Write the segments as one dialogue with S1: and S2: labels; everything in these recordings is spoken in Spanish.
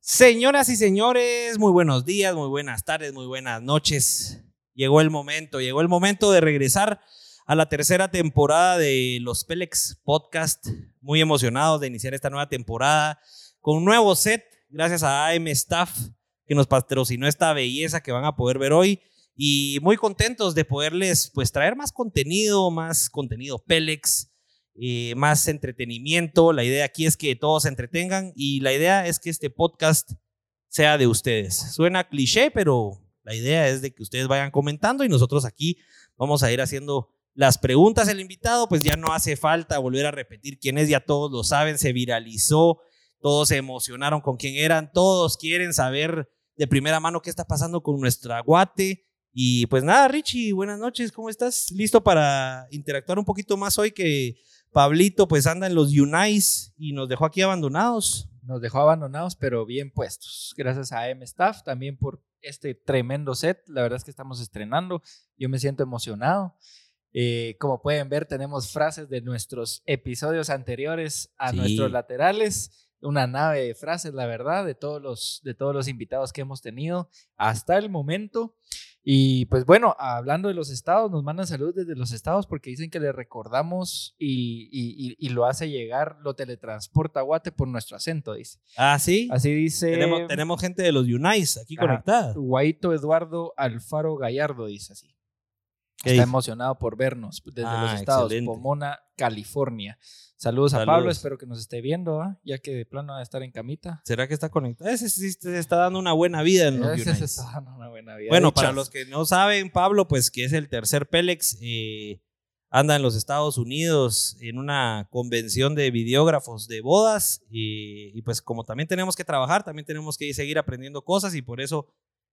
S1: Señoras y señores, muy buenos días, muy buenas tardes, muy buenas noches. Llegó el momento, llegó el momento de regresar a la tercera temporada de los Pelex Podcast. Muy emocionados de iniciar esta nueva temporada con un nuevo set, gracias a AM Staff que nos patrocinó esta belleza que van a poder ver hoy y muy contentos de poderles pues traer más contenido, más contenido Pelex, eh, más entretenimiento. La idea aquí es que todos se entretengan y la idea es que este podcast sea de ustedes. Suena cliché, pero la idea es de que ustedes vayan comentando y nosotros aquí vamos a ir haciendo las preguntas. El invitado pues ya no hace falta volver a repetir quién es, ya todos lo saben, se viralizó, todos se emocionaron con quién eran, todos quieren saber de primera mano qué está pasando con nuestra guate. Y pues nada, Richie, buenas noches, ¿cómo estás? ¿Listo para interactuar un poquito más hoy que Pablito pues anda en los Unice y nos dejó aquí abandonados?
S2: Nos dejó abandonados, pero bien puestos. Gracias a M Staff también por este tremendo set. La verdad es que estamos estrenando. Yo me siento emocionado. Eh, como pueden ver, tenemos frases de nuestros episodios anteriores a
S1: Sí.
S2: nuestros laterales. Una nave de frases, la verdad, de todos, los, de todos los invitados que hemos tenido hasta el momento. Y pues bueno, hablando de los estados, nos mandan saludos desde los estados porque dicen que le recordamos y, y- y- y lo hace llegar, lo teletransporta a Guate por nuestro acento, dice.
S1: Ah, sí.
S2: Así dice
S1: Tenemos, tenemos gente de los Unice aquí
S2: Ajá.
S1: conectada.
S2: Guaito Eduardo Alfaro Gallardo, dice así.
S1: ¿Qué
S2: Está
S1: dice?
S2: emocionado por vernos desde
S1: Ah,
S2: los estados,
S1: excelente.
S2: Pomona, California. Saludos, a
S1: Saludos.
S2: Pablo, espero que nos esté viendo, ¿ah? ya que de plano va a estar en camita.
S1: ¿Será que está conectado? Ese sí se está dando una buena vida en los
S2: Ese
S1: Unice.
S2: se está dando una buena vida.
S1: Bueno,
S2: Dichas.
S1: para los que no saben, Pablo, pues que es el tercer Pélex, eh, anda en los Estados Unidos en una convención de videógrafos de bodas y, y pues como también tenemos que trabajar, también tenemos que seguir aprendiendo cosas y por eso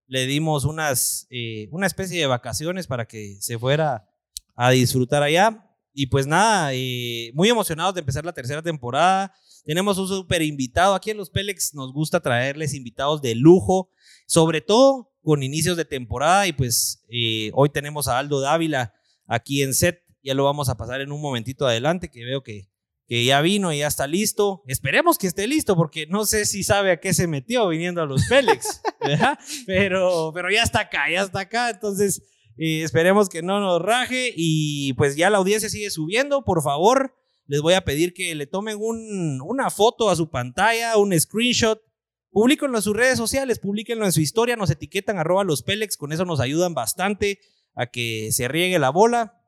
S1: le dimos unas, eh, una especie de vacaciones para que se fuera a disfrutar allá. Y pues nada, eh, muy emocionados de empezar la tercera temporada. Tenemos un super invitado. Aquí en los Pélex nos gusta traerles invitados de lujo sobre todo con inicios de temporada y pues eh, hoy tenemos a Aldo Dávila aquí en set, ya lo vamos a pasar en un momentito adelante que veo que, que ya vino y ya está listo, esperemos que esté listo porque no sé si sabe a qué se metió viniendo a los Pélex, ¿verdad? pero, pero ya está acá, ya está acá, entonces eh, esperemos que no nos raje y pues ya la audiencia sigue subiendo, por favor. Les voy a pedir que le tomen un- una foto a su pantalla, un screenshot Publíquenlo en sus redes sociales, publíquenlo en su historia, nos etiquetan arroba los Pelex, con eso nos ayudan bastante a que se riegue la bola.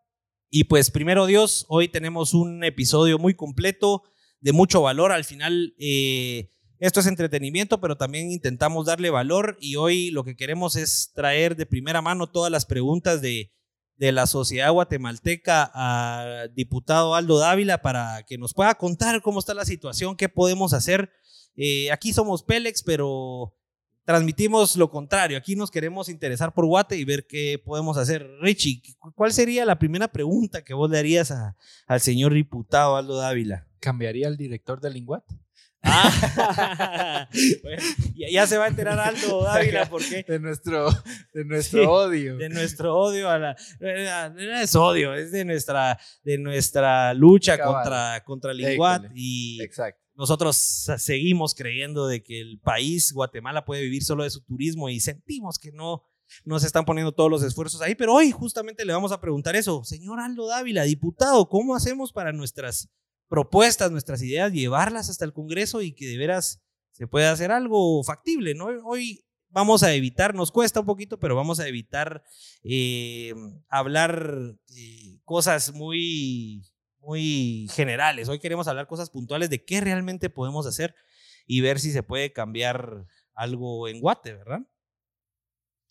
S1: Y pues primero Dios, hoy tenemos un episodio muy completo, de mucho valor. Al final, eh, esto es entretenimiento, pero también intentamos darle valor y hoy lo que queremos es traer de primera mano todas las preguntas de, de la sociedad guatemalteca a diputado Aldo Dávila para que nos pueda contar cómo está la situación, qué podemos hacer. Eh, aquí somos Pélex, pero transmitimos lo contrario. Aquí nos queremos interesar por Guate y ver qué podemos hacer. Richie, cu- ¿cuál sería la primera pregunta que vos le harías a- al señor diputado Aldo Dávila?
S2: ¿Cambiaría el director de Linguat?
S1: Ah, bueno, ya, ya se va a enterar Aldo Dávila porque
S2: De nuestro, de nuestro
S1: Sí.
S2: odio.
S1: de nuestro odio a la no es odio, es de nuestra de nuestra lucha
S2: Cabal.
S1: contra contra Linguat
S2: École.
S1: y
S2: Exacto.
S1: nosotros seguimos creyendo de que el país Guatemala puede vivir solo de su turismo y sentimos que no no se están poniendo todos los esfuerzos ahí, pero hoy justamente le vamos a preguntar eso, señor Aldo Dávila, diputado, ¿cómo hacemos para nuestras propuestas, nuestras ideas, llevarlas hasta el Congreso y que de veras se pueda hacer algo factible, ¿no? Hoy vamos a evitar, nos cuesta un poquito, pero vamos a evitar eh, hablar eh, cosas muy, muy generales. Hoy queremos hablar cosas puntuales de qué realmente podemos hacer y ver si se puede cambiar algo en Guate, ¿verdad?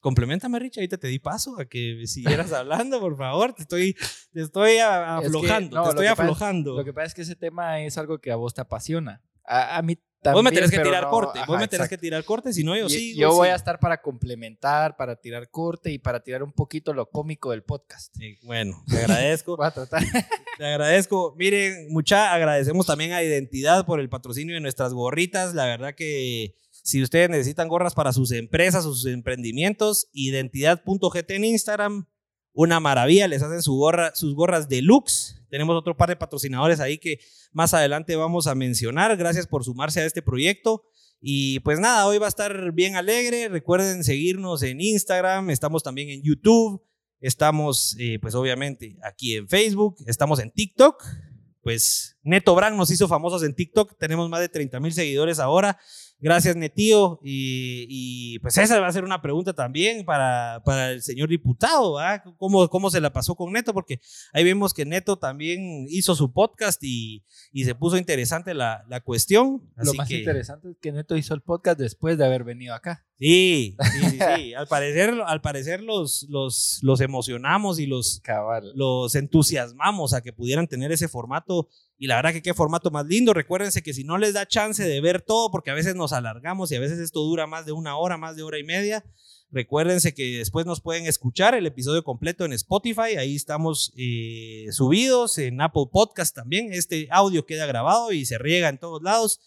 S1: Complementame, Rich, ahorita te di paso a que siguieras hablando, por favor. Te estoy, te estoy a-
S2: Es que,
S1: aflojando,
S2: no,
S1: te
S2: lo
S1: estoy
S2: que pasa-
S1: aflojando.
S2: Lo que pasa es que ese tema es algo que a vos te apasiona. A, a mí
S1: Vos
S2: también.
S1: me tenés que
S2: pero
S1: tirar
S2: no-
S1: corte, vos
S2: ajá,
S1: me tenés
S2: exacto.
S1: que tirar corte, si no yo
S2: Y-
S1: sí.
S2: yo voy a estar para complementar, para tirar corte y para tirar un poquito lo cómico del podcast.
S1: Bueno, te agradezco.
S2: Voy a tratar.
S1: Te agradezco. Miren, mucha, agradecemos también a Identidad por el patrocinio de nuestras gorritas. La verdad que si ustedes necesitan gorras para sus empresas, sus emprendimientos, identidad.gt en Instagram, una maravilla, les hacen su gorra, sus gorras deluxe. Tenemos otro par de patrocinadores ahí que más adelante vamos a mencionar. Gracias por sumarse a este proyecto. Y pues nada, hoy va a estar bien alegre. Recuerden seguirnos en Instagram, estamos también en YouTube, estamos eh, pues obviamente aquí en Facebook, estamos en TikTok. Pues Neto Brand nos hizo famosos en TikTok, tenemos más de 30 mil seguidores ahora. Gracias, Netío. Y, y, pues esa va a ser una pregunta también para, para el señor diputado, ¿ah? ¿Cómo, ¿Cómo se la pasó con Neto? Porque ahí vemos que Neto también hizo su podcast y, y se puso interesante la, la cuestión. Así
S2: Lo más
S1: que,
S2: interesante es que Neto hizo el podcast después de haber venido acá.
S1: Sí, sí, sí, sí. Al parecer, al parecer los, los, los emocionamos y los,
S2: Cabal.
S1: los entusiasmamos a que pudieran tener ese formato. Y la verdad que qué formato más lindo. Recuérdense que si no les da chance de ver todo, porque a veces nos alargamos y a veces esto dura más de una hora, más de hora y media. Recuérdense que después nos pueden escuchar el episodio completo en Spotify. Ahí estamos eh, subidos en Apple Podcast también. Este audio queda grabado y se riega en todos lados.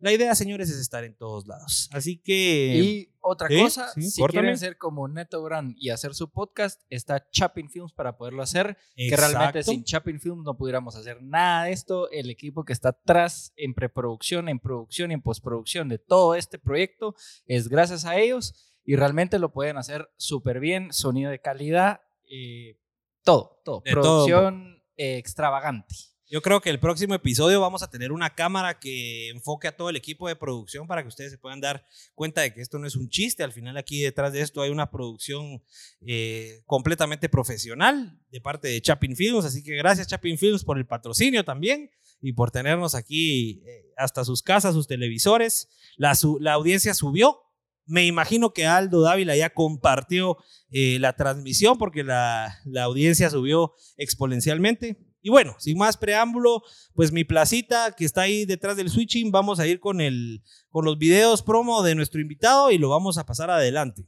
S1: La idea, señores, es estar en todos lados. Así que...
S2: Y otra
S1: sí,
S2: cosa,
S1: sí,
S2: si
S1: córtame.
S2: quieren ser como Neto Brand y hacer su podcast, está Chapin Films para poderlo hacer. Que realmente
S1: Exacto.
S2: sin Chapin Films no pudiéramos hacer nada de esto. El equipo que está atrás en preproducción, en producción y en postproducción de todo este proyecto es gracias a ellos y realmente lo pueden hacer súper bien. Sonido de calidad, eh, todo, todo.
S1: De todo.
S2: producción eh, extravagante.
S1: Yo creo que el próximo episodio vamos a tener una cámara que enfoque a todo el equipo de producción para que ustedes se puedan dar cuenta de que esto no es un chiste. Al final aquí detrás de esto hay una producción eh, completamente profesional de parte de Chapin Films. Así que gracias Chapin Films por el patrocinio también y por tenernos aquí eh, hasta sus casas, sus televisores. La, su- la audiencia subió. Me imagino que Aldo Dávila ya compartió eh, la transmisión porque la, la audiencia subió exponencialmente. Y bueno, sin más preámbulo, pues mi placita que está ahí detrás del switching, vamos a ir con, el, con los videos promo de nuestro invitado y lo vamos a pasar adelante.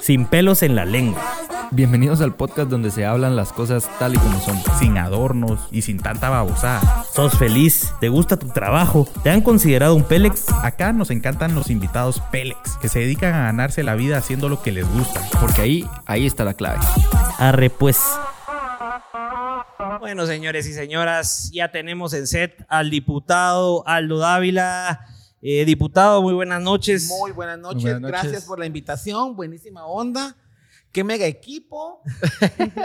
S3: Sin pelos en la lengua,
S4: Bienvenidos al podcast donde se hablan las cosas tal y como son.
S3: sin adornos y sin tanta babosada. ¿Sos feliz? ¿Te gusta tu trabajo? ¿Te han considerado un Pélex? Acá nos encantan los invitados Pélex, que se dedican a ganarse la vida haciendo lo que les gusta.
S4: Porque ahí, ahí está la clave.
S3: Arre pues.
S1: Bueno, señores y señoras, ya tenemos en set al diputado Aldo Dávila. Eh, diputado, muy buenas noches.
S5: Muy buenas noches.
S2: Muy buenas
S5: gracias
S2: noches.
S5: por la invitación, buenísima onda. Qué mega equipo,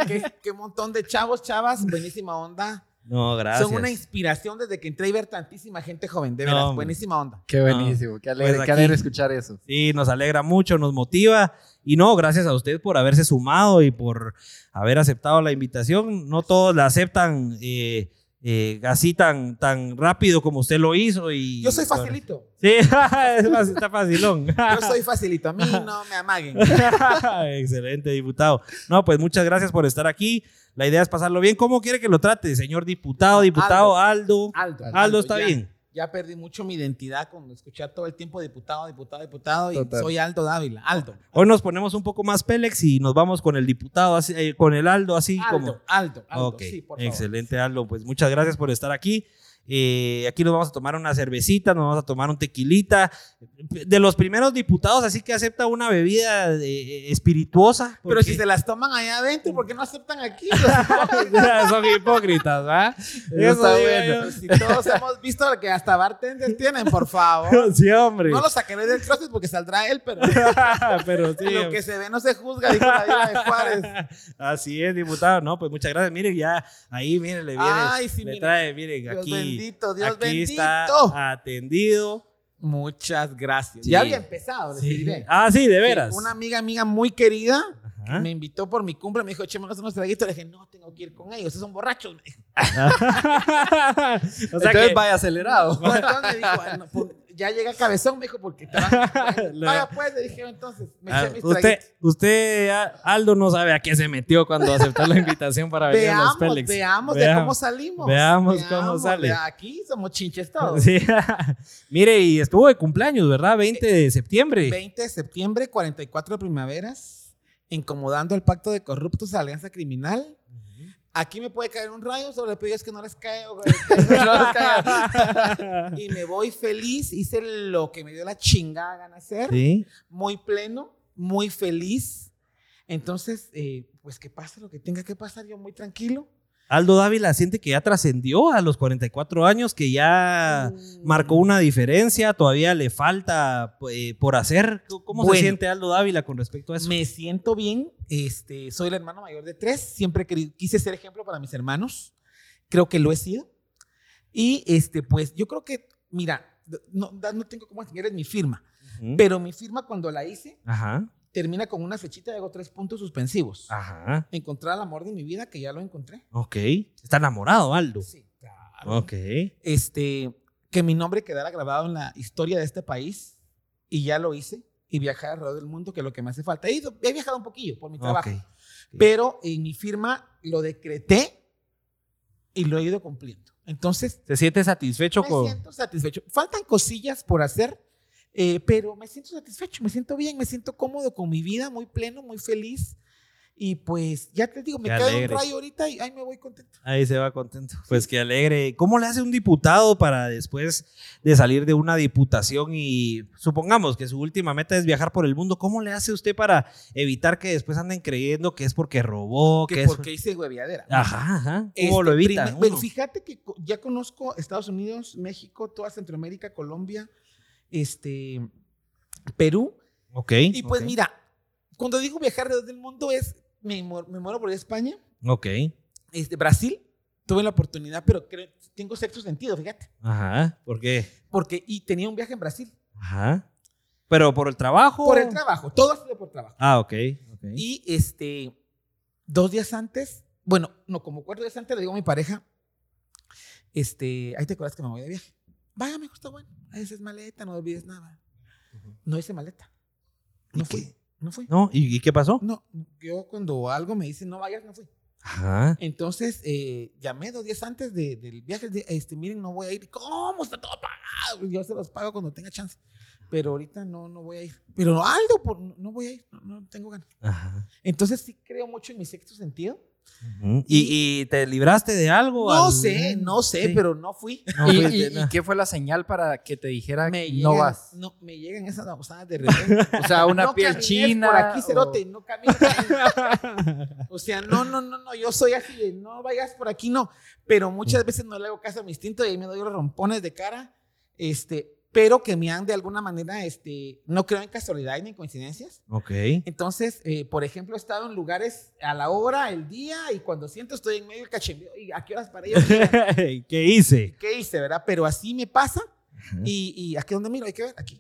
S5: qué, qué montón de chavos, chavas, buenísima onda.
S1: no, gracias.
S5: Son una inspiración desde que entré y ver tantísima gente joven, de
S1: No,
S5: veras,
S1: hombre.
S5: buenísima onda.
S2: Qué
S1: buenísimo,
S2: qué
S1: alegre, qué alegre
S2: escuchar eso.
S1: Sí, nos alegra mucho, nos motiva. Y no, gracias a usted por haberse sumado y por haber aceptado la invitación. No todos la aceptan eh, eh, así tan, tan rápido como usted lo hizo. Y,
S5: Yo soy facilito,
S1: Sí, es más, está facilón.
S5: yo soy facilito, a mí no me amaguen.
S1: Excelente, diputado. No, pues muchas gracias por estar aquí. La idea es pasarlo bien. ¿Cómo quiere que lo trate, señor diputado, diputado Aldo?
S5: Aldo,
S1: Aldo, está
S5: ya-
S1: bien.
S5: Ya perdí mucho mi identidad con escuchar todo el tiempo diputado, diputado, diputado y
S2: Total.
S5: soy Aldo Dávila, Aldo.
S1: Hoy nos ponemos un poco más Pélex y nos vamos con el diputado, así- eh, con el Aldo, así
S5: Aldo,
S1: como.
S5: Aldo, Aldo,
S1: Ok,
S5: sí, por favor.
S1: excelente Aldo, pues muchas gracias por estar aquí. Eh, aquí nos vamos a tomar una cervecita, nos vamos a tomar un tequilita. De los primeros diputados, así que acepta una bebida eh, espirituosa.
S5: Pero si
S1: porque-
S5: se las toman allá adentro, ¿por qué no aceptan aquí?
S1: Son hipócritas, ¿va?
S5: Eso
S1: Eso digo
S5: bueno. Si todos hemos visto que hasta bartenders tienen, por favor.
S1: yo. Sí, hombre.
S5: No lo sacaré del closet porque saldrá él, pero
S1: Pero sí.
S5: lo que se ve no se juzga, dijo la vida de Juárez.
S1: Así es, diputado. No, pues muchas gracias. Miren, ya ahí, miren, le viene.
S5: Ay, sí,
S1: le
S5: miren.
S1: trae, miren,
S5: Dios
S1: aquí.
S5: bendito, Dios
S1: aquí
S5: bendito.
S1: está atendido.
S5: Muchas gracias.
S1: Sí.
S5: Ya había empezado, les
S1: Sí.
S5: diré.
S1: Ah, sí, de veras.
S5: Una amiga, amiga muy querida,
S1: Ajá.
S5: me invitó por mi cumple, me dijo, echémonos unos traguitos. Le dije, no, tengo que ir con ellos, esos son borrachos. me dijo.
S1: o sea
S2: Entonces
S1: que
S2: vaya acelerado.
S5: Entonces me dijo, "Ah, no, por- ya llega cabezón, me dijo, porque te vas a... Vaya pues, le dije, entonces, me
S1: Ah,
S5: eché mis
S1: usted,
S5: traguitos.
S1: usted, a- Aldo, no sabe a qué se metió cuando aceptó la invitación para venir a los
S5: Veamos,
S1: Pélex.
S5: veamos de
S1: Veamos.
S5: cómo salimos.
S1: veamos cómo sale.
S5: vea, Aquí somos chinches todos.
S1: Sí. Mire, y estuvo de cumpleaños, ¿verdad? 20 de septiembre.
S5: 20 de septiembre, 44 primaveras, incomodando el pacto de corruptos, alianza criminal. Aquí me puede caer un rayo, solo le pido es que no les caiga. güey, que no les caiga. y me voy feliz, hice lo que me dio la chingada gana hacer,
S1: Sí.
S5: muy pleno, muy feliz. Entonces, eh, pues que pase lo que tenga que pasar, yo muy tranquilo.
S1: Aldo Dávila siente que ya trascendió a los 44 años, que ya
S5: Mm.
S1: marcó una diferencia, todavía le falta eh, por hacer. ¿Cómo
S5: Bueno.
S1: se siente Aldo Dávila con respecto a eso?
S5: Me siento bien. Este, soy el hermano mayor de tres. Siempre queri- quise ser ejemplo para mis hermanos. Creo que lo he sido. Y este, pues yo creo que, mira, no, no tengo cómo enseñarles mi firma,
S1: Ujú.
S5: pero mi firma cuando la hice
S1: Ajá,
S5: termina con una flechita y hago tres puntos suspensivos.
S1: Ah. ajá,
S5: Encontrar el amor de mi vida, que ya lo encontré.
S1: ok. Está enamorado Aldo.
S5: Sí, claro.
S1: Ok.
S5: Este, que mi nombre quedara grabado en la historia de este país y ya lo hice. Y viajar alrededor del mundo, que es lo que me hace falta. He, ido- he viajado un poquillo por mi trabajo.
S1: ok.
S5: Pero en mi firma lo decreté y lo he ido cumpliendo. Entonces,
S1: ¿Te sientes satisfecho
S5: me
S1: con.?
S5: siento satisfecho. Faltan cosillas por hacer, eh, pero me siento satisfecho, me siento bien, me siento cómodo con mi vida, muy pleno, muy feliz. Y pues, ya te digo, me
S1: Qué
S5: cae
S1: alegre.
S5: un rayo ahorita y ay, me voy contento.
S1: Ahí se va contento. Pues qué alegre. ¿Cómo le hace un diputado para después de salir de una diputación y supongamos que su última meta es viajar por el mundo? ¿Cómo le hace usted para evitar que después anden creyendo que es porque robó, que,
S5: Que
S1: es
S5: porque hice hueviadera.
S1: Ajá, ajá. ¿Cómo
S5: Este,
S1: lo evita?
S5: prima-
S1: uno?
S5: bueno, fíjate que co- ya conozco Estados Unidos, México, toda Centroamérica, Colombia, este, Perú.
S1: Ok.
S5: Y pues
S1: ok,
S5: mira, cuando digo viajar alrededor del mundo es, me, mu- me muero por ir a España,
S1: Ok.
S5: este, Brasil, tuve la oportunidad, pero creo- tengo sexto sentido, fíjate.
S1: Ajá. ¿Por qué?
S5: Porque, y tenía un viaje en Brasil,
S1: Ajá. ¿Pero por el trabajo?
S5: por el trabajo, todo ha sido por trabajo.
S1: Ah, ok. ok.
S5: Y este, dos días antes, bueno, no, como cuatro días antes le digo a mi pareja, este, ahí te acuerdas que me voy de viaje. Vaya, me gusta, bueno, ahí es maleta, no olvides nada. No hice maleta. No fui, no fui.
S1: ¿No? ¿Y, y qué pasó?
S5: No, yo cuando algo me dice no vayas, no fui.
S1: Ajá.
S5: Entonces, eh, llamé dos días antes de- del viaje, de- este, miren, no voy a ir. ¿Cómo? Está todo pagado. Yo se los pago cuando tenga chance. Pero ahorita no, no voy a ir. Pero algo, por, no voy a ir, no, no tengo ganas.
S1: Ajá.
S5: Entonces sí creo mucho en mi sexto sentido.
S1: Ujú. ¿Y, y te libraste de algo?
S5: No
S1: al-
S5: sé, no sé,
S1: Sí.
S5: pero no fui.
S1: No,
S2: ¿Y,
S1: pues,
S2: y-
S1: de-
S2: y qué fue la señal para que te dijera
S5: Me
S2: no
S5: llegan,
S2: vas?
S5: no, me llegan esas babosadas de repente.
S2: O sea, una
S5: No
S2: piel
S5: camines
S2: china.
S5: Por aquí,
S2: o-
S5: cerote, no camines. o sea, no, no, no, no, yo soy así de no vayas por aquí, no. Pero
S1: Mm.
S5: muchas veces no le hago caso a mi instinto y ahí me doy los rompones de cara. Este, pero que me han de alguna manera, este, no creo en casualidad ni en coincidencias.
S1: Ok.
S5: Entonces, eh, por ejemplo, he estado en lugares a la hora, el día, y cuando siento estoy en medio del cachemeo. ¿Y a qué horas para ellos?
S1: ¿Qué hice?
S5: ¿Qué hice, verdad? Pero así me pasa. Y, y aquí donde miro, hay que ver, aquí.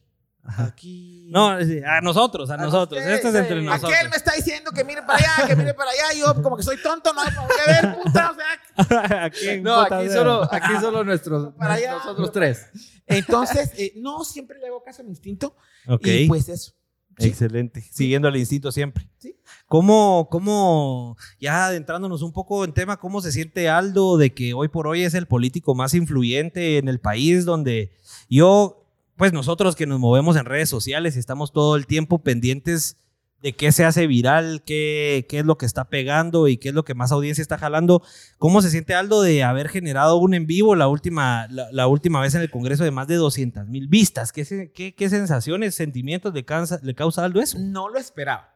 S5: Aquí.
S1: No, es decir, a nosotros, a, nosotros.
S5: ustedes,
S1: Este es entre
S5: eh,
S1: nosotros.
S5: Aquel me está diciendo que mire para allá, que mire para allá. y Yo, como que soy tonto, no me voy a ver, puta. O sea,
S1: ¿A quién,
S2: No,
S1: puta
S2: aquí
S1: sea?
S2: solo, aquí solo nuestros,
S5: Para allá.
S2: nosotros tres.
S5: entonces, eh, no, siempre le hago caso a mi instinto.
S1: Ok,
S5: Y pues eso. sí.
S1: excelente. Siguiendo el instinto siempre.
S5: Sí.
S1: ¿Cómo, ¿Cómo, ya adentrándonos un poco en tema, cómo se siente Aldo de que hoy por hoy es el político más influyente en el país donde yo, pues nosotros que nos movemos en redes sociales y estamos todo el tiempo pendientes de qué se hace viral, qué, qué es lo que está pegando y qué es lo que más audiencia está jalando. ¿Cómo se siente Aldo de haber generado un en vivo la última, la, la última vez en el Congreso de más de 200 mil vistas? ¿Qué, se- qué, qué sensaciones, sentimientos le, cansa- le causa a Aldo eso?
S5: No lo esperaba.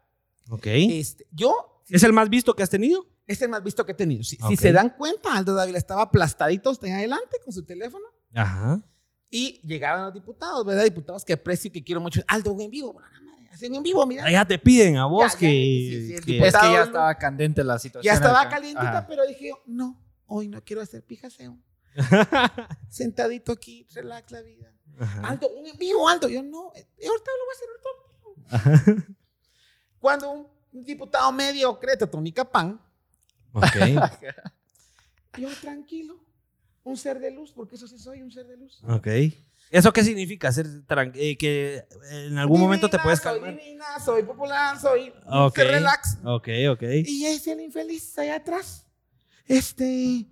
S1: Ok.
S5: Este, yo este
S1: ¿Es el más visto que has tenido?
S5: es el más visto que he tenido. Si, si
S1: Ok.
S5: se dan cuenta, Aldo Dávila estaba aplastadito hasta allá adelante con su teléfono.
S1: Ajá.
S5: Y llegaban los diputados, ¿verdad? Diputados que aprecio y que quiero mucho. Aldo, un en vivo, buena madre, así un en vivo, mira.
S1: Ya te piden a vos
S5: Ya, ya,
S1: que,
S5: sí, sí, el
S1: que-
S2: Es
S5: diputado.
S2: que ya
S5: Estaba-
S2: estaba candente la situación.
S5: Ya estaba
S2: acá. Ah.
S5: calientita,
S2: Ajá.
S5: pero dije, yo, no, hoy no quiero hacer pijaseo. Sentadito aquí, relax la vida.
S1: Ajá.
S5: Aldo, un en vivo, Aldo. Yo no, eh, ahorita lo voy a hacer, ahorita. Cuando un, un diputado mediocre te tonica pan,
S1: Ok.
S5: yo tranquilo, un ser de luz, porque eso sí soy un ser de luz.
S1: Ok. ¿Eso qué significa? Ser tran- eh, que en algún momento te
S5: Divina,
S1: puedes
S5: soy
S1: calmar.
S5: divina, soy popular, soy un
S1: Ok.
S5: ser relax.
S1: Ok, ok.
S5: Y es el infeliz allá atrás. Este,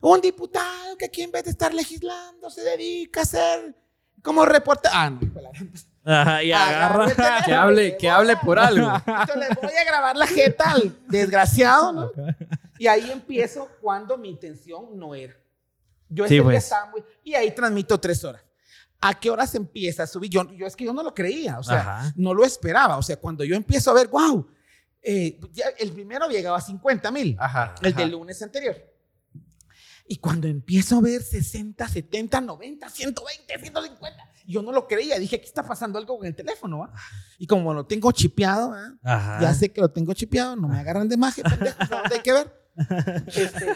S5: un diputado que aquí en vez de estar legislando se dedica a ser como reportero. Ah, no, hijo de la gran-
S1: Ajá, y
S5: Agarró el
S1: agarra.
S5: teléfono,
S2: Que hable,
S5: le
S2: que
S5: voy a-
S2: hable por algo.
S5: Yo le voy a grabar la jeta al desgraciado, ¿no? Y ahí empiezo cuando mi intención no era. Yo
S1: Sí,
S5: ese día
S1: pues.
S5: estaba muy- Y ahí transmito tres horas. ¿A qué horas empieza a subir? Yo, yo es que yo no lo creía, o sea,
S1: Ajá.
S5: no lo esperaba. O sea, cuando yo empiezo a ver, wow, el primero llegaba a 50 mil,
S2: Ajá.
S5: el del
S2: ajá.
S5: lunes anterior. Y cuando empiezo a ver 60, 70, 90, 120, 150, yo no lo creía. Dije, aquí está pasando algo con el teléfono, ¿va? Y como lo tengo chipeado, ¿va?
S1: Ajá.
S5: Ya sé que lo tengo chipeado, no me agarran de magia, pendejo, pero hay que ver. Este,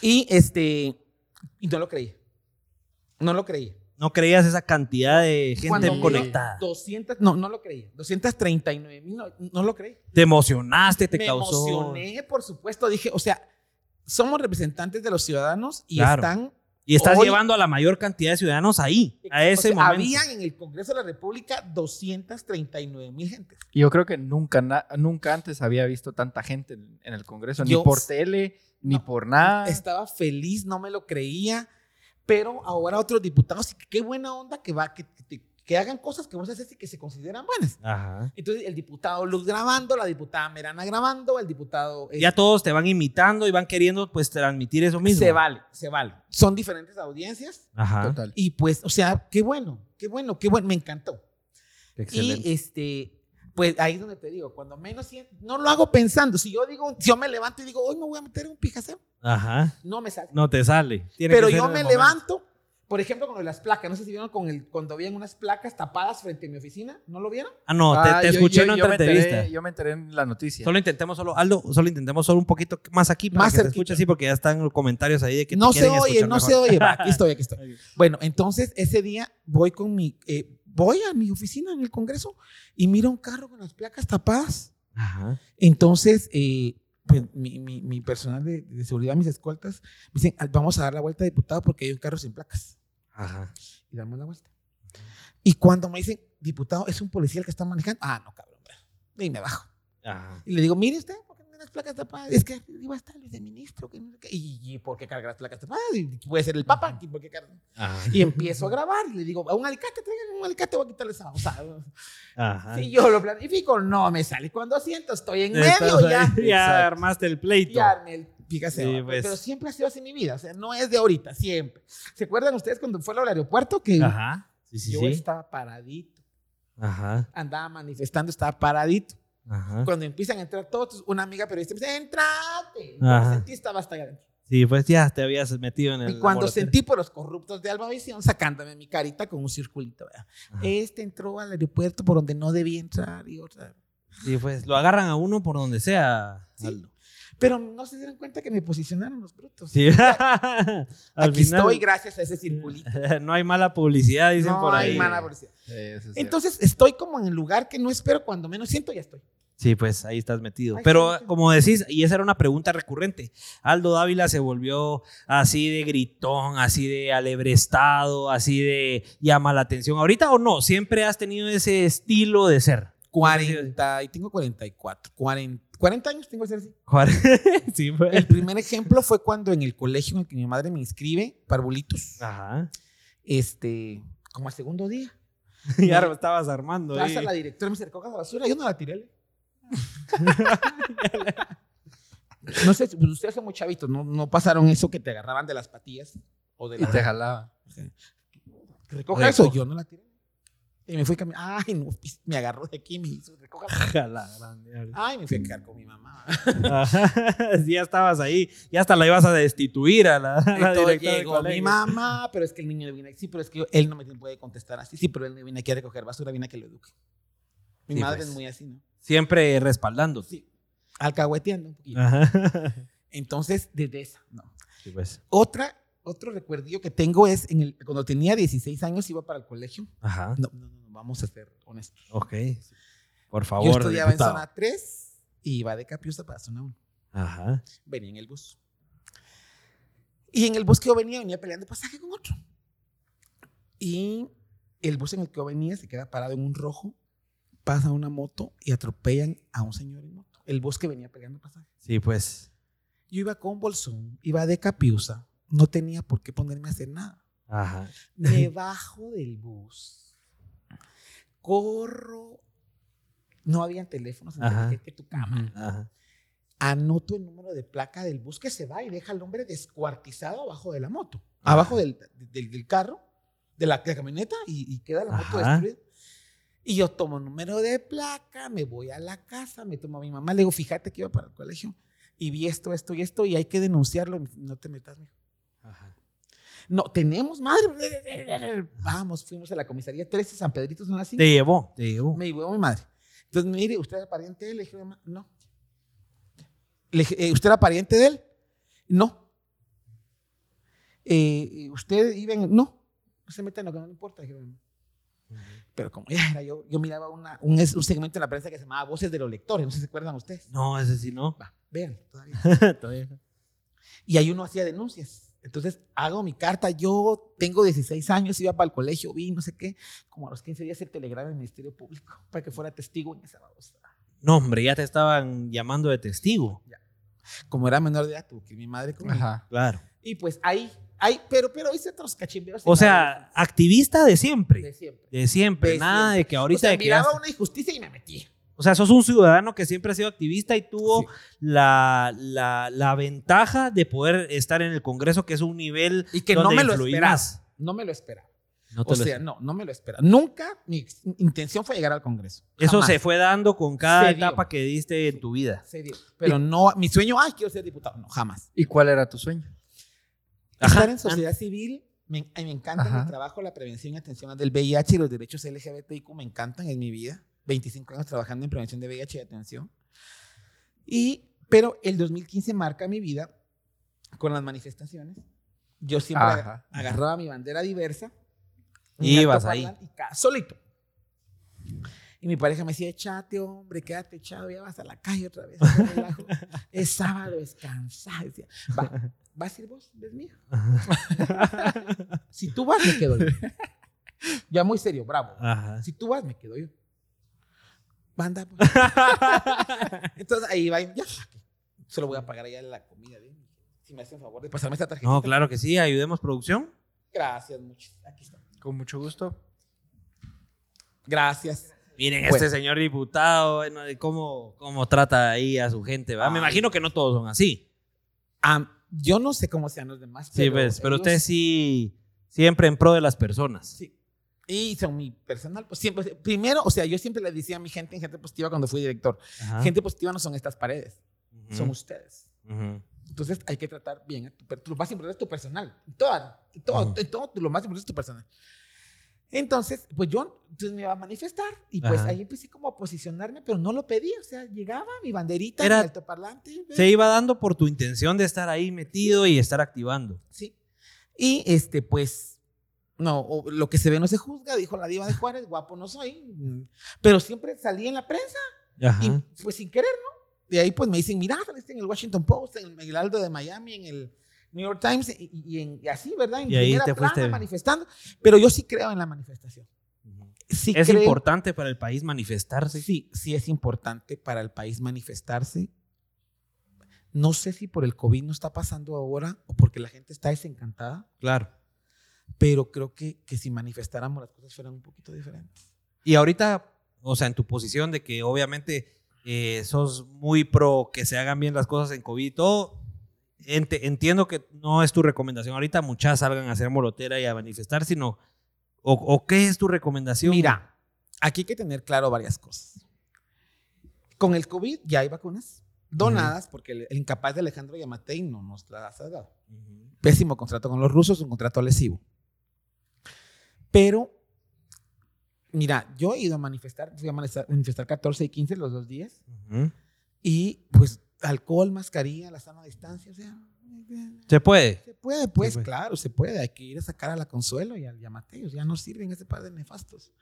S5: y este, y no lo creí. No lo creí.
S1: No creías esa cantidad de gente
S5: Cuando
S2: vino-
S1: conectada.
S5: 200, no, no lo creí. 239 mil, no, no lo creí.
S1: Te emocionaste, te
S5: me
S1: causó.
S5: emocioné, por supuesto. Dije, o sea, somos representantes de los ciudadanos y
S1: Claro.
S5: están
S1: Y estás
S5: Hoy-
S1: llevando a la mayor cantidad de ciudadanos ahí,
S5: O
S1: a ese
S5: sea,
S1: momento.
S5: Habían en el Congreso de la República 239 mil gentes.
S2: Y yo creo que nunca, na- nunca antes había visto tanta gente en, en el Congreso, ni
S5: Yo-
S2: por tele, ni
S5: No.
S2: por
S1: Ah.
S2: nada.
S5: Estaba feliz, no me lo creía, pero ahora otros diputados, qué buena onda que va, que, que- que hagan cosas que vos haces y que se consideran buenas.
S1: Ajá.
S5: Entonces, el diputado Luz grabando, la diputada Merana grabando, el diputado... eh,
S1: Ya todos te van imitando y van queriendo pues transmitir eso mismo.
S5: Se vale, se vale. Son diferentes audiencias
S1: Ajá.
S2: Total.
S5: y pues, o sea, qué bueno, qué bueno, qué bueno, me encantó.
S1: Excelente.
S5: Y este, pues ahí es donde te digo, cuando menos sien- no lo hago pensando. Si yo digo, si yo me levanto y digo, hoy me voy a meter un pijaceo,
S1: Ajá.
S5: no me sale.
S1: No te sale. Tiene
S5: Pero
S1: que ser
S5: yo
S1: en el
S5: me
S1: momento.
S5: levanto, por ejemplo, con lo de las placas. No sé si vieron con el, cuando habían unas placas tapadas frente a mi oficina, ¿no lo vieron?
S1: Ah, no, te,
S2: Ah,
S1: te
S2: yo-
S1: escuché
S2: yo-
S1: en
S2: yo
S1: otra
S2: me enteré-
S1: entrevista.
S2: yo me enteré en la noticia.
S1: Solo intentemos solo, Aldo, solo intentemos solo un poquito más aquí para
S5: Más
S1: que te
S5: cerquita.
S1: escuche así porque ya están los comentarios ahí de que te
S5: no se
S1: quieren
S5: oye,
S1: escuchar
S5: no
S1: mejor.
S5: se oye. Va, aquí estoy, aquí estoy. Bueno, entonces ese día voy con mi, eh, voy a mi oficina en el Congreso y miro un carro con las placas tapadas.
S1: Ajá.
S5: Entonces, eh, pues, mi, mi- mi personal de, de seguridad, mis escoltas, me dicen, "Ah, vamos a dar la vuelta, diputado, porque hay un carro sin placas.
S1: Ajá.
S5: Y damos la vuelta. Y cuando me dicen, diputado, es un policía el que está manejando. Ah, no, cabrón. hombre. Y me bajo.
S1: Ajá.
S5: Y le digo, mire usted, ¿por qué no tiene las placas tapadas? Es que iba a estar el viceministro. Que no sé qué". ¿Y, y por qué carga las placas tapadas? Y puede ser el papa. ¿Y por qué carga?
S1: Ajá.
S5: Y empiezo a grabar. Y le digo, a un alicate, traigan un alicate, voy a quitarle esa. O sea,
S1: Ajá.
S5: si yo lo planifico, no me sale. Cuando siento, estoy en
S1: Estás
S5: medio
S1: ahí.
S5: ya.
S1: Ya armaste el pleito.
S5: Y Arnel, fíjese,
S1: Sí,
S5: va,
S1: pues.
S5: pero siempre ha sido así mi vida, o sea, no es de ahorita, siempre. ¿Se acuerdan ustedes cuando fue al aeropuerto que
S1: Ajá. Sí, sí,
S5: yo
S1: sí.
S5: estaba paradito,
S1: Ajá.
S5: andaba manifestando, estaba paradito?
S1: Ajá.
S5: Cuando empiezan a entrar todos, una amiga periodista me dice, "Entrate."
S1: Ajá.
S5: Cuando sentí estaba hasta allá adentro.
S1: Sí, pues ya te habías metido en el.
S5: Y cuando
S1: boroteo.
S5: sentí por los corruptos de Alba Visión sacándome mi carita con un circulito, ¿verdad?
S1: Ajá.
S5: este entró al aeropuerto por donde no debía entrar y otra.
S1: Sí, pues lo agarran a uno por donde sea.
S5: Sí.
S1: Aldo.
S5: Pero no se dieron cuenta que me posicionaron los brutos.
S1: Sí. Al
S5: Aquí
S1: final,
S5: estoy gracias a ese circulito.
S1: no hay mala publicidad, dicen
S5: no
S1: por ahí.
S5: hay mala publicidad.
S2: Eh, Sí, eso es cierto.
S5: Entonces estoy como en el lugar que no espero, cuando menos siento ya estoy.
S1: Sí, pues ahí estás metido.
S5: Ay,
S1: Pero
S5: gente.
S1: como decís, y esa era una pregunta recurrente, Aldo Dávila se volvió así de gritón, así de alebrestado, así de llama la atención. ¿Ahorita o no? ¿Siempre has tenido ese estilo de ser?
S5: 40 y tengo 44, 40, 40 años tengo que ser así.
S1: sí, pues.
S5: El primer ejemplo fue cuando en el colegio en el que mi madre me inscribe, parvulitos,
S1: Ajá.
S5: este, como al segundo día,
S1: Ya lo estabas armando.
S5: pasa
S1: ahí.
S5: la directora y me dice, "Recoja la basura, yo no la tiré. le. no sé, pues, ustedes son muy chavitos, ¿no? no pasaron eso que te agarraban de las patillas o de
S2: Y
S5: la...
S2: te jalaba.
S5: Recoja eso, yo no la tiré. Y me fui caminando, ay, no, pis- me agarró de aquí, me hizo, recoja.
S1: Ojalá, grande.
S5: Ay, me fui a quedar con mi mamá.
S1: Ajá. Sí, ya estabas ahí. Ya hasta la ibas a destituir a la, a la
S5: Y todo
S1: directora del
S5: llegó mi
S1: colegio.
S5: mamá, pero es que el niño viene aquí, sí, pero es que yo- él no me puede contestar así, sí, pero él no viene aquí a recoger basura, viene a que lo eduque. Mi
S1: Sí,
S5: madre
S1: pues.
S5: es muy así, ¿no?
S1: Siempre respaldando.
S5: Sí, alcahueteando un poquito.
S1: Ajá.
S5: Entonces, desde esa, no.
S1: Sí, pues.
S5: Otra, otro recuerdillo que tengo es en el, cuando tenía 16 años iba para el colegio.
S1: Ajá.
S5: No, no, no, no, vamos a ser honestos.
S1: Ok. Por favor.
S5: Yo estudiaba
S1: diputado.
S5: en zona 3 y iba de Capiusa para zona 1.
S1: Ajá.
S5: Venía en el bus. Y en el bus que yo venía, venía peleando pasaje con otro. Y el bus en el que yo venía se queda parado en un rojo, pasa una moto y atropellan a un señor en moto. El bus que venía peleando pasaje.
S1: Sí, pues.
S5: Yo iba con bolsón, iba de capiusa, no tenía por qué ponerme a hacer nada.
S1: Ajá.
S5: Me bajo del bus, corro, no habían teléfonos,
S1: Ajá.
S5: en que tu cámara
S1: Ajá.
S5: anoto el número de placa del bus que se va y deja al hombre descuartizado abajo de la moto,
S1: Ajá.
S5: abajo del, del, del carro, de la, de la camioneta y, y queda la moto
S1: Ajá.
S5: destruida. Y yo tomo el número de placa, me voy a la casa, me tomo a mi mamá, le digo, fíjate que iba para el colegio. y vi esto, esto y esto, y hay que denunciarlo. No te metas, mijo. No, tenemos madre. Vamos, fuimos a la comisaría 13 San Pedrito, son así.
S1: Te llevó, te llevó.
S5: Me llevó mi madre. Entonces, mire, ¿usted era pariente de él? Le dije, "Ma- no. Le dije, eh, ¿usted era pariente de él? No. Eh, ¿Usted iba en...? No. No se meta en lo que no le importa. Le dije, "Mamá". Pero como ya era yo, yo miraba una- un, es- un segmento en la prensa que se llamaba Voces de los Lectores, no sé si se acuerdan ustedes.
S1: No, ese sí no.
S5: Va, vean, todavía. Y ahí uno hacía denuncias. Entonces hago mi carta, yo tengo 16 años, iba para el colegio, vi no sé qué, como a los 15 días el telegrama del Ministerio Público para que fuera testigo en esa babosa.
S1: No, hombre, ya te estaban llamando de testigo.
S5: Como era menor de edad, tuvo que ir mi madre conmigo.
S2: Ajá.
S1: Claro.
S5: Y pues ahí, ahí, pero, pero hice otros cachimbeos.
S1: O sea, activista de
S5: de
S1: siempre.
S5: siempre.
S1: De siempre.
S5: De
S1: Nada de que ahorita
S5: o sea,
S1: de que
S5: miraba
S1: ya-
S5: una injusticia y me metí.
S1: O sea, sos un ciudadano que siempre ha sido activista y tuvo
S5: Sí.
S1: la, la, la ventaja de poder estar en el Congreso, que es un nivel
S5: Y que
S1: donde
S5: no me lo
S1: influís
S5: esperaba.
S1: más.
S5: No me lo esperaba.
S1: No te
S5: O
S1: lo-
S5: sea, no, no me lo esperaba. Nunca mi ex- intención fue llegar al Congreso.
S1: eso
S5: Jamás.
S1: se fue dando con cada
S5: Se dio.
S1: etapa que diste en tu vida.
S5: Se dio. Pero no, mi sueño, ay, quiero ser diputado. No, jamás.
S2: ¿Y cuál era tu sueño?
S5: Estar en sociedad civil, me, ay, me encanta
S2: Ajá.
S5: mi trabajo, la prevención y atención al del VIH y los derechos LGBTIQ me encantan en mi vida. 25 años trabajando en prevención de VIH y atención. Y, pero el 2015 marca mi vida con las manifestaciones. Yo siempre
S2: Ajá.
S5: agarraba mi bandera diversa.
S1: Y
S5: un
S1: ibas
S5: alto
S1: ahí.
S5: parlante y ca- solito. Y mi pareja me decía, échate, hombre, quédate echado, ya vas a la calle otra vez. qué relajo. es sábado, descansa. Decía, va, ¿vas a ir vos? ¿Ves mío? si tú vas, me quedo yo. Ya muy serio, bravo.
S1: Ajá.
S5: Si tú vas, me quedo yo. Banda. pues. Entonces ahí va, y ya. Se lo voy a pagar allá la comida. ¿eh? Si me hacen favor de pasarme esta tarjeta.
S1: No, claro que sí. Ayudemos producción.
S5: Gracias, mucho. Aquí está.
S2: Con mucho gusto.
S5: Gracias.
S1: Miren,
S5: Bueno.
S1: este señor diputado, bueno, de cómo, cómo trata ahí a su gente. ¿verdad? Me
S5: Ay.
S1: imagino que no todos son así.
S5: Am, yo no sé cómo sean los demás.
S1: Sí, pues, pero
S5: ellos-
S1: usted sí, siempre en pro de las personas.
S5: Sí. Y son mi personal, pues siempre, primero, o sea, yo siempre les decía a mi gente en gente positiva cuando fui director,
S1: Ajá.
S5: gente positiva no son estas paredes,
S1: Ujú,
S5: son ustedes.
S1: ujú.
S5: Entonces hay que tratar bien a tu, per- lo más importante es tu personal, en toda- en todo,
S1: Ujú.
S5: en todo, lo más importante es tu personal. Entonces, pues yo entonces me iba a manifestar y pues
S1: Ajá.
S5: ahí empecé como a posicionarme, pero no lo pedí, o sea, llegaba mi banderita,
S1: Era-
S5: mi altoparlante. ve,
S1: Se iba dando por tu intención de estar ahí metido y estar activando.
S5: Sí. Y este, pues, no, o- lo que se ve no se juzga, dijo la diva de Juárez, guapo no soy. mm, Pero siempre salí en la prensa, y, pues sin querer, ¿no? De ahí pues me dicen, mira, saliste en el Washington Post, en el Heraldo de Miami, en el New York Times, y, y- y en- y así, ¿verdad? En
S1: Y ahí
S5: primera
S1: te
S5: plana,
S1: fuiste.
S5: manifestando. Pero yo sí creo en la manifestación.
S1: Ujú.
S5: Sí
S1: Es
S5: creo-
S1: importante para el país manifestarse.
S5: Sí, sí es importante para el país manifestarse. No sé si por el COVID no está pasando ahora o porque la gente está desencantada.
S1: Claro.
S5: pero creo que, que si manifestáramos las cosas fueran un poquito diferentes.
S1: Y ahorita, o sea, en tu posición de que obviamente eh, sos muy pro que se hagan bien las cosas en COVID y todo, ente- entiendo que no es tu recomendación ahorita muchas salgan a hacer molotera y a manifestar, sino, o, o qué es tu recomendación?
S5: Mira, aquí hay que tener claro varias cosas. Con el COVID ya hay vacunas donadas porque el, el incapaz de Alejandro Yamatei no nos las ha dado.
S1: Ujú.
S5: Pésimo contrato con los rusos, un contrato lesivo. Pero, mira, yo he ido a manifestar, fui a manifestar, manifestar 14 y 15 los dos días
S1: Ujú.
S5: y pues alcohol, mascarilla, la sana distancia, o sea...
S1: ¿Se puede?
S5: Se puede, pues,
S1: puede.
S5: claro, se puede. Hay que ir a sacar a la Consuelo y al Yamateos. Ya no sirven ese par de nefastos.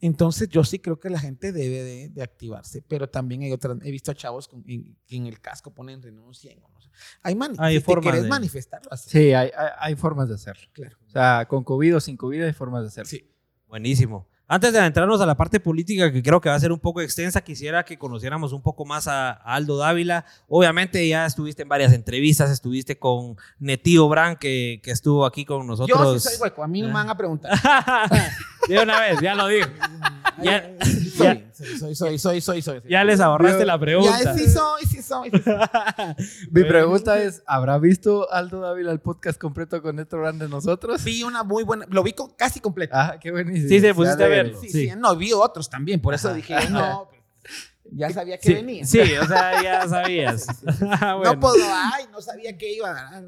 S5: Entonces, yo sí creo que la gente debe de, de activarse, pero también hay otras. He visto a chavos con- en- que en el casco ponen renuncia. o no sé. Hay, mani-
S1: Hay
S5: si te
S1: formas
S5: quieres
S1: de-
S5: manifestarlo así.
S2: Sí, hay, hay, hay formas de hacerlo.
S5: Claro.
S2: O sea, con COVID o sin COVID hay formas de hacerlo.
S5: Sí.
S1: Buenísimo. Antes de adentrarnos a la parte política, que creo que va a ser un poco extensa, quisiera que conociéramos un poco más a a Aldo Dávila. Obviamente ya estuviste en varias entrevistas, estuviste con Netío Bran, que, que estuvo aquí con nosotros.
S5: Yo sí soy hueco. A mí no me van a preguntar.
S1: De una vez, ya lo digo. Ah. Ya-
S5: soy, soy, soy, soy, soy, soy, soy.
S1: Ya les ahorraste
S2: Yo-
S1: la
S5: Ya,
S1: pregunta.
S5: sí soy, sí soy. sí soy.
S2: Mi pregunta es, ¿habrá visto Aldo Dávila el podcast completo con Neto Grande nosotros?
S5: Vi una muy buena. Lo vi con- casi completo.
S2: Ah, qué buenísimo.
S1: Sí, te
S2: Se
S1: pusiste a
S2: alegra.
S1: verlo.
S5: Sí,
S1: sí.
S5: sí, no, vi otros también, por eso
S1: Ajá.
S5: dije, no. ya sabía que
S1: Sí,
S5: venía.
S1: sí, o sea, ya sabías. Ah, bueno.
S5: No puedo, ay, no sabía que iba a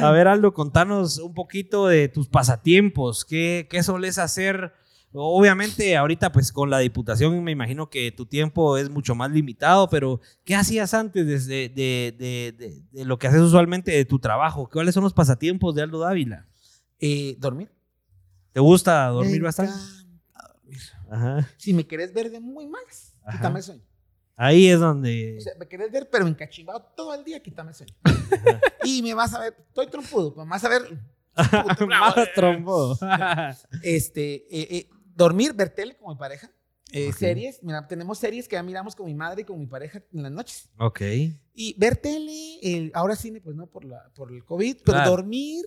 S1: A ver, Aldo, contanos un poquito de tus pasatiempos. ¿Qué, qué soles hacer? Obviamente, ahorita, pues con la diputación, me imagino que tu tiempo es mucho más limitado, pero ¿qué hacías antes desde de, de- de- de lo que haces usualmente de tu trabajo? ¿Cuáles son los pasatiempos de Aldo Dávila?
S5: Eh, ¿Dormir?
S1: ¿Te gusta dormir
S5: Me
S1: bastante?
S5: encanta dormir.
S1: Ajá.
S5: Si me querés ver de muy malas,
S1: Ajá.
S5: quítame el sueño.
S1: Ahí es donde.
S5: O sea, me querés ver, pero encachimbado todo el día, quítame el sueño. y me vas a ver, estoy trompudo, pero me vas a ver. puto bravo,
S1: Más
S5: eh.
S1: trombo.
S5: Este, eh, eh, dormir, ver tele con mi pareja. Eh,
S1: Ok.
S5: Series, mira, tenemos series que ya miramos con mi madre y con mi pareja en las noches.
S1: ok.
S5: Y ver tele, el- ahora cine, pues no por, la, por el COVID, pero
S1: Claro.
S5: dormir,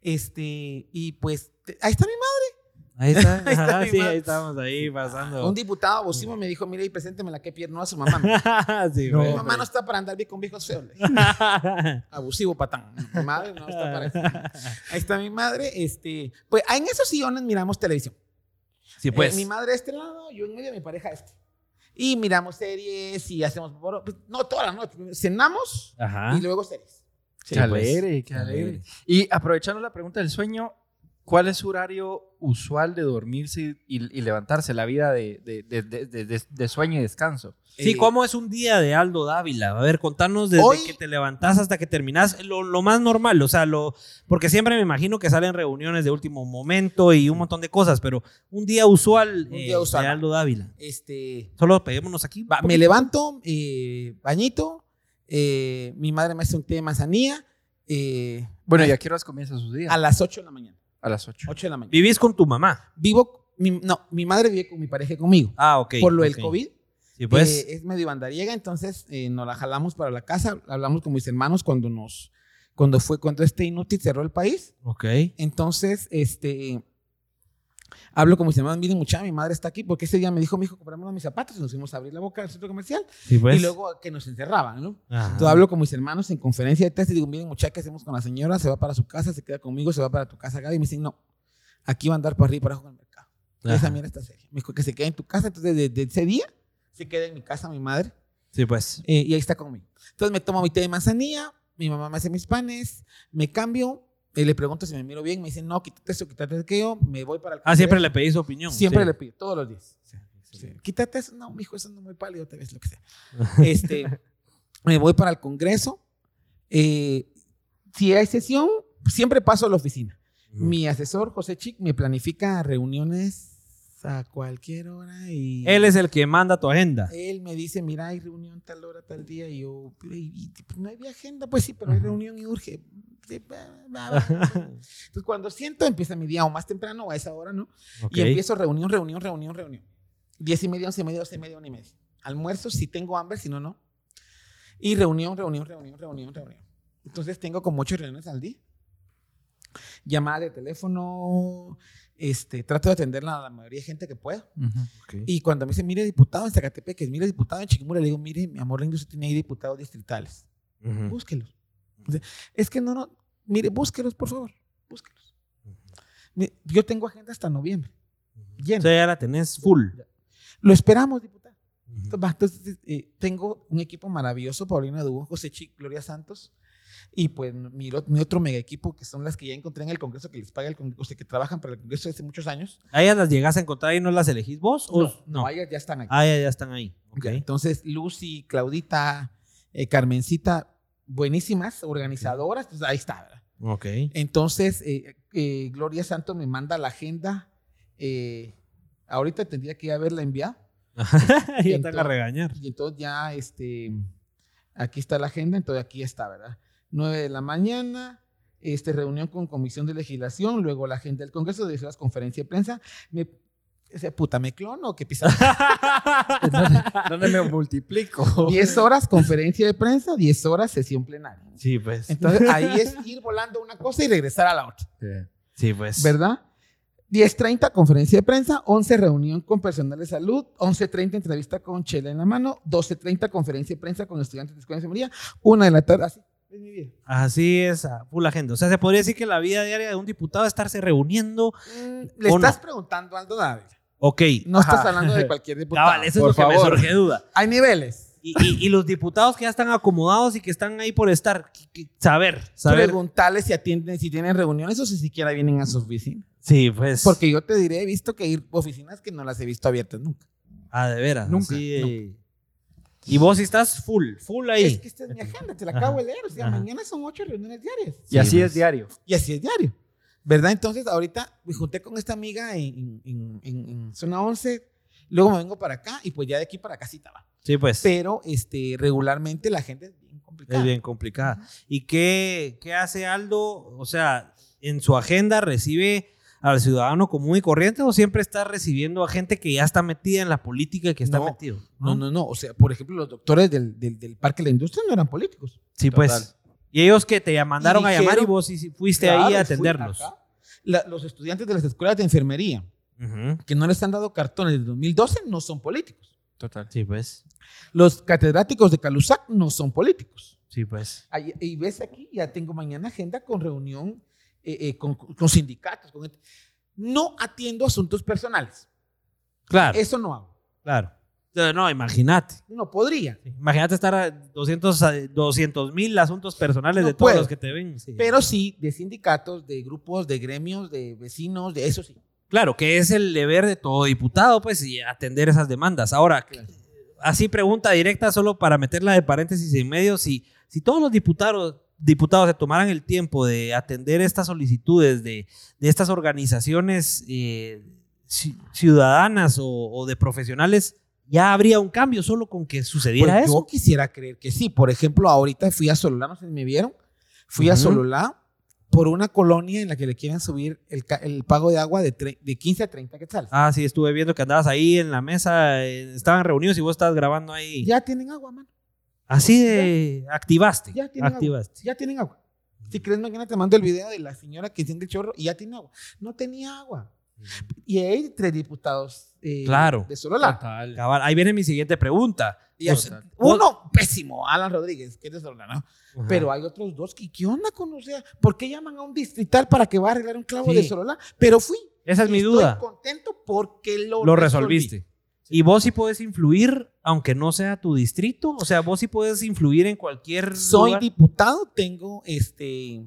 S5: este, y pues, te- ahí está mi madre.
S1: Ahí está.
S5: Ahí está
S1: Ajá,
S5: mi
S1: sí,
S5: ma-
S1: ahí estamos ahí pasando.
S5: Un diputado bocimo me dijo, mire, y presénteme la que piernó a su mamá.
S1: sí,
S2: No,
S5: Mi
S1: bueno.
S5: mamá no está para andar bien con viejos feos. le dije. Abusivo, patán. Mi madre no está
S1: Ah.
S5: para eso. Ahí está mi madre. Este, pues ah, en esos sillones miramos televisión.
S1: Sí, pues.
S5: Eh, mi madre de este lado, yo en medio, mi pareja de este. Y miramos series y hacemos... boro- pues, no, toda la noche. Cenamos
S1: Ajá.
S5: y luego series.
S1: Sí,
S2: qué
S1: pues.
S2: alegre, qué
S1: Qué alegre.
S2: alegre. Y aprovechando la pregunta del sueño, ¿cuál es su horario usual de dormirse y, y levantarse? La vida de, de- de- de- de- de- de sueño y descanso.
S1: Sí,
S5: Eh,
S1: ¿cómo es un día de Aldo Dávila? A ver, contanos desde
S5: Hoy-
S1: que te levantás hasta que terminás, lo, lo más normal, o sea, lo porque siempre me imagino que salen reuniones de último momento y un montón de cosas, pero un día usual,
S5: Un
S1: eh,
S5: día usual.
S1: de Aldo Dávila.
S5: Este,
S1: Solo peguémonos aquí.
S5: va- me levanto, eh, bañito, eh, mi madre me hace un té de manzanilla eh,
S2: Bueno, ¿y a qué horas comienza su día?
S5: a las 8 de la mañana.
S2: A las 8.
S5: 8 de la mañana.
S1: Vivís con tu mamá.
S5: Vivo, mi- no, mi madre vive con mi pareja y conmigo.
S1: Ah, ok.
S5: por lo
S1: ok.
S5: del COVID,
S1: Sí, pues.
S5: eh, es medio bandariega, entonces eh, nos la jalamos para la casa, hablamos con mis hermanos cuando nos, cuando fue, cuando este inútil cerró el país,
S1: ok.
S5: entonces, este, hablo con mis hermanos, miren mucha, mi madre está aquí, porque ese día me dijo, mi hijo, compramos mis zapatos y nos fuimos a abrir la boca al centro comercial,
S1: Sí, pues. Ah.
S5: y luego que nos encerraban, ¿no?
S1: Ajá.
S5: Entonces hablo con mis hermanos en conferencia de test y digo, miren mucha, ¿qué hacemos con la señora? ¿Se va para su casa? ¿Se queda conmigo? ¿Se va para tu casa, Gaby? Y me dicen, no, aquí va a andar para arriba y para abajo con el mercado.
S1: Ajá.
S5: Esa mierda está seria. Me dijo que se quede en tu casa. Entonces, desde ese día, se queda en mi casa mi madre
S1: Sí, pues.
S5: eh, y ahí está conmigo. Entonces, me tomo mi té de manzanilla, mi mamá me hace mis panes, me cambio, eh, le pregunto si me miro bien, me dicen, no, quítate eso, quítate aquello, me voy para el
S1: Ah, siempre
S5: congreso.
S1: le pedís su opinión.
S5: Siempre
S1: sí.
S5: le pido, todos los días.
S1: Sí.
S5: Sí. Quítate eso, no, mijo, eso no es muy pálido, te ves lo que sea. Este, me voy para el Congreso. eh, si hay sesión, siempre paso a la oficina. Mi asesor, José Chic, me planifica reuniones a cualquier hora y...
S1: Él es el que manda tu agenda.
S5: Él me dice, mira, hay reunión tal hora, tal día, y yo, "Pero, y- y, pues, no había agenda, pues sí, pero hay reunión y urge. Sí, va, va, va. Entonces, cuando siento, empieza mi día, o más temprano, o a esa hora, ¿no?
S1: Ok.
S5: Y empiezo reunión, reunión, reunión, reunión. Diez y media, once y media, doce y media, una y media. Almuerzo, si tengo hambre, si no, no. Y reunión, reunión, reunión, reunión, reunión. Entonces tengo como ocho reuniones al día. Llamadas de teléfono, este, trato de atender a la mayoría de gente que pueda. Y cuando me dicen, mire diputado en Zacatepec, mire diputado en Chiquimula, le digo, mire, mi amor, la industria tiene ahí diputados distritales.
S1: Ujú.
S5: Búsquelos. O sea, es que no, no, mire, búsquelos, por favor, búsquelos. Mi- Yo tengo agenda hasta noviembre.
S1: O
S5: Llena.
S1: sea, ya la tenés full.
S5: Lo esperamos, diputado.
S1: Ujú.
S5: Entonces, va, entonces, eh, tengo un equipo maravilloso, Paulina Dubón, José Chic, Gloria Santos, y pues mi, ro- mi otro mega equipo, que son las que ya encontré en el Congreso, que les paga el Congreso, o sea, que trabajan para el Congreso desde hace muchos años.
S1: ¿A ellas las llegas a encontrar y no las elegís vos? o-
S5: no, ellas ya están aquí.
S1: Ah, ya, ya están ahí. Ok.
S5: Ya, Entonces, Lucy, Claudita, eh, Carmencita, buenísimas organizadoras, pues ahí está. ¿verdad?
S1: Ok.
S5: Entonces, eh, eh, Gloria Santos me manda la agenda. eh, ahorita tendría que haberla enviado.
S1: ya te van a
S5: Entonces-
S1: regañar.
S5: Y entonces ya, este, aquí está la agenda, entonces aquí está, ¿verdad? 9 de la mañana, este, reunión con comisión de legislación, luego la agenda del Congreso, de las conferencia de prensa. Me, ese puta, ¿me clono? ¿Qué pisa?
S2: ¿Dónde me multiplico?
S5: 10 horas conferencia de prensa, 10 horas sesión plenaria.
S1: sí, pues.
S5: Entonces ahí es ir volando una cosa y regresar a la otra,
S1: Sí, pues.
S5: ¿verdad? 10.30 conferencia de prensa, 11 reunión con personal de salud, 11.30 entrevista con Chela en la mano, 12.30 conferencia de prensa con estudiantes de Escuela de Enfermería, 1 de la tarde, así es mi vida.
S1: Así es, a full agenda. O sea, se podría decir que la vida diaria de un diputado es estarse reuniendo.
S5: Mm, Le
S1: ¿O
S5: estás
S1: no?
S5: preguntando a Aldo Dávila.
S1: Ok.
S5: No estás
S2: Ajá.
S5: hablando de cualquier diputado.
S1: Cabal, eso es
S2: por
S1: lo que me
S2: favor.
S1: surge duda.
S5: Hay niveles.
S1: Y, y- y los diputados que ya están acomodados y que están ahí por estar. que- que- Saber, saber.
S5: Preguntarles si atienden, si tienen reuniones o si siquiera vienen a su oficina.
S1: Sí, pues.
S5: Porque yo te diré, he visto que hay oficinas que no las he visto abiertas nunca.
S1: Ah, de veras.
S2: Nunca,
S1: así, eh. Y vos sí estás full, full ahí.
S5: Es que esta es mi agenda, te la acabo de leer. O sea,
S1: Ajá.
S5: mañana son ocho reuniones diarias.
S2: Y así
S1: pues.
S2: es diario.
S5: Y así es diario. ¿Verdad? Entonces, ahorita me junté con esta amiga en, en- en- en- en zona 11, luego me vengo para acá y pues ya de aquí para casita va.
S1: Sí, pues.
S5: Pero este, regularmente la gente es bien complicada.
S1: Es bien complicada. ¿Y qué, qué hace Aldo? O sea, en su agenda recibe al ciudadano común y corriente o siempre está recibiendo a gente que ya está metida en la política y que está
S5: No,
S1: metido.
S5: No, no, no. O sea, por ejemplo, los doctores del, del, del Parque de la Industria no eran políticos.
S1: Sí, pues. Y ellos que te mandaron a
S5: dijeron-
S1: llamar y vos sí- sí fuiste
S5: Claro,
S1: ahí a
S5: fui
S1: atenderlos.
S5: acá. La- los estudiantes de las escuelas de enfermería
S1: Ujú.
S5: que no les han dado cartones desde 2012 no son políticos.
S2: Total.
S1: Sí, pues.
S5: Los catedráticos de Calusac no son políticos.
S1: Sí, pues.
S5: Ahí- y ves aquí, ya tengo mañana agenda con reunión eh, eh, con, con sindicatos. con gente. no atiendo asuntos personales.
S1: Claro,
S5: Eso no hago.
S1: claro. No, no, imagínate.
S5: No podría.
S1: Imagínate estar a 200 mil asuntos personales
S5: No
S1: de todos
S5: puedo.
S1: los que te ven. sí.
S5: Pero sí de sindicatos, de grupos, de gremios, de vecinos, de eso sí.
S1: Claro, que es el deber de todo diputado, pues, y atender esas demandas. Ahora, así pregunta directa, solo para meterla de paréntesis en medio, si, si todos los diputados, diputados se tomaran el tiempo de atender estas solicitudes de, de estas organizaciones eh, ci- ciudadanas o, o de profesionales, ya habría un cambio solo con que sucediera
S5: Pues yo
S1: eso.
S5: quisiera creer que sí. Por ejemplo, ahorita fui a Sololá, no sé si me vieron. Fui a
S1: Ujú.
S5: Sololá por una colonia en la que le quieren subir el, ca- el pago de agua de, tre- de 15 a 30 quetzales.
S1: Ah, sí, estuve viendo que andabas ahí en la mesa, eh, estaban reunidos y vos estabas grabando ahí.
S5: Ya tienen agua, mano.
S1: Así de activaste.
S5: Ya tiene agua.
S1: activaste.
S5: ya tienen agua. Si crees, mañana te mando el video de la señora que enciende el chorro y ya tiene agua. No tenía agua. Y hay tres diputados eh,
S1: Claro.
S5: de Sololá.
S2: Total.
S1: Cabal, ahí viene mi siguiente pregunta.
S5: Y hay-
S1: Total.
S5: uno pésimo, Alan Rodríguez, que es de Sololá, ¿no?
S1: Ajá.
S5: Pero hay otros dos que, ¿qué onda con? O sea, ¿por qué llaman a un distrital para que va a arreglar un clavo
S1: Sí.
S5: de Sololá? Pero fui.
S1: Esa es mi
S5: Estoy
S1: duda.
S5: contento porque lo,
S1: Lo
S5: resolví.
S1: resolviste. Y vos sí puedes influir, aunque no sea tu distrito. O sea, vos sí puedes influir en cualquier.
S5: Soy
S1: lugar.
S5: diputado, tengo este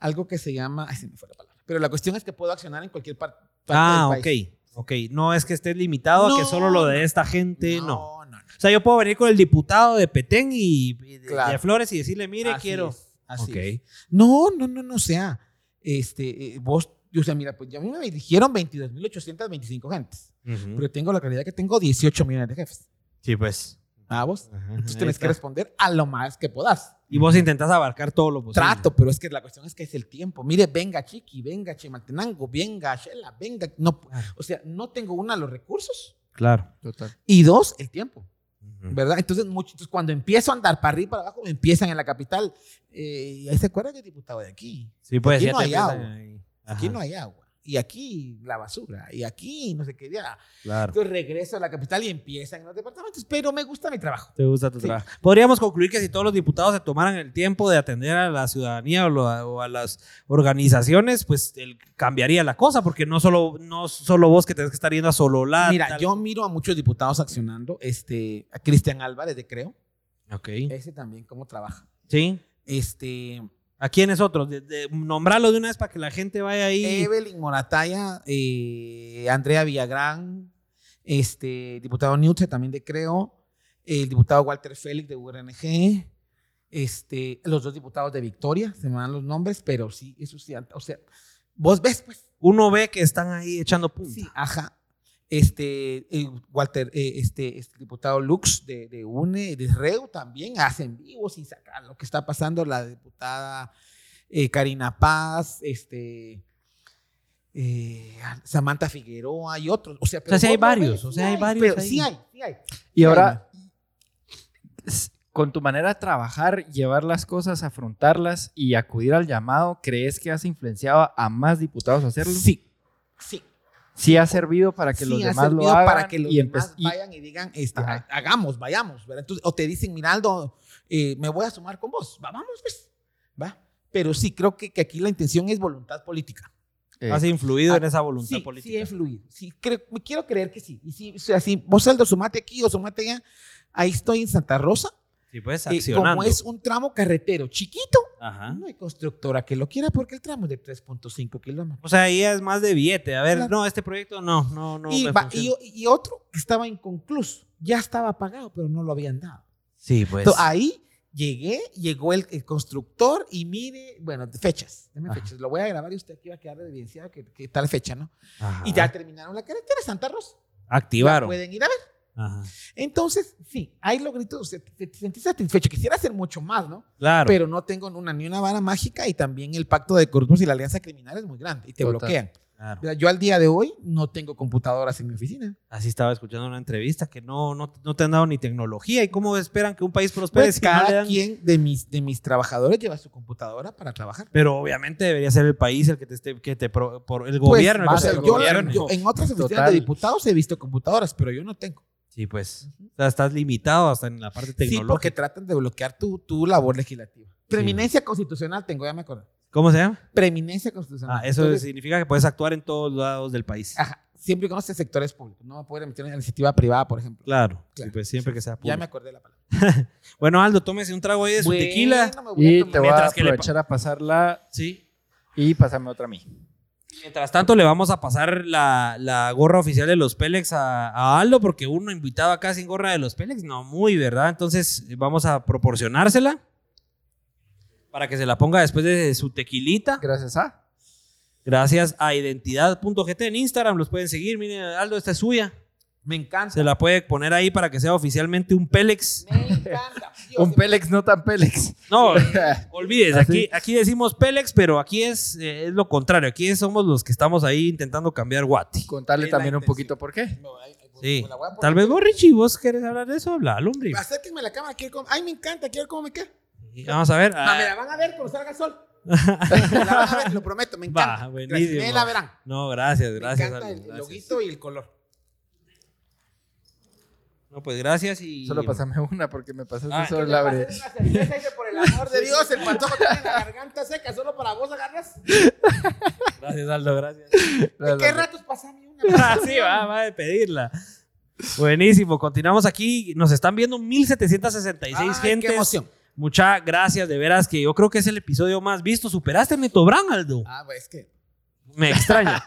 S5: algo que se llama, ay, se me fue la palabra. Pero la cuestión es que puedo accionar en cualquier par- parte
S1: Ah,
S5: del
S1: ok.
S5: país.
S1: Ok. No es que estés limitado a que
S5: No,
S1: solo lo de
S5: no.
S1: esta gente, no.
S5: No, no,
S1: O sea, yo puedo venir con el diputado de Petén y, y de,
S5: Claro.
S1: de Flores y decirle, mire,
S5: Así
S1: quiero.
S5: es, eh, así
S1: Ok.
S5: es. No, no, no, no, o sea, este, eh, vos, o sea, mira, pues ya a mí me eligieron 22.825 gentes,
S1: Ujú.
S5: pero tengo la calidad que tengo 18 millones de jefes.
S1: Sí, pues.
S5: ¿Ah, vos?
S1: Ajá,
S5: Entonces
S1: ahí
S5: tenés
S1: está.
S5: que responder a lo más que podás.
S1: Y vos intentás abarcar todo lo posible.
S5: Trato, pero es que la cuestión es que es el tiempo. Mire, venga Chiqui, venga Chimaltenango, venga Shela, venga. No,
S1: Claro.
S5: o sea, no tengo una, los recursos,
S1: Claro.
S2: Total.
S5: y dos, el tiempo.
S1: Ujú.
S5: ¿Verdad? Entonces, mucho- entonces, cuando empiezo a andar para arriba y para abajo, empiezan en la capital. eh, y ahí se acuerda que el diputado de aquí.
S1: Sí, pues.
S5: Aquí
S1: ya
S5: no
S1: te
S5: hay
S1: empiezan
S5: agua.
S1: ahí.
S5: Aquí
S1: Ajá,
S5: no hay agua. Y aquí la basura. Y aquí no sé qué. Ya.
S1: Claro.
S5: Entonces regreso a la capital y empiezan los departamentos. Pero me gusta mi trabajo.
S1: Te gusta tu
S5: Sí.
S1: trabajo. Podríamos concluir que si todos los diputados se tomaran el tiempo de atender a la ciudadanía o, lo- o a las organizaciones, pues el- cambiaría la cosa, porque no solo, no solo vos que tenés que estar yendo a Sololá.
S5: Mira,
S1: Ah, tal-
S5: yo miro a muchos diputados accionando. Este, a Cristian Álvarez de Creo.
S1: Ok.
S5: Ese también cómo trabaja.
S1: Sí.
S5: Este,
S1: ¿A quiénes otros? De, de- nombrarlo de una vez para que la gente vaya ahí.
S5: Evelyn Morataya, eh, Andrea Villagrán, este, diputado Newt también de Creo, el diputado Walter Félix de URNG, este, los dos diputados de Victoria, se me dan los nombres, pero sí, eso sí, o sea, vos ves, pues,
S1: Uno ve que están ahí echando punta.
S5: sí, ajá. Este, eh, Walter, eh, este, este diputado Lux de, de UNE, de REU también hacen vivos y sacan lo que está pasando la diputada eh, Karina Paz, este, eh, Samantha Figueroa y otros. O sea, pero
S1: sí hay
S5: vos lo
S1: varios,
S5: ves,
S1: o
S5: sí
S1: sea, hay varios
S5: Pero
S1: ahí.
S5: sí hay, sí hay.
S2: Y ahora, s- con tu manera de trabajar, llevar las cosas, afrontarlas y acudir al llamado, ¿crees que has influenciado a más diputados a hacerlo?
S5: Sí, sí.
S2: Sí ha servido para que los
S5: sí ha
S2: demás lo
S5: servido
S2: hagan
S5: para que los
S2: y empe-
S5: demás
S2: y-
S5: vayan y digan, este,
S2: Ajá.
S5: ha- hagamos, vayamos, ¿verdad? Entonces, o te dicen, Miraldo, eh, me voy a sumar con vos, Va, vamos, pues, va. Pero sí, creo que, que aquí la intención es voluntad política.
S2: Eh,
S1: Has influido
S5: ah,
S1: en esa voluntad
S5: sí, sí he
S1: política.
S5: influido. Sí, creo- me quiero creer que sí. Y sí, o sea, si vos Aldo, sumate aquí o sumate allá, ahí estoy en Santa Rosa.
S1: Sí, pues
S5: Eh,
S1: accionando.
S5: como es un tramo carretero chiquito,
S1: Ajá.
S5: no hay constructora que lo quiera porque el tramo es de 3.5 kilómetros.
S1: O sea, ahí es más de billete. A ver,
S5: Claro.
S1: no, este proyecto no, no, no.
S5: y,
S1: me
S5: va-
S1: funciona.
S5: y- y otro que estaba inconcluso, ya estaba pagado, pero no lo habían dado.
S1: sí, pues.
S5: Entonces, ahí llegué, llegó el, el constructor y mire, bueno, fechas, deme
S1: Ajá.
S5: fechas, lo voy a grabar y usted aquí va a quedar evidenciado que, que tal fecha, ¿no?
S1: Ajá.
S5: Y ya terminaron la carretera Santa Rosa.
S1: Activaron.
S5: Pueden ir a ver.
S1: Ajá.
S5: Entonces, sí, hay logritos, te, te, te sentís satisfecho, quisiera hacer mucho más, ¿no?
S1: Claro.
S5: Pero no tengo una, ni una vara mágica y también el pacto de corruptos y la alianza criminal es muy grande y te
S2: Total.
S5: bloquean.
S1: Claro.
S5: Mira, Yo al día de hoy no tengo computadoras en mi oficina.
S1: Así estaba escuchando una entrevista que no, no, no te han dado ni tecnología. ¿Y cómo esperan que un país prospere
S5: Pues
S1: si no
S5: cada
S1: le dan-
S5: quien de mis, de mis trabajadores lleva su computadora para trabajar.
S1: Pero obviamente debería ser el país el que te esté, que te pro- por el gobierno. el
S5: Pues,
S1: que
S5: o
S1: te
S5: sea,
S2: el
S5: yo-
S1: gobierne.
S5: yo en otras oficinas
S2: Total.
S5: de diputados he visto computadoras, pero yo no tengo.
S1: Sí, pues. O sea, estás limitado hasta en la parte
S5: Sí, porque
S1: tecnológica.
S5: tratan de bloquear tu, tu labor legislativa. Preeminencia constitucional tengo, ya me acordé.
S1: ¿Cómo se llama?
S5: Preeminencia constitucional.
S1: Ah, eso
S5: Entonces, Ah,
S1: significa que puedes actuar en todos lados del país.
S5: Ajá, siempre y cuando sea sectores públicos. No me puedo meter en la iniciativa privada, por ejemplo.
S1: Claro.
S5: Claro.
S1: Sí, pues siempre que sea
S5: Ya
S1: público.
S5: me acordé de la palabra.
S1: Bueno, Aldo, tómese un trago ahí de su
S5: Bueno,
S1: tequila.
S5: me voy a
S2: Y
S5: tomar-
S2: te voy a
S1: Mientras que le pa-
S2: aprovechar a pasarla
S1: Sí.
S2: y pasarme otra a mí.
S1: Mientras tanto, le vamos a pasar la, la gorra oficial de los Pélex a, a Aldo, porque uno invitado acá sin gorra de los Pélex, no muy, ¿verdad? Entonces, eh, vamos a proporcionársela para que se la ponga después de su tequilita.
S2: Gracias ¿ah? a.
S1: Gracias a identidad.gt en Instagram, los pueden seguir. Miren, Aldo, esta es suya.
S5: Me encanta.
S1: Se la puede poner ahí para que sea oficialmente un Pélex.
S5: Me encanta. Dios,
S2: Un
S5: se-
S2: Pélex, no tan Pélex.
S1: No, olvides, aquí,
S2: Así.
S1: aquí decimos Pélex, pero aquí es, eh, es lo contrario. Aquí somos los que estamos ahí intentando cambiar Guati.
S2: Contarle
S5: Es la
S2: también un
S5: intención.
S2: poquito por qué.
S5: me voy a-
S1: Sí.
S5: me la voy a poner.
S1: Tal vez vos, Richie, vos querés hablar de eso, habla, hombre.
S5: Acérquenme a la cámara. Quiero cómo- Ay, me encanta. Quiero ver cómo me queda.
S1: Y Vamos a ver.
S5: Ah, me
S1: ah,
S5: la van a ver cuando salga el sol. Me la van a ver, lo prometo. Me
S1: Va,
S5: encanta. Gracias,
S1: buenísimo.
S5: Me la verán.
S1: no, gracias, gracias.
S5: me encanta
S1: Aldo,
S5: el
S1: gracias.
S5: loguito y el color.
S1: No, pues gracias y.
S2: Solo pasame una porque me pasaste
S1: Ah,
S2: sobre la
S5: Hacer
S2: bre-
S5: una cerveza y que por el amor de Dios, el patojo tiene la garganta seca. Solo para vos agarras.
S1: Gracias, Aldo, gracias.
S2: la-
S5: ¿Qué
S2: la-
S5: ratos pasame una?
S1: Ah, sí, va, va a pedirla. Buenísimo, continuamos aquí. Nos están viendo 1766
S5: Ay,
S1: gentes.
S5: qué emoción.
S1: Muchas gracias, de veras, que yo creo que es el episodio más visto. Superaste a Neto Brand, Aldo.
S5: Ah, pues es que.
S1: Me extraña.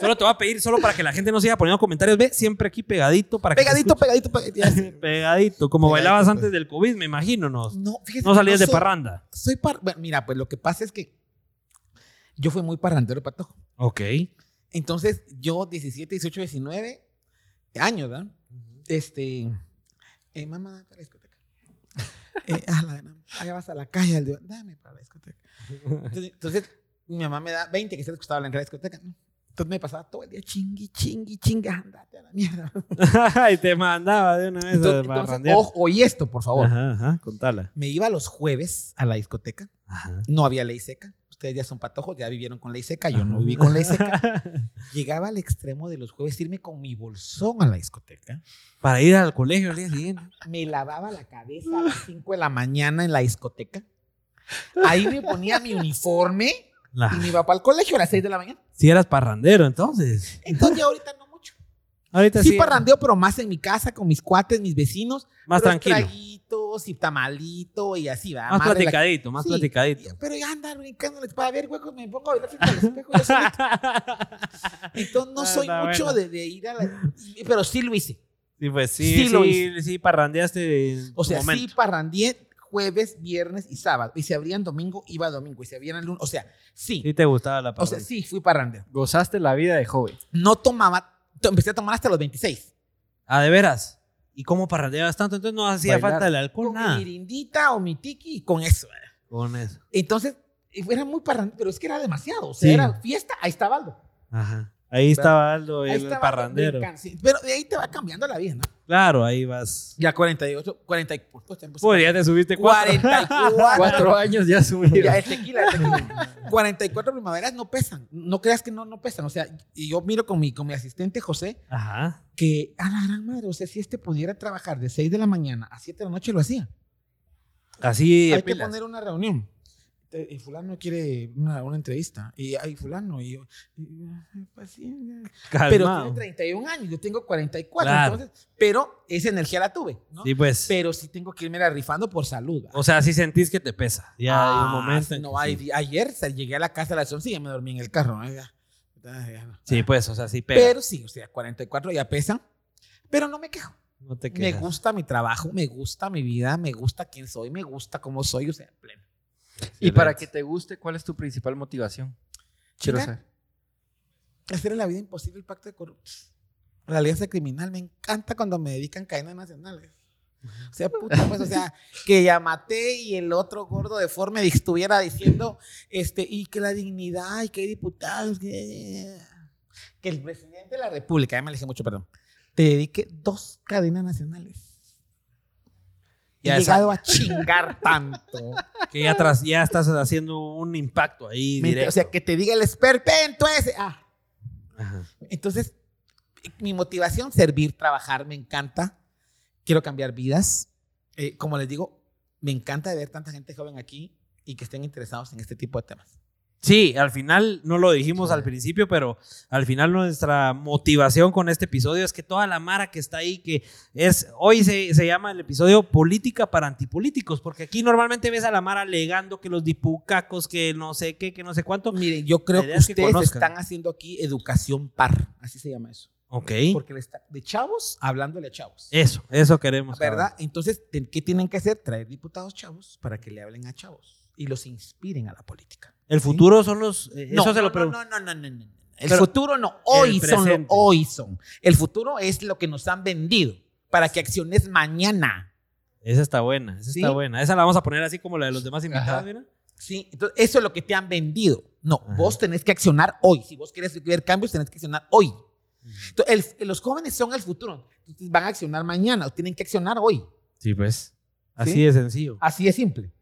S1: solo te voy a pedir, solo para que la gente no siga poniendo comentarios. Ve, siempre aquí pegadito para que. te
S5: Pegadito, pegadito, pegadito. ya sé.
S1: escuche. Pegadito, como
S5: Pegadito,
S1: bailabas
S5: pues.
S1: antes del COVID, me imagino, ¿no?
S5: No, fíjate,
S1: No salías de
S5: soy-
S1: parranda.
S5: Soy par- bueno, mira, pues lo que pasa es que yo fui muy parrandero, patojo.
S1: Ok.
S5: Entonces, yo 17, 18, 19 años, ¿verdad? Este. Eh, mamá, dame para la discoteca. Eh, a la gran- allá vas a la calle, al de- dame para la discoteca. Entonces, entonces, mi mamá me da 20, que se le gustaba la entrada a la discoteca, ¿no? Entonces me pasaba todo el día chingui, chingui, chinga, andate a la mierda.
S1: y te mandaba de una vez
S5: Entonces,
S1: a
S5: entonces,
S1: barrandear.
S5: ojo, oí esto, por favor.
S1: Ajá, ajá, contala.
S5: Me iba los jueves a la discoteca.
S1: Ajá.
S5: No había ley seca. Ustedes ya son patojos, ya vivieron con ley seca. Yo no viví con ley seca. Llegaba al extremo de los jueves irme con mi bolsón a la discoteca.
S1: Para ir al colegio al día siguiente.
S5: Me lavaba la cabeza a las 5 de la mañana en la discoteca. Ahí me ponía mi uniforme y
S1: La-
S5: me iba para el colegio a las 6 de la mañana.
S1: Si eras parrandero, entonces.
S5: Entonces ya ahorita no mucho.
S1: Ahorita sí.
S5: Sí parrandeo, pero más en mi casa con mis cuates, mis vecinos.
S1: Más
S5: pero
S1: tranquilo.
S5: Traguitos y tamalito y así va.
S1: Más
S5: relax-
S1: platicadito, más
S5: Sí,
S1: platicadito.
S5: Pero ya andar brincándoles para ver huecos, me pongo a bailar frente al espejo. yo solito. Entonces no
S1: Ah,
S5: soy
S1: está
S5: mucho
S1: bueno.
S5: de, de ir a la... y- Pero sí lo hice.
S1: Sí, pues
S5: Sí
S1: sí, sí,
S5: lo
S1: sí, parrandeaste en
S5: O sea,
S1: tu momento.
S5: sí parrandié jueves, viernes y sábado. Y se abrían domingo, iba domingo. Y se abrían el lunes. O sea, sí.
S1: Sí te gustaba la
S5: o
S1: parranda.
S5: sea, sí fui parrandeo.
S2: Gozaste la vida de joven.
S5: No tomaba... to- Empecé a tomar hasta los 26.
S1: Ah, de veras. ¿Y cómo parrandeabas tanto? Entonces no hacía
S2: Bailar.
S1: falta el alcohol,
S5: Con
S1: nada.
S5: mi mirindita o mi tiki y con eso.
S1: Con eso.
S5: Entonces, era muy parrandeo. Pero es que era demasiado. O sea,
S1: Sí.
S5: era fiesta. Ahí estaba Aldo.
S1: Ajá. Ahí estaba Aldo,
S5: Ahí
S1: el
S5: estaba Aldo,
S1: parrandero.
S5: brincan, sí. Pero de ahí te va cambiando la vida, ¿no?
S1: Claro, ahí vas.
S5: Ya 48, 40 y pues, ya empecé.
S1: Pues ya te subiste cuatro.
S5: 44.
S2: Cuatro años ya subido.
S5: Ya, el tequila, el tequila. 44 primaveras no pesan. No creas que no, no pesan. O sea, y yo miro con mi, con mi asistente José
S1: Ajá.
S5: que a la gran madre, o sea, si este pudiera trabajar de 6 de la mañana a 7 de la noche, lo hacía.
S1: Así de
S5: Hay que
S1: pilas.
S5: poner una reunión. Te- te- y fulano quiere una, una entrevista. Y hay fulano. Y yo, y- ay, paciencia. Pero tiene
S1: Calmado.
S5: 31 años, yo tengo 44.
S1: Claro.
S5: Entonces, pero esa energía la tuve, ¿no?
S1: Sí, pues.
S5: Pero sí tengo que irme la rifando por salud.
S1: O sea, sí sentís que te pesa. Ya hay un
S5: Ah,
S1: momento. en
S5: No,
S1: que
S5: hay-
S1: sí.
S5: ayer se- llegué a la casa a las 11 y ya me dormí en el carro. ¿no? Ya- ya- ya no.
S1: Sí, pues, o sea, sí pega.
S5: pero, sí, o sea, 44 ya pesan. Pero no me quejo.
S1: no te
S5: Me
S1: quejas.
S5: gusta mi trabajo, me gusta mi vida, me gusta quién soy, me gusta cómo soy, o sea, pleno.
S2: Y para que te guste, ¿cuál es tu principal motivación? Quiero
S5: Chica,
S2: saber.
S5: Hacer en la vida imposible el pacto de corruptos. La alianza criminal. Me encanta cuando me dedican cadenas nacionales. O sea, puta, pues, o sea, que ya maté y el otro gordo deforme estuviera diciendo, este, y que la dignidad, y que hay diputados, que, que el presidente de la República, ya me alejé mucho, perdón, te dedique dos cadenas nacionales. He
S1: Ya, esa-
S5: llegado a chingar tanto.
S1: Que ya, tras, ya estás haciendo un impacto ahí
S5: Mientras-
S1: directo.
S5: o sea, que te diga el esperpento ese. Ah,
S1: Ajá.
S5: Entonces, mi motivación, servir, trabajar, me encanta. Quiero cambiar vidas. Eh, como les digo, me encanta ver tanta gente joven aquí y que estén interesados en este tipo de temas.
S1: Sí, al final, no lo dijimos
S2: Sí.
S1: al principio, pero al final nuestra motivación con este episodio es que toda la mara que está ahí, que es, hoy se, se llama el episodio Política para Antipolíticos, porque aquí normalmente ves a la mara alegando que los dipucacos, que no sé qué, que no sé cuánto.
S5: Miren, yo creo
S1: La
S5: que
S1: idea es que
S5: ustedes
S1: conozcan.
S5: están haciendo aquí educación par, así se llama eso.
S1: Ok,
S5: Porque le está- de chavos, hablándole a chavos.
S1: eso, eso queremos.
S5: ¿Verdad?
S1: cabrón.
S5: Entonces, ¿te- ¿qué tienen que hacer? Traer diputados chavos para que le hablen a chavos y los inspiren a la política.
S1: El futuro son los... eh, eso se lo pregunto.
S5: No, no, no, no, no, no. El
S1: Pero-
S5: futuro no, hoy
S1: El
S5: son, lo-
S1: presente.
S5: hoy son. El futuro es lo que nos han vendido para que acciones mañana.
S1: Esa está buena, esa
S5: ¿Sí?
S1: está buena. Esa la vamos a poner así como la de los demás invitados,
S2: Ajá.
S1: mira.
S5: Sí, entonces eso es lo que te han vendido. No,
S1: Ajá.
S5: vos tenés que accionar hoy. Si vos querés ver cambios, tenés que accionar hoy. Entonces, el- los jóvenes son el futuro. Entonces, van a accionar mañana, o tienen que accionar hoy.
S1: Sí, pues. Así
S5: ¿Sí?
S1: de sencillo.
S5: Así es simple.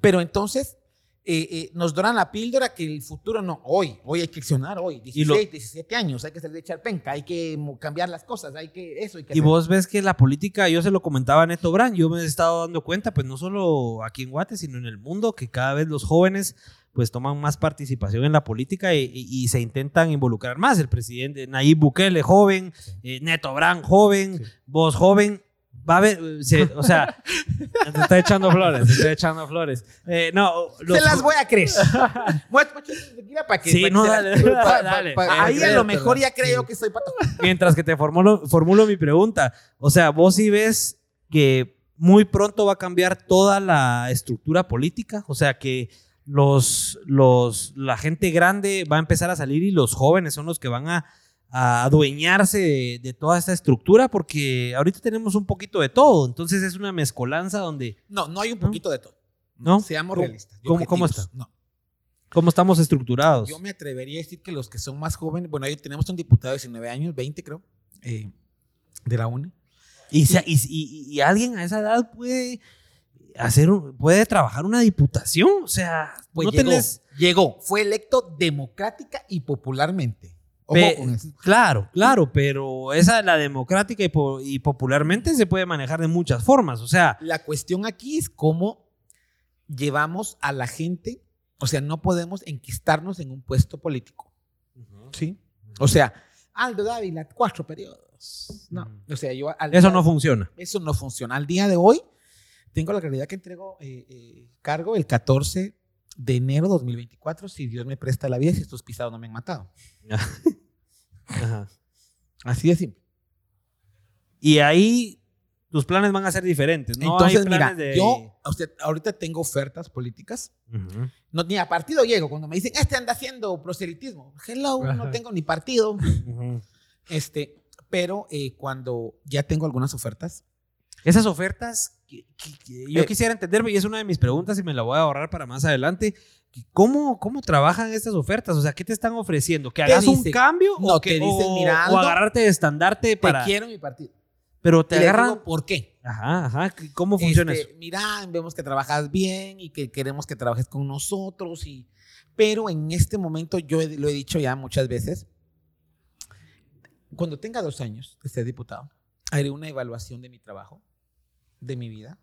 S5: Pero entonces eh, eh, nos doran la píldora que el futuro no, hoy, hoy hay que accionar hoy, 16,
S1: lo-
S5: 17 años, hay que salir de echar penca, hay que mo- cambiar las cosas, hay que eso. Hay que
S1: Y
S5: hacer.
S1: vos ves que la política, yo se lo comentaba a Neto Brand, yo me he estado dando cuenta, pues no solo aquí en Guate, sino en el mundo, que cada vez los jóvenes pues toman más participación en la política y, y- y se intentan involucrar más. El presidente Nayib Bukele, joven, eh, Neto Brand, joven, vos, joven. Va a haber, eh, se- o sea, te está echando flores, te está echando flores. Eh, no, los
S5: se las
S1: jo-
S5: voy a creer. Voy a echar esta tequila para que.
S1: Sí,
S5: para que
S1: no,
S5: se la-
S1: dale, Ah,
S5: pa- pa-
S1: dale.
S5: pa- ahí a lo
S1: Créetela.
S5: mejor ya creo que soy pato.
S1: mientras que te formulo, formulo mi pregunta. O sea, vos sí ves que muy pronto va a cambiar toda la estructura política. O sea, que los, los, la gente grande va a empezar a salir y los jóvenes son los que van a, a adueñarse de, de toda esta estructura porque ahorita tenemos un poquito de todo. Entonces es una mezcolanza donde,
S5: No, no hay un poquito de todo.
S1: ¿no?
S5: Seamos
S1: ¿Cómo-
S5: realistas. y
S1: cómo- cómo
S5: objetivos.
S1: está?
S5: No,
S1: ¿Cómo estamos estructurados?
S5: Yo me atrevería a decir que los que son más jóvenes, bueno, ahí tenemos un diputado de 19 años, 20 creo, eh, de la UNE.
S1: Y, se- y- y- y- y alguien a esa edad puede hacer un- puede trabajar una diputación. O sea,
S5: Pues
S1: no
S5: llegó,
S1: tenés.
S5: llegó. Fue electo democrática y popularmente. Ojo
S1: Pe-
S5: con eso.
S1: Claro, claro, pero esa la democrática y, po- y popularmente se puede manejar de muchas formas. O sea,
S5: La cuestión aquí es cómo llevamos a la gente, o sea, no podemos enquistarnos en un puesto político. ¿Sí? O sea, Aldo Dávila, cuatro periodos. No,
S1: Ujú.
S5: o sea, yo... al-
S1: eso no funciona.
S5: Eso no funciona. Al día de hoy, tengo la claridad que entrego eh, eh, cargo el 14 de enero de 2024, si Dios me presta la vida y si estos pisados no me han matado.
S1: Ajá.
S5: Así de simple.
S1: Y ahí tus planes van a ser diferentes. No
S5: Entonces,
S1: hay
S5: mira,
S1: planes de.
S5: yo o sea, ahorita tengo ofertas políticas.
S1: Ujú.
S5: No, ni a partido llego. Cuando me dicen, este anda haciendo proselitismo. Hello, no tengo ni partido.
S1: Ujú.
S5: Este, pero eh, cuando ya tengo algunas ofertas,
S1: Esas ofertas, que- que- que yo
S5: Eh.
S1: quisiera entenderme, y es una de mis preguntas y me la voy a ahorrar para más adelante. que ¿Cómo, cómo trabajan estas ofertas? O sea, ¿qué te están ofreciendo? ¿Que
S5: Te
S1: hagas un
S5: dicen-
S1: cambio
S5: no,
S1: o, que,
S5: te dicen,
S1: o-
S5: "Mira,
S1: o
S5: Aldo,
S1: agarrarte de estandarte para...
S5: te quiero mi partido.
S1: pero te
S5: Y les digo,
S1: agarran...
S5: ¿Por qué?
S1: Ajá, ajá. ¿Cómo funciona
S5: Este,
S1: eso?
S5: Mira, vemos que trabajas bien y que queremos que trabajes con nosotros. Y, pero en este momento, yo he- lo he dicho ya muchas veces, cuando tenga dos años de ser diputado, haré una evaluación de mi trabajo, de mi vida.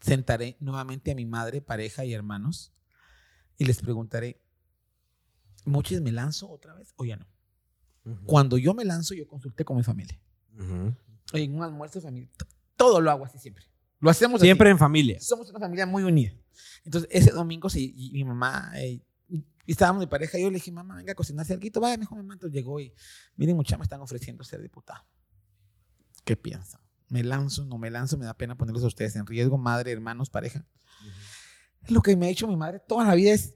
S5: Sentaré nuevamente a mi madre, pareja y hermanos y les preguntaré, ¿muchas me lanzo otra vez o ya no? Cuando yo me lanzo, yo consulté con mi familia. En un almuerzo familiar, t- todo lo hago así siempre. Lo hacemos Pues así.
S1: Siempre en familia.
S5: Somos una familia muy unida. Entonces, ese domingo, sí, y mi mamá, eh, y estábamos de pareja, yo le dije, mamá, venga a cocinarse algo, vaya, mejor mi mamá. Entonces llegó y, miren, muchachos, me están ofreciendo ser diputado. ¿Qué piensan? ¿Me lanzo? ¿No me lanzo? Me da pena ponerlos a ustedes en riesgo, madre, hermanos, pareja. Lo que me ha dicho mi madre toda la vida es,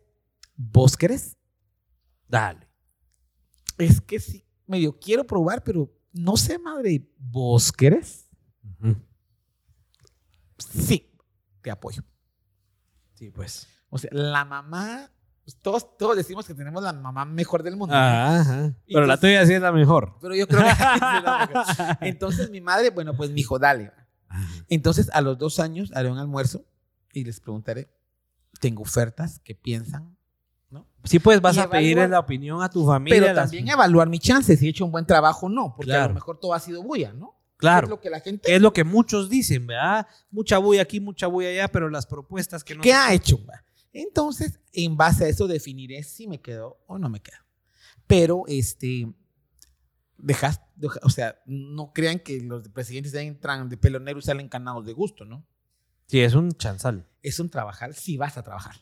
S5: ¿vos querés?
S1: Dale.
S5: Es que sí, medio quiero probar, pero no sé, madre, ¿vos querés? Sí, te apoyo.
S1: Sí, pues.
S5: O sea, la mamá, pues, todos, todos decimos que tenemos la mamá mejor del mundo.
S1: Ajá. Pero la tuya sí es la mejor.
S5: Pero yo creo que... sí, la mejor. Entonces mi madre, bueno, pues mi hijo, dale. Entonces a los dos años haré un almuerzo y les preguntaré, tengo ofertas, ¿qué piensan?
S1: Sí, pues vas
S5: Y
S1: a pedir
S5: evalúa-
S1: la opinión a tu familia.
S5: Pero
S1: las-
S5: también evaluar mis chances, si he hecho un buen trabajo o no, porque a
S1: Claro.
S5: lo mejor todo ha sido bulla, ¿no? Es
S1: Claro.
S5: lo que la gente...
S1: Es lo que muchos dicen, ¿verdad? Mucha bulla aquí, mucha bulla allá, pero las propuestas que no...
S5: ¿Qué ha hecho? va? Entonces, en base a eso definiré si me quedo o no me quedo. Pero, este, dejas, deja- o sea, no crean que los presidentes entran de pelo negro y salen canados de gusto, ¿no?
S1: Sí, es un chanzal.
S5: Es un trabajar si vas a trabajar.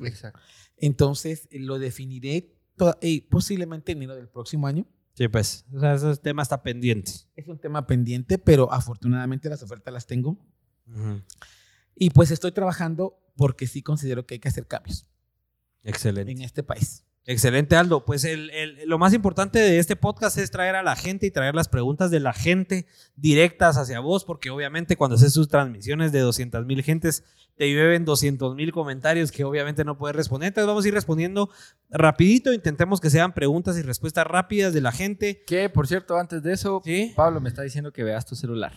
S2: Exacto.
S5: Entonces, lo definiré toda- y posiblemente enero del próximo año.
S1: Sí, pues. O sea, ese tema está pendiente.
S5: Es un tema pendiente, pero afortunadamente las ofertas las tengo. Y pues estoy trabajando porque sí considero que hay que hacer cambios
S1: Excelente.
S5: en este país.
S1: Excelente, Aldo. Pues el- el- lo más importante de este podcast es traer a la gente y traer las preguntas de la gente directas hacia vos, porque obviamente cuando haces sus transmisiones de 200 mil gentes, te llueven 200 mil comentarios que obviamente no puedes responder. Entonces vamos a ir respondiendo rapidito. Intentemos que sean preguntas y respuestas rápidas de la gente.
S2: Que, por cierto, antes de eso,
S1: ¿Sí?
S2: Pablo me está diciendo que veas tu celular.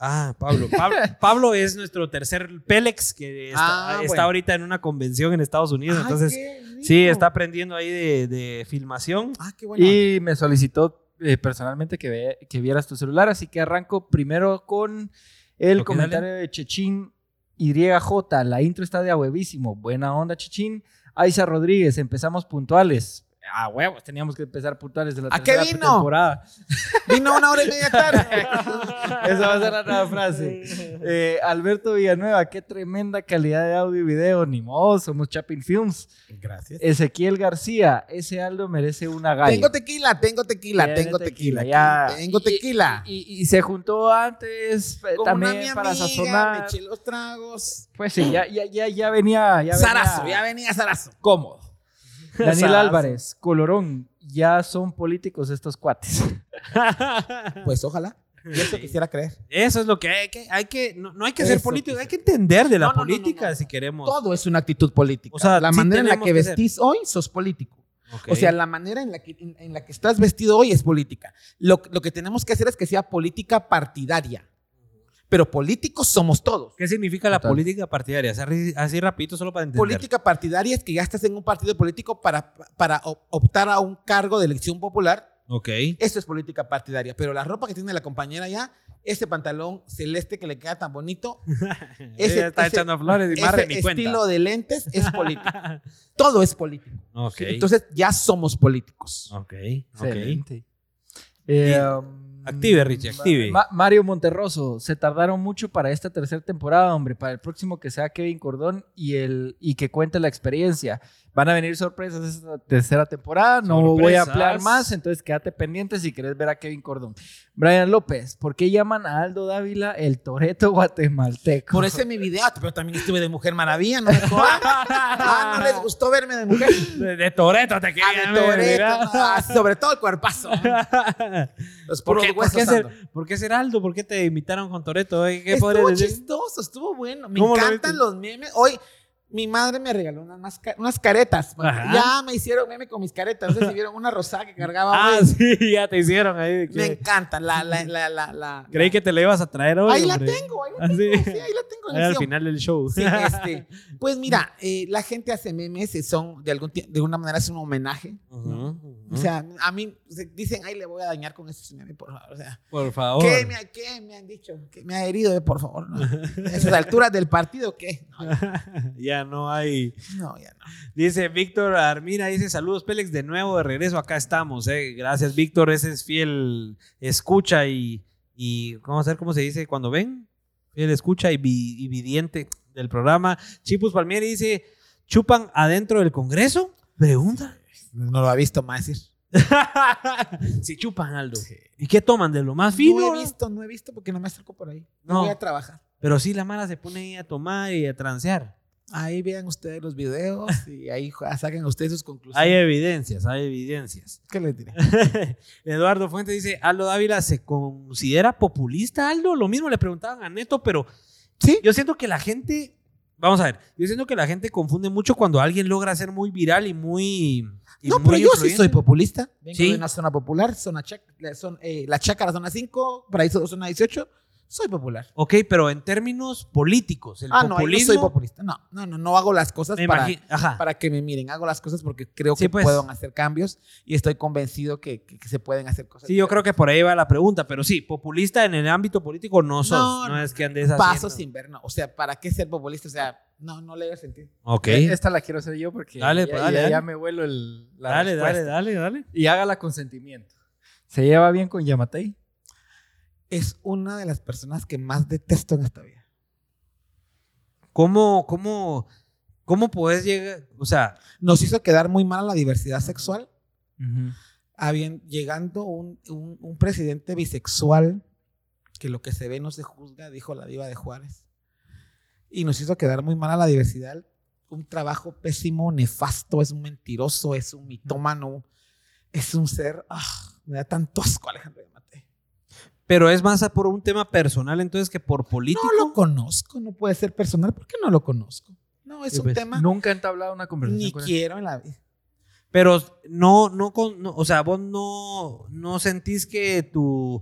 S1: Ah, Pablo. Pablo, Pablo es nuestro tercer Pélex que está,
S5: Ah,
S1: está
S5: bueno.
S1: ahorita en una convención en Estados Unidos.
S5: Ay,
S1: Entonces,
S5: qué
S1: sí,
S5: rico.
S1: está aprendiendo ahí de, de filmación.
S5: Ah, qué bueno.
S2: Y me solicitó eh, personalmente que, ve- que vieras tu celular, así que arranco primero con el
S1: Ok,
S2: comentario de Chechín YJ. La intro está de a huevísimo. Buena onda, Chechín. Aiza Rodríguez, empezamos puntuales. A huevos, teníamos que empezar puntuales de la
S5: ¿A qué
S2: tercera
S5: vino?
S2: temporada.
S5: Vino una hora y media tarde.
S2: Esa va a ser la nueva frase. Eh, Alberto Villanueva, qué tremenda calidad de audio y video. Ni modo, somos Chapin Films.
S5: Gracias.
S2: Ezequiel García, ese Aldo merece una galla.
S5: Tengo tequila, tengo tequila,
S2: Tiene
S5: tengo tequila.
S2: tequila, ya.
S5: Tengo
S2: Y-
S5: tequila.
S2: y, y se juntó antes eh,
S5: Como una mi
S2: también para
S5: amiga,
S2: sazonar.
S5: Me eché los tragos.
S2: Pues sí, ya, ya, ya, ya venía. Ya
S5: Zarazo,
S2: venía.
S5: ya venía Zarazo.
S2: Cómodo. Daniel
S1: Zarazo.
S2: Álvarez, Colorón, ya son políticos estos cuates.
S5: Pues ojalá. Yo eso quisiera creer.
S1: Eso es lo que hay que, hay que no, no hay que ser
S5: Eso,
S1: político,
S5: pues,
S1: hay que entender de la
S5: No, no, no,
S1: política
S5: no, no.
S1: si queremos.
S5: Todo es una actitud política.
S1: O sea,
S5: la
S1: sí
S5: manera en la
S1: tenemos
S5: que
S1: que ser.
S5: vestís hoy, sos político.
S1: Ok.
S5: O sea, la manera en la que, en, en la que estás vestido hoy es política. Lo, lo que tenemos que hacer es que sea política partidaria. Pero políticos somos todos.
S1: ¿qué significa la
S2: Total.
S1: política partidaria? O sea, así, así rapidito solo para entender.
S5: Política partidaria es que ya estás en un partido político para, para op- optar a un cargo de elección popular.
S1: Ok.
S5: Eso es política partidaria. Pero la ropa que tiene la compañera ya, ese pantalón celeste que le queda tan bonito, Ese-
S1: Ella está
S5: ese-
S1: echando flores y más
S5: ese
S1: ni
S5: estilo
S1: cuenta.
S5: de lentes es político. Todo es político.
S1: Ok.
S5: Entonces ya somos políticos.
S1: ok. ok.
S2: Excelente. Eh, um,
S1: Active, Richie, active.
S2: Ma- Mario Monterroso, se tardaron mucho para esta tercera temporada, hombre. Para el próximo que sea Kevin Cordón y, el, y que cuente la experiencia. Van a venir sorpresas esta tercera temporada. No voy a
S1: Sorpresas.
S2: ampliar más, entonces quédate pendiente si quieres ver a Kevin Cordón. Brian López, ¿por qué llaman a Aldo Dávila el Toreto guatemalteco?
S5: Por eso en mi video, Ah, pero también estuve de Mujer Maravilla, ¿no? Ah, no les gustó verme de mujer.
S1: De, de Toreto te
S5: Ah,
S1: quería
S5: de
S1: ver,
S5: Toretto,
S1: mira.
S5: ah, sobre todo el cuerpazo. Los
S1: ¿Por
S5: puros
S1: qué, por,
S5: huesos
S1: qué
S5: ando.
S1: ser, ¿Por qué ser Aldo? ¿Por qué te imitaron con Toreto? Eh, ¿Qué
S5: estuvo
S1: podrías decir?
S5: chistoso, estuvo bueno. Me
S1: ¿Cómo lo
S5: encantan
S1: viste?
S5: los memes. Hoy mi madre me regaló unas, masca- unas caretas.
S1: Ajá.
S5: Ya me hicieron meme con mis caretas. No sé si vieron una rosada que cargaba.
S1: Ah,
S5: hoy.
S1: sí, ya te hicieron ahí. de que-
S5: Me encanta. La, la, la, la, la-
S1: creí que te la ibas a traer hoy.
S5: Ahí la
S1: hombre.
S5: tengo, ahí la
S1: Ah, sí.
S5: tengo. Sí, ahí la tengo. en
S1: Ahí al
S5: acción.
S1: final del show.
S5: Sí, este, pues mira, eh, la gente hace memes, eh, son de, algún, ti- de alguna manera es un homenaje.
S1: Ujú.
S5: O sea, a mí se- dicen, ay, le voy a dañar con este tsunami, por favor. O sea,
S6: Por favor.
S5: ¿qué me, ha- qué me han dicho? ¿Qué me ha herido? Eh, Por favor, no. A esas alturas del partido, ¿qué? No,
S1: ya no hay.
S5: no, ya no.
S1: Dice Víctor Armina, dice saludos Pélex de nuevo, de regreso, acá estamos. eh. Gracias Víctor, ese es fiel escucha y, y vamos a ver cómo se dice cuando ven. Fiel escucha y, vi- y vidente del programa. Chipus Palmieri dice, ¿chupan adentro del Congreso? Pregunta.
S5: No lo ha visto más decir.
S1: si chupan, Aldo. ¿Y qué toman? ¿De lo más fino?
S5: No he visto, no he visto porque no me acerco por ahí. No,
S1: No.
S5: voy a trabajar.
S1: Pero sí, la mala se pone ahí a tomar y a transear.
S5: Ahí vean ustedes los videos y ahí jua- saquen ustedes sus conclusiones.
S1: Hay evidencias, hay evidencias.
S5: ¿Qué les diré?
S1: Eduardo Fuentes dice, Aldo Dávila se considera populista, Aldo. Lo mismo le preguntaban a Neto, pero
S5: Sí.
S1: yo siento que la gente, vamos a ver, yo siento que la gente confunde mucho cuando alguien logra ser muy viral y muy... y
S5: No,
S1: muy
S5: pero yo sí
S1: influyente.
S5: soy populista. Vengo
S1: Sí.
S5: de una zona popular, zona chac- la, zon- eh, la chácara, zona 5, paraíso, zona 18. Soy popular.
S1: Ok, pero en términos políticos, el
S5: ah, no, ahí no
S1: populismo...
S5: soy populista. No, no, no, no hago las cosas
S1: me
S5: para,
S1: imagi- Ajá.
S5: para que me miren. Hago las cosas porque creo
S1: Sí,
S5: que
S1: pues.
S5: pueden hacer cambios y estoy convencido que, que- que se pueden hacer cosas.
S1: Sí, yo creo que por ahí va la pregunta, pero sí, populista en el ámbito político no sos, no,
S5: No, no,
S1: es que andes haciendo...
S5: Paso sin ver, no. O sea, ¿para qué ser populista? O sea, no, no le veo sentido.
S1: Ok,
S2: Esta la quiero hacer yo porque
S1: Dale,
S2: ya,
S1: pues, dale,
S2: ya-
S1: dale.
S2: ya me vuelo el, la
S1: dale,
S2: respuesta.
S1: dale, dale, dale.
S2: Y hágala con sentimiento. ¿Se lleva bien con Yamatei?
S5: Es una de las personas que más detesto en esta vida.
S1: ¿Cómo, cómo, cómo podés llegar, o sea,
S5: nos hizo quedar muy mal a la diversidad sexual, habien- llegando un, un- un presidente bisexual, que lo que se ve no se juzga, dijo la diva de Juárez, y nos hizo quedar muy mal a la diversidad, un trabajo pésimo, nefasto, es un mentiroso, es un mitómano, es un ser, ah, me da tanto asco Alejandro Yamate.
S1: Pero es más por un tema personal entonces que por político.
S5: No lo conozco, no puede ser personal, ¿por qué no lo conozco? No, es
S1: Sí,
S5: un
S1: pues,
S5: tema
S2: Nunca he entablado una conversación
S5: ni
S2: con él.
S5: quiero en la vida.
S1: Pero no, no, con- no, o sea, vos no, no sentís que tu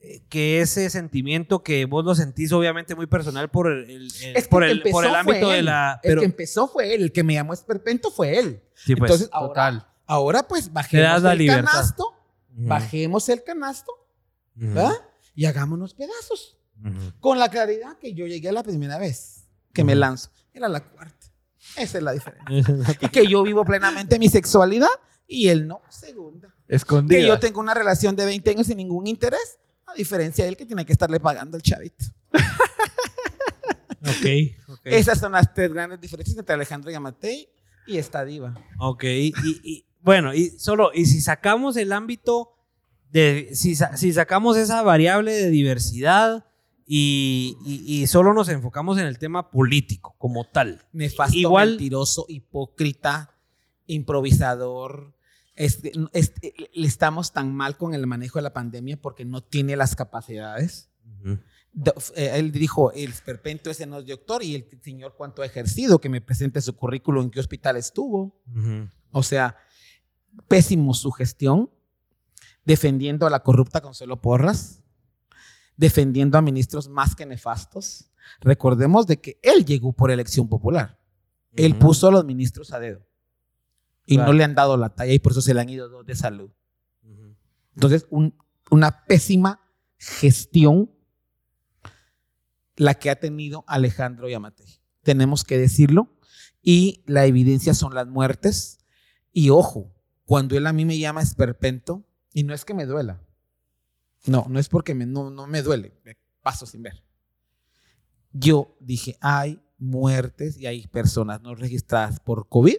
S1: eh, que ese sentimiento que vos lo sentís obviamente muy personal por el, el- el-
S5: Es que
S1: Eh, por
S5: el que
S1: el, por el
S5: empezó
S1: ámbito
S5: fue
S1: de
S5: él.
S1: la
S5: El
S1: pero
S5: que empezó fue él, el que me llamó esperpento fue él.
S1: sí, pues.
S5: Entonces, ahora,
S2: Total.
S5: ahora pues
S1: Te das
S5: bajemos
S1: la
S5: el
S1: libertad. Mm.
S5: canasto,
S1: Ujú,
S5: bajemos el canasto,
S1: ujú,
S5: ¿verdad? Y hagámonos pedazos.
S1: ujú.
S5: Con la claridad que yo llegué la primera vez que
S1: Mm.
S5: me lanzo. Era la cuarta. Esa es la diferencia. y que yo vivo plenamente mi sexualidad y él no, segunda.
S2: Escondido.
S5: Que yo tengo una relación de 20 años sin ningún interés, a diferencia de él que tiene que estarle pagando al chavito.
S1: Ok, ok.
S5: Esas son las tres grandes diferencias entre Alejandro Yamatei y esta diva.
S1: Ok, y, y, bueno, y solo, y si sacamos el ámbito de, si, sa- si sacamos esa variable de diversidad y, y- y solo nos enfocamos en el tema político como tal.
S5: nefasto,
S1: Igual-
S5: mentiroso, hipócrita, improvisador. Este, este, le estamos tan mal con el manejo de la pandemia porque no tiene las capacidades. Do- eh, él dijo, el esperpento ese no es doctor y el señor cuánto ha ejercido, que me presente su currículum, en qué hospital estuvo.
S1: Ujú.
S5: O sea, pésimo su gestión, defendiendo a la corrupta Consuelo Porras, defendiendo a ministros más que nefastos. Recordemos de que él llegó por elección popular. Él
S1: Ujú.
S5: puso a los ministros a dedo. Y
S1: Claro.
S5: no le han dado la talla y por eso se le han ido dos de salud.
S1: Ujú.
S5: Entonces, un- una pésima gestión la que ha tenido Alejandro Yamate. Tenemos que decirlo. Y la evidencia son las muertes. Y ojo, cuando él a mí me llama esperpento, y no es que me duela. No, no es porque me- no, no me duele. me Paso sin ver. Yo dije, hay muertes y hay personas no registradas por COVID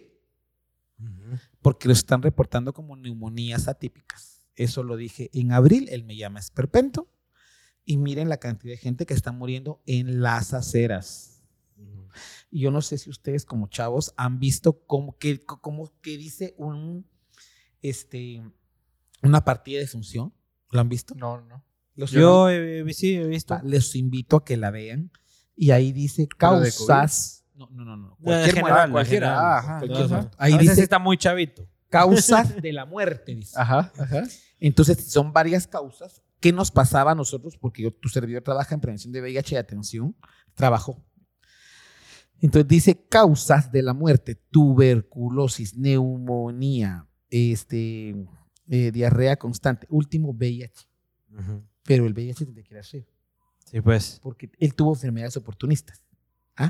S5: porque lo están reportando como neumonías atípicas. Eso lo dije en abril, él me llama esperpento. Y miren la cantidad de gente que está muriendo en las aceras. Y yo no sé si ustedes como chavos han visto cómo que, cómo que dice un, este, una partida de función. ¿Lo han visto?
S2: No, no.
S5: Los-
S1: Yo eh, eh, sí he visto.
S5: les invito a que la vean. Y ahí dice
S2: ¿Pero de
S5: causas. No, no, no, no.
S1: en general,
S5: muerte,
S1: en
S5: cualquiera.
S1: general.
S5: Ah, ajá,
S1: Todas
S5: cualquier
S1: son.
S5: muerte. Ahí
S1: A veces
S5: dice
S1: está muy chavito.
S5: causas de la muerte. Dice.
S2: Ajá, ajá.
S5: Entonces, si son varias causas. ¿Qué nos pasaba a nosotros? Porque yo- tu servidor trabaja en prevención de VIH y atención. Trabajó. Entonces dice causas de la muerte, tuberculosis, neumonía, este, eh, diarrea constante. Último, VIH.
S1: Ujú.
S5: Pero el VIH tendría que ir arriba,
S1: Sí, pues.
S5: porque él tuvo enfermedades oportunistas.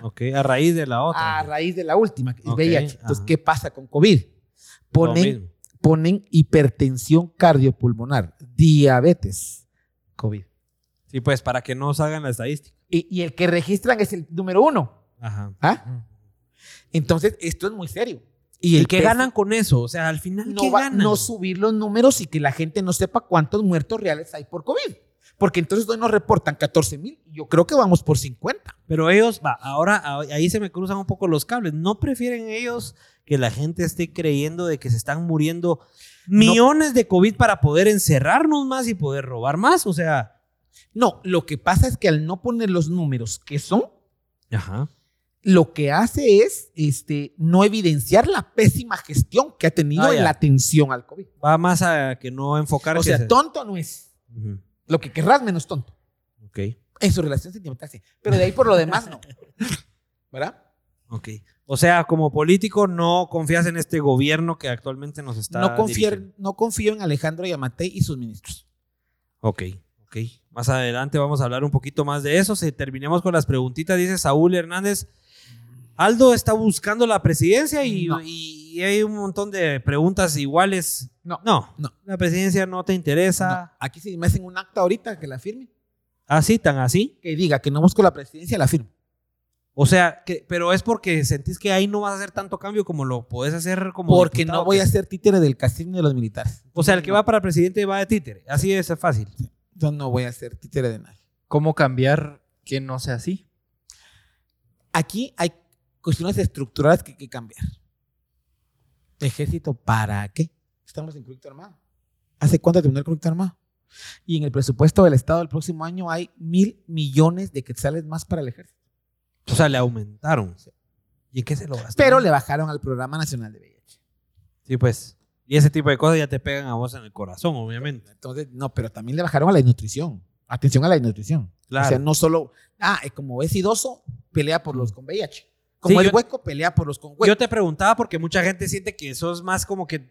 S1: Ok, a raíz de la otra.
S5: A raíz de la última, que es
S1: Ok,
S5: VIH. Entonces,
S1: ajá.
S5: ¿qué pasa con COVID?
S1: Lo
S5: Ponen
S1: mismo.
S5: ponen hipertensión cardiopulmonar, diabetes, COVID.
S1: Sí, pues, para que no salgan la estadística.
S5: Y, y el que registran es el número uno.
S1: Ajá.
S5: ¿ah? Entonces, esto es muy serio.
S1: ¿Y el que
S5: peso
S1: ganan con eso? O sea, al final,
S5: No,
S1: Ah, ¿qué
S5: va-
S1: ganan?
S5: no subir los números y que la gente no sepa cuántos muertos reales hay por COVID. Porque entonces hoy nos reportan 14 mil. Yo creo que vamos por 50.
S1: Pero ellos, va, ahora a- ahí se me cruzan un poco los cables. ¿No prefieren ellos que la gente esté creyendo de que se están muriendo millones de COVID para poder encerrarnos más y poder robar más? O sea,
S5: No, lo que pasa es que al no poner los números que son,
S1: ajá.
S5: lo que hace es este, no evidenciar la pésima gestión que ha tenido
S1: Ah, ya.
S5: en la atención al COVID.
S1: va más a que no enfocarse.
S5: O sea,
S1: se-
S5: tonto no es.
S1: Ujú,
S5: Lo que querrás menos tonto.
S1: Ok,
S5: En su relación sentimental, sí. Pero de ahí por lo demás, no. ¿Verdad?
S1: ok. O sea, como político no confías en este gobierno que actualmente nos está
S5: No confío,
S1: dirigiendo.
S5: no confío en Alejandro Yamatei y sus ministros.
S1: Ok, ok. Más adelante vamos a hablar un poquito más de eso. Si terminemos con las preguntitas, dice Saúl Hernández. Aldo está buscando la presidencia y,
S5: No.
S1: y hay un montón de preguntas iguales.
S5: No.
S1: No,
S5: No.
S1: la presidencia no te interesa.
S5: No. Aquí si me hacen un acta ahorita que la firme,
S1: Así, tan así.
S5: que diga que no busco la presidencia, la firmo.
S1: O sea, que- pero es porque sentís que ahí no vas a hacer tanto cambio como lo podés hacer como.
S5: Porque
S1: diputado,
S5: no voy
S1: que-
S5: a ser títere del casino de los militares.
S1: O sea, el que va para presidente va de títere. Así es fácil.
S5: Yo no voy a ser títere de nadie.
S2: ¿Cómo cambiar que no sea así?
S5: Aquí hay cuestiones estructurales que hay que cambiar. Ejército, ¿para qué? Estamos en conflicto armado. ¿Hace cuánto terminó el conflicto armado? Y en el presupuesto del Estado del próximo año hay mil millones de quetzales más para el ejército.
S1: O sea, le aumentaron. ¿Y en qué se lo gastaron?
S5: Pero le bajaron al Programa Nacional de VIH.
S1: Sí, pues. Y ese tipo de cosas ya te pegan a vos en el corazón, obviamente.
S5: Entonces, no, pero también le bajaron a la desnutrición. Atención a la desnutrición.
S1: Claro.
S5: O sea, no solo, ah, eh, como es idoso, pelea por los con VIH. Como
S1: Sí,
S5: es
S1: yo-
S5: hueco, pelea por los con
S1: Yo
S5: hueco.
S1: te preguntaba porque mucha gente siente que sos más como que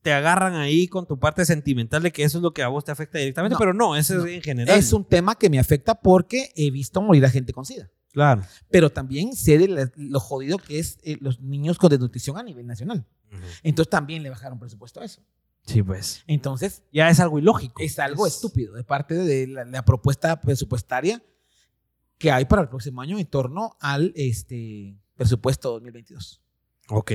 S1: te agarran ahí con tu parte sentimental de que eso es lo que a vos te afecta directamente,
S5: No,
S1: pero no, eso
S5: no.
S1: es en general.
S5: es un tema que me afecta porque he visto morir a gente con SIDA.
S1: Claro.
S5: Pero también sé de la- lo jodido que es eh, los niños con desnutrición a nivel nacional. Entonces también le bajaron presupuesto a eso.
S1: Sí, pues.
S5: Entonces
S1: Ya es algo ilógico.
S5: es algo estúpido de parte de la, la propuesta presupuestaria que hay para el próximo año en torno al este, presupuesto 2022.
S1: Ok.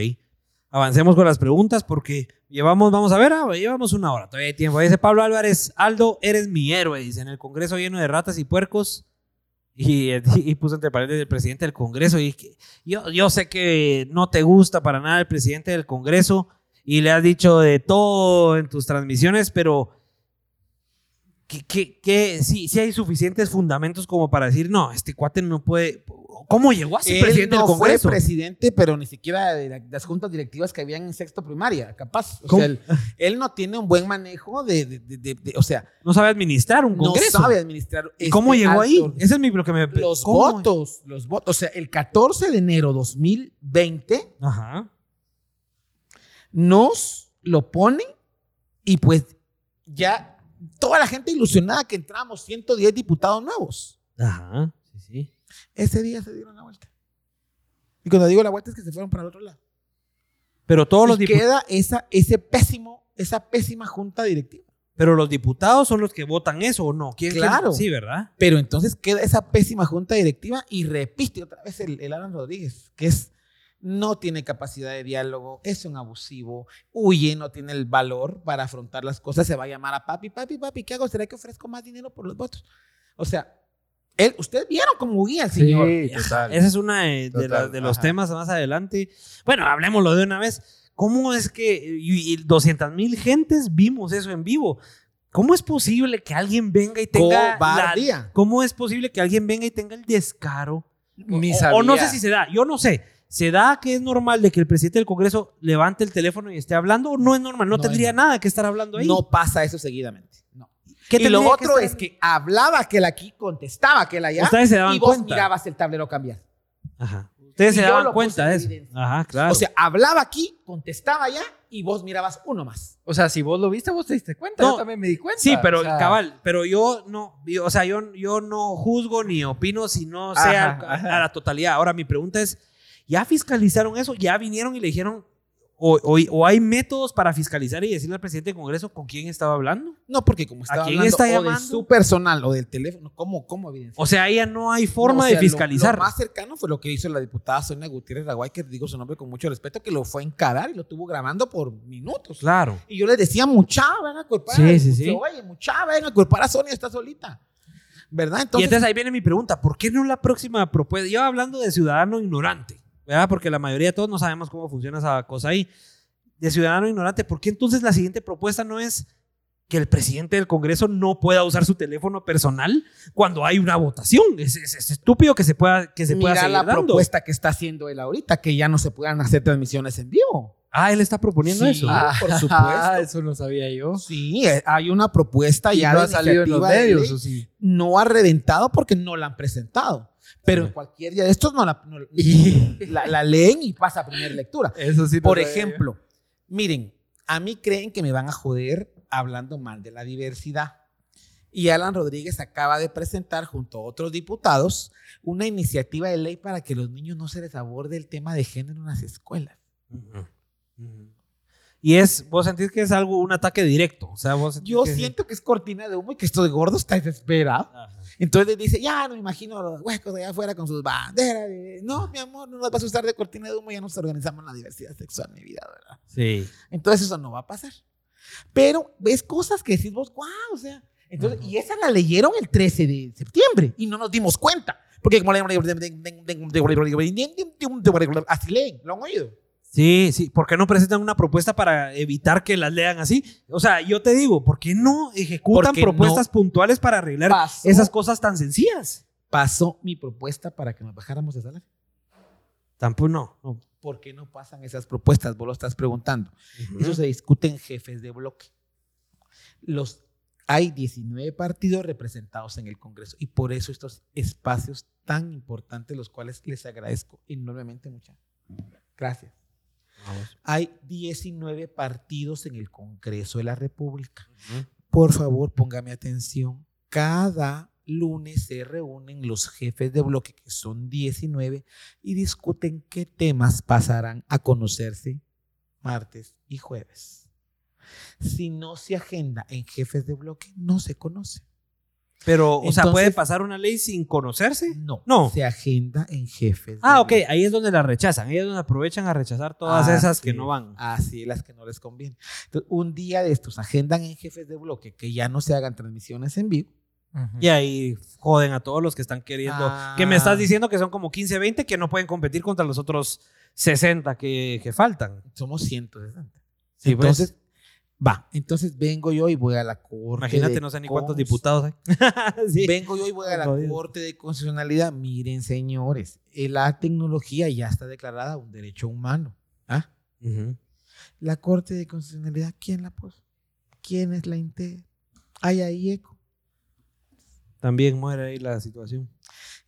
S1: Avancemos con las preguntas porque llevamos, vamos a ver, ah, llevamos una hora, todavía hay tiempo. Dice Pablo Álvarez, Aldo, eres mi héroe, dice, en el Congreso lleno de ratas y puercos. Y, y- y puso entre paréntesis el presidente del Congreso. Y que- yo, yo sé que no te gusta para nada el presidente del Congreso y le has dicho de todo en tus transmisiones, pero que, que, que sí, sí hay suficientes fundamentos como para decir, no, este cuate no puede... ¿Cómo llegó a ser
S5: Él
S1: Ah, presidente
S5: no
S1: del Congreso?
S5: fue presidente, pero ni siquiera de la- las juntas directivas que habían en sexto primaria, capaz. O
S1: ¿Cómo?
S5: sea, él, él no tiene un buen manejo de, de- de- de- de- o sea,
S1: no sabe administrar un
S5: no
S1: Congreso.
S5: sabe administrar.
S1: ¿Y
S5: este
S1: cómo llegó
S5: alto-
S1: ahí? Ese es mi, lo que me...
S5: Los
S1: ¿cómo?
S5: votos, los votos. O sea, el 14 de enero 2020
S1: Ajá.
S5: nos lo ponen y pues ya toda la gente ilusionada que entramos 110 diputados nuevos.
S1: Ajá. Sí, sí.
S5: Ese día se dieron la vuelta. Y cuando digo la vuelta es que se fueron para el otro lado.
S1: Pero todos los
S5: y
S1: diputados...
S5: queda esa, ese pésimo, esa pésima junta directiva.
S1: Pero los diputados son los que votan eso o no. ¿Quién- quién-
S5: Claro.
S1: Sí, ¿verdad?
S5: Pero entonces queda esa pésima junta directiva y repite otra vez el, el Alan Rodríguez, que es no tiene capacidad de diálogo, es un abusivo, huye, no tiene el valor para afrontar las cosas, se va a llamar a papi, papi, papi, ¿qué hago? ¿Será que ofrezco más dinero por los votos? O sea, él, ustedes vieron cómo huía el señor.
S2: total.
S1: Esa es una eh, de,
S2: Total,
S1: la- de los
S2: ajá.
S1: temas más adelante. Bueno, hablemoslo de una vez. ¿Cómo es que 200 mil gentes vimos eso en vivo? ¿Cómo es posible que alguien venga y tenga... la-
S5: Cobardía.
S1: ¿Cómo es posible que alguien venga y tenga el descaro
S2: Ni
S1: O-
S2: sabía.
S1: O, no sé si se da, yo no sé. ¿Se da que es normal de que el presidente del Congreso levante el teléfono y esté hablando o no es normal? No,
S5: No es
S1: tendría nada que estar hablando ahí.
S5: No pasa eso seguidamente. No.
S1: ¿Qué
S5: y lo
S1: tendría
S5: otro
S1: estar-
S5: es que hablaba que él aquí, contestaba que él allá,
S1: Ustedes se daban
S5: y vos
S1: cuenta.
S5: mirabas el tablero cambiar.
S1: Ajá. Ustedes se
S5: Y yo
S1: daban
S5: lo puse
S1: cuenta de
S5: en
S1: eso.
S5: evidencia.
S1: Ajá, claro.
S5: O sea, hablaba aquí, contestaba allá y vos mirabas uno más.
S2: O sea, si vos lo viste, vos te diste cuenta.
S1: No.
S2: Yo también me di cuenta.
S1: Sí, pero
S2: o sea,
S1: cabal, pero yo no, yo- o sea, yo, yo no juzgo ni opino si no
S2: Ajá,
S1: sea a-
S2: ajá.
S1: a la totalidad. Ahora mi pregunta es, ¿ya fiscalizaron eso? ¿Ya vinieron y le dijeron o, o- o hay métodos para fiscalizar y decirle al presidente del Congreso con quién estaba hablando?
S5: No, porque como estaba
S1: quién
S5: hablando
S1: está
S5: o
S1: llamando?
S5: de su personal o del teléfono, ¿cómo, cómo evidencia?
S1: O sea, ya no hay forma
S5: O sea,
S1: de
S5: lo-
S1: fiscalizar.
S5: Lo, más cercano fue lo que hizo la diputada Sonia Gutiérrez Raguay, que digo su nombre con mucho respeto, que lo fue a encarar y lo tuvo grabando por minutos.
S1: claro.
S5: Y yo les decía, mucha, van a culpar.
S1: Sí,
S5: a-
S1: sí, sí.
S5: Oye, mucha, van a culpar a Sonia, está solita. ¿Verdad?
S1: y
S5: Entonces,
S1: entonces ahí viene mi pregunta, ¿por qué no la próxima propuesta? Yo hablando de ciudadano ignorante, ¿verdad? Porque la mayoría de todos no sabemos cómo funciona esa cosa ahí. De ciudadano ignorante, ¿por qué entonces la siguiente propuesta no es que el presidente del Congreso no pueda usar su teléfono personal cuando hay una votación? Es, es- es estúpido que se pueda, que se pueda
S5: mira
S1: seguir
S5: la
S1: dando.
S5: propuesta que está haciendo él ahorita, que ya no se puedan hacer transmisiones en vivo.
S1: Ah, él está proponiendo
S5: Sí.
S1: eso.
S5: Ah. por supuesto.
S2: Ah, eso no sabía yo.
S1: Oh.
S5: Sí, eh, hay una propuesta
S2: Y
S5: ya
S2: no
S5: de
S2: ha salido en los
S5: iniciativa de
S2: medios,
S5: ley.
S2: o sí.
S5: No ha reventado porque no la han presentado. Pero
S1: Sí.
S5: en cualquier día de estos no la, no- la, la leen y pasa a primera lectura.
S2: Eso sí. no
S5: Por
S2: sabía yo.
S5: ejemplo, miren, a mí creen que me van a joder hablando mal de la diversidad. Y Alan Rodríguez acaba de presentar junto a otros diputados una iniciativa de ley para que los niños no se les aborde el tema de género en las escuelas.
S1: Ujú. Ujú. Y es, vos sentís que es algo, un ataque directo. O sea, vos sentís
S5: Yo
S1: que-
S5: siento que es cortina de humo y que esto de gordo está desesperado.
S1: Ajá.
S5: Entonces dice, ya no me imagino los huecos allá afuera con sus banderas. de, No, mi amor, no nos vas a usar de cortina de humo, ya nos organizamos en la diversidad sexual, mi vida, ¿verdad?
S1: Sí.
S5: Entonces eso no va a pasar. Pero ves cosas que decís vos, wow, o sea. Entonces, y esa la leyeron el 13 de septiembre y no nos dimos cuenta. Porque como así leen, lo han oído.
S1: Sí, sí. ¿Por qué no presentan una propuesta para evitar que las lean así? O sea, yo te digo, ¿por qué no ejecutan
S5: Porque
S1: propuestas puntuales para arreglar
S5: Pasó,
S1: esas cosas tan sencillas?
S5: pasó mi propuesta para que nos bajáramos de salario.
S1: Tampoco no. no.
S5: ¿Por qué no pasan esas propuestas? Vos lo estás preguntando. Eso se discute en jefes de bloque. Los, hay 19 partidos representados en el Congreso y por eso estos espacios tan importantes, los cuales les agradezco enormemente muchas. Gracias. Hay 19 partidos en el Congreso de la República. Por favor, póngame atención. Cada lunes se reúnen los jefes de bloque, que son 19, y discuten qué temas pasarán a conocerse martes y jueves. Si no se agenda en jefes de bloque, no se conoce.
S1: Pero, o sea,
S5: Entonces-
S1: ¿puede pasar una ley sin conocerse?
S5: No,
S1: No.
S5: se agenda en jefes. de
S1: Ah, ok.
S5: bloque.
S1: Ahí es donde la rechazan. Ahí es donde aprovechan a rechazar todas
S5: Ah,
S1: esas que
S5: sí.
S1: no van.
S5: Así las que no les conviene. Entonces, un día de estos agendan en jefes de bloque que ya no se hagan transmisiones en vivo.
S2: Ujú.
S1: Y ahí joden a todos los que están queriendo.
S5: Ah.
S1: Que me estás diciendo que son como 15, 20 que no pueden competir contra los otros 60 que, que faltan.
S5: Somos 160.
S1: Sí, pues.
S5: entonces, va. Entonces vengo yo y voy a la corte.
S1: Imagínate,
S5: de
S1: no sé ni cuántos
S5: cons-
S1: diputados hay. Sí.
S5: Vengo yo y voy a la
S1: Jodido.
S5: corte de constitucionalidad. Miren, señores, eh, la tecnología ya está declarada un derecho humano. ¿ah?
S1: Ujú.
S5: La corte de constitucionalidad, ¿quién la puso? ¿Quién es la integra? Hay ahí eco.
S1: También muere ahí la situación.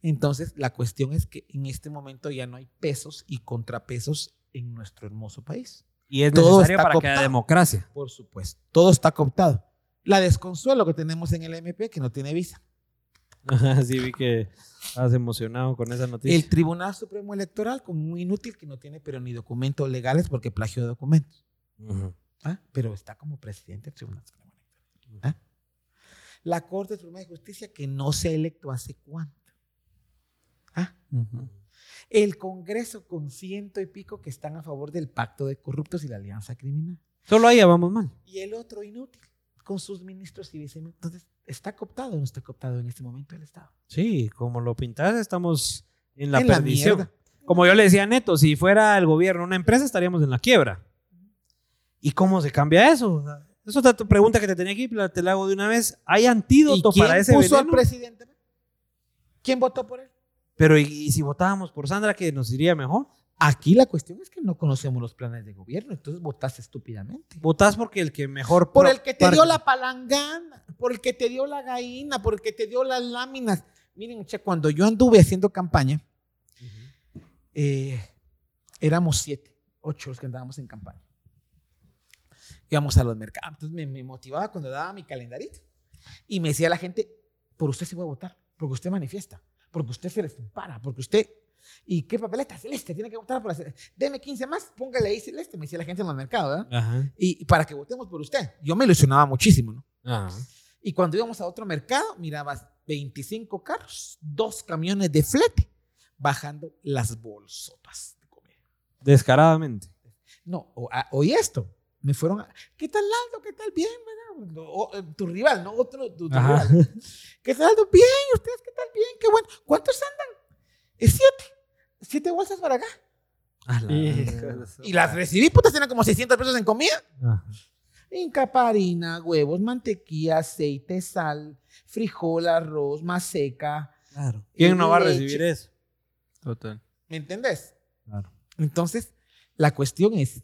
S5: Entonces, la cuestión es que en este momento ya no hay pesos y contrapesos en nuestro hermoso país.
S1: Y es
S5: Todo
S1: necesario
S5: está
S1: para que haya
S5: cooptado.
S1: democracia.
S5: Por supuesto, todo está cooptado. La desconsuelo que tenemos en el MP, que no tiene visa.
S1: sí, vi que estás emocionado con esa noticia.
S5: El Tribunal Supremo Electoral, con un inútil que no tiene pero ni documentos legales porque plagió documentos.
S1: Ujú.
S5: ¿ah? pero está como presidente del Tribunal Supremo Electoral. ¿ah? La Corte Suprema de Justicia que no se ha electo hace cuánto. ¿ah?
S1: Ujú.
S5: El Congreso con ciento y pico que están a favor del pacto de corruptos y la alianza criminal.
S1: Solo ahí ya vamos mal.
S5: Y el otro inútil con sus ministros y viceministros. Entonces, ¿está cooptado o no está cooptado en este momento el Estado?
S1: Sí, como lo pintas, estamos en la
S5: En la
S1: perdición.
S5: mierda.
S1: como yo le decía a Neto, si fuera el gobierno una empresa, estaríamos en la quiebra. ¿Y cómo se cambia eso? O sea, Esa es otra pregunta que te tenía aquí, la- te la hago de una vez. ¿Hay antídoto
S5: quién
S1: para ese
S5: puso al
S1: veneno?
S5: presidente? ¿Quién votó por él?
S1: Pero ¿y, y si votábamos por Sandra, que nos iría mejor?
S5: Aquí la cuestión es que no conocemos los planes de gobierno, entonces votaste estúpidamente.
S1: Votás porque el que mejor...
S5: Por
S1: pro-
S5: el que te dio
S1: parque-
S5: la palangana, por el que te dio la gallina, por el que te dio las láminas. Miren, che, cuando yo anduve haciendo campaña, eh, éramos siete, ocho los que andábamos en campaña. Íbamos a los mercados. Entonces me, me motivaba cuando daba mi calendarito. Y me decía la gente, por usted se va a votar, porque usted manifiesta, porque usted se les para, porque usted... ¿Y qué papeleta? Celeste, tiene que votar por la celeste. Deme 15 más, póngale ahí celeste, me decía la gente en los mercados, ¿verdad?
S1: Ajá.
S5: Y y para que votemos por usted. Yo me ilusionaba muchísimo, ¿no?
S1: Ajá.
S5: Y cuando íbamos a otro mercado, mirabas 25 carros, dos camiones de flete, bajando las bolsotas de comida.
S1: Descaradamente.
S5: No, o- a- oí esto. Me fueron a, ¿qué tal Aldo? ¿Qué tal? Bien, ¿verdad? No, o, eh, tu rival, no otro, tu, tu
S1: Ajá.
S5: rival. ¿Qué tal Aldo? Bien, ¿y ¿ustedes qué tal? Bien, qué bueno. ¿Cuántos andan? Es siete. Siete bolsas para acá. Y las recibí, putas, tenían como 600 pesos en comida.
S1: Ajá.
S5: Incaparina, huevos, mantequilla, aceite, sal, frijol, arroz, maseca.
S1: Claro. ¿Quién no va a
S5: Leche.
S1: recibir eso?
S7: Total.
S5: ¿Me entendés?
S1: Claro.
S5: Entonces, la cuestión es,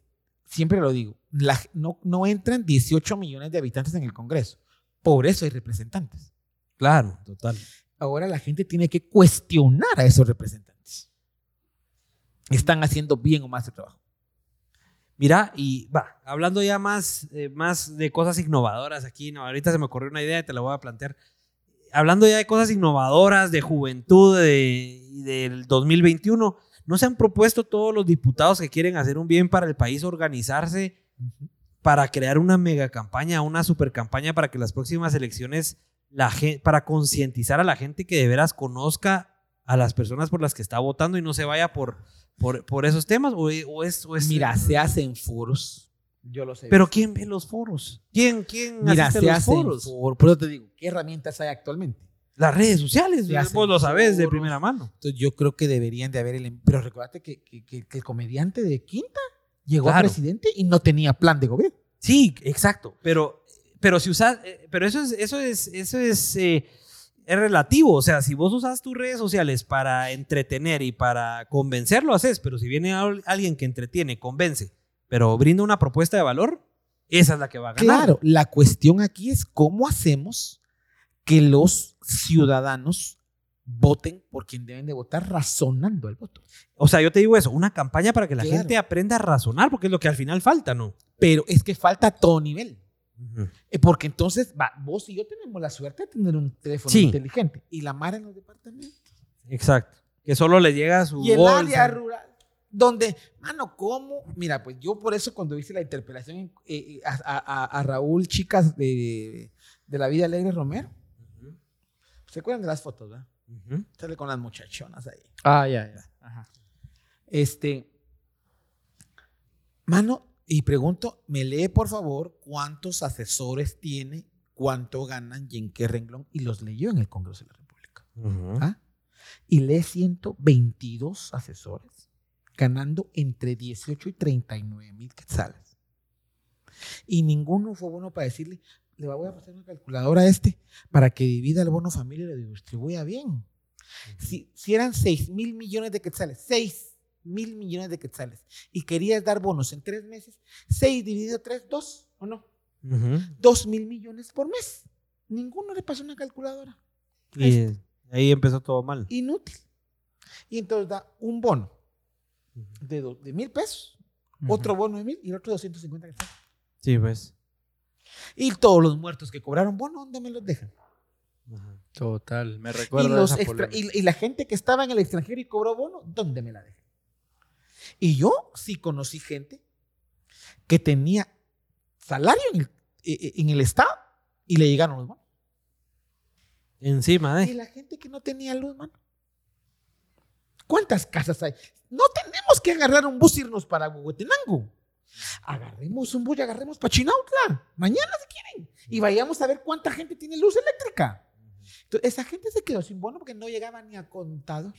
S5: siempre lo digo, la- no, no entran 18 millones de habitantes en el Congreso. Por eso hay representantes.
S1: Claro, total.
S5: Ahora la gente tiene que cuestionar a esos representantes. ¿Están haciendo bien o mal su trabajo?
S1: Mira, y va, hablando ya más, eh, más de cosas innovadoras aquí, no, ahorita se me ocurrió una idea y te la voy a plantear. Hablando ya de cosas innovadoras, de juventud, de- del 2021, ¿no se han propuesto todos los diputados que quieren hacer un bien para el país organizarse para crear una mega campaña, una super campaña para que las próximas elecciones, la gen- para concientizar a la gente que de veras conozca a las personas por las que está votando y no se vaya por, por, por esos temas? ¿O, o es, o es-
S5: Mira, se hacen foros. Pues Yo lo sé.
S1: pero ¿quién ve los foros? ¿Quién, quién
S5: mira,
S1: asiste
S5: se
S1: a los
S5: hacen
S1: foros?
S5: foros. Por eso te digo, ¿qué herramientas hay actualmente?
S1: Las redes sociales,
S5: Se hacen
S1: vos lo sabés de
S5: foros.
S1: primera mano.
S5: Entonces yo creo que deberían de haber el... em, Pero recuérdate que, que- que- que el comediante de Quinta llegó a
S1: Claro.
S5: presidente y no tenía plan de gobierno.
S1: Sí, exacto. Pero, pero si usas, eh, pero eso es, eso es, eso es, eh, es relativo. O sea, si vos usas tus redes sociales para entretener y para convencer, lo haces. Pero si viene al- alguien que entretiene, convence, pero brinda una propuesta de valor, esa es la que va a ganar.
S5: Claro, la cuestión aquí es cómo hacemos que los ciudadanos voten por quien deben de votar razonando el voto.
S1: O sea, yo te digo eso, una campaña para que la
S5: Claro.
S1: gente aprenda a razonar, porque es lo que al final falta, ¿no?
S5: Pero es que falta todo nivel. Eh, Porque entonces, va, vos y yo tenemos la suerte de tener un teléfono
S1: Sí.
S5: inteligente. Y la mar en los departamentos.
S1: Exacto. Que solo le llega su
S5: Y el
S1: bolsa.
S5: área rural. Donde, mano, ¿cómo? Mira, pues yo por eso cuando hice la interpelación eh, eh, a, a- a- a Raúl Chicas de, de la Vida Alegre Romero, ¿se acuerdan de las fotos, verdad?
S1: Ujú.
S5: Sale con las muchachonas ahí.
S2: Ah, ya, ya.
S5: Este, mano, y pregunto, me lee por favor cuántos asesores tiene, cuánto ganan y en qué renglón, y los leyó en el Congreso de la República. ¿ah? Y lee 122 asesores, ganando entre 18 y 39 mil quetzales. Y ninguno fue bueno para decirle, le voy a pasar una calculadora a este para que divida el bono familia y lo distribuya bien. Si, si eran 6 mil millones de quetzales, 6 mil millones de quetzales, y querías dar bonos en tres meses, 6 dividido 3, 2, ¿o no?
S1: Ujú.
S5: 2 mil millones por mes. Ninguno le pasó una calculadora.
S1: Y eh, ahí empezó todo mal.
S5: Inútil. Y entonces da un bono de, do- de mil pesos, otro bono de mil y el otro de 250 quetzales.
S1: Sí, pues.
S5: Y todos los muertos que cobraron bono, ¿dónde me los dejan?
S2: Total, me
S5: Y,
S2: recuerda
S5: los
S2: esa
S5: extra-
S2: polémica.
S5: y- y la gente que estaba en el extranjero y cobró bono, ¿dónde me la dejan? Y yo sí conocí gente que tenía salario en el, eh, eh, en el Estado y le llegaron los bonos.
S1: Encima ¿eh?
S5: Y
S1: de.
S5: la gente que no tenía luz, mano. ¿Cuántas casas hay? No tenemos que agarrar un bus e irnos para Huehuetenango. Agarremos un bus y agarremos para Chinautla. Mañana si quieren. Y vayamos a ver cuánta gente tiene luz eléctrica. Entonces, esa gente se quedó sin bono porque no llegaba ni a contador.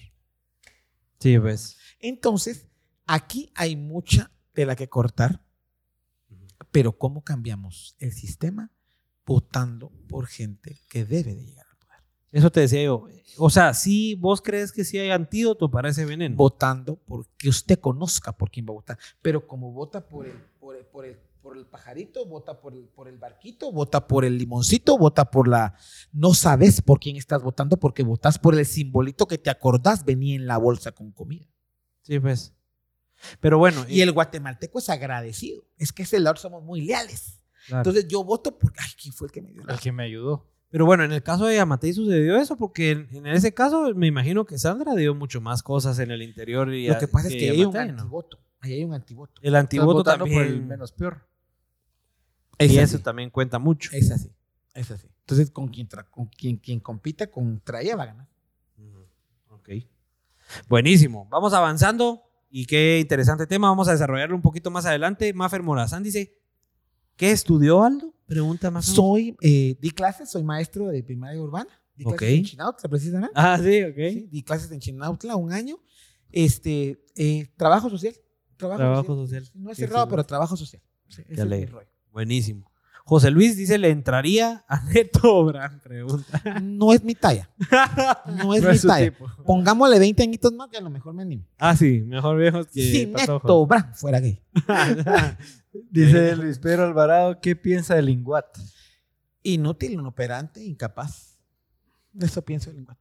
S1: Sí, pues.
S5: Entonces, aquí hay mucha tela que cortar, pero ¿cómo cambiamos el sistema? Votando por gente que debe de llegar al poder.
S1: Eso te decía yo. O sea, sí, vos crees que sí hay antídoto para ese veneno.
S5: Votando porque usted conozca por quién va a votar, pero como vota por el, por el, por el, por el pajarito, vota por el, por el barquito, vota por el limoncito, vota por la... No sabes por quién estás votando porque votas por el simbolito que te acordás venía en la bolsa con comida.
S1: Sí, pues. Pero bueno. eh,
S5: Y el guatemalteco es agradecido. Es que ese lado somos muy leales.
S1: claro.
S5: Entonces yo voto por. Ay, ¿quién fue el que me dio la
S2: El que me ayudó.
S1: Pero bueno, en el caso de Yamatei sucedió eso, porque en, en ese caso me imagino que Sandra dio mucho más cosas en el interior. Y
S5: Lo que pasa es que ahí hay un
S1: Yamatei, ¿no?
S5: antivoto. Ahí hay un antivoto.
S1: El antivoto
S2: Estás votando
S1: también.
S2: por el menos peor.
S1: Y
S5: Es
S1: eso
S5: así.
S1: también cuenta mucho.
S5: Es así. Es así. Entonces, con quien, tra- con quien, quien compita contra ella va a ganar.
S1: Ujú. Ok. Buenísimo. Vamos avanzando. Y qué interesante tema. Vamos a desarrollarlo un poquito más adelante. Mafer Morazán dice: ¿Qué estudió Aldo? Pregunta Mafer.
S5: Soy, eh, di clases, soy maestro de primaria urbana. Di
S1: Ok.
S5: clases en Chinautla, precisamente.
S1: ah, sí, ok.
S5: Sí, di clases en Chinautla un año. Este, eh, trabajo social. Trabajo,
S1: Trabajo
S5: social.
S1: social.
S5: No es
S1: Sí,
S5: cerrado,
S1: sí,
S5: pero
S1: sí.
S5: trabajo social. Sí, ese es mi
S1: alegre.
S5: rollo.
S1: Buenísimo. José Luis dice: ¿Le entraría a Neto Obran? Pregunta.
S5: No es mi talla. No es
S2: No
S5: mi
S2: es su
S5: talla.
S2: tipo.
S5: Pongámosle 20 añitos más que a lo mejor me animo.
S1: Ah, sí. Mejor viejos que.
S5: Si
S1: patojos.
S5: Neto Brand fuera gay.
S2: Dice Luis Pedro Alvarado, ¿qué piensa de Linguat?
S5: Inútil, inoperante, incapaz. De eso pienso el lenguaje.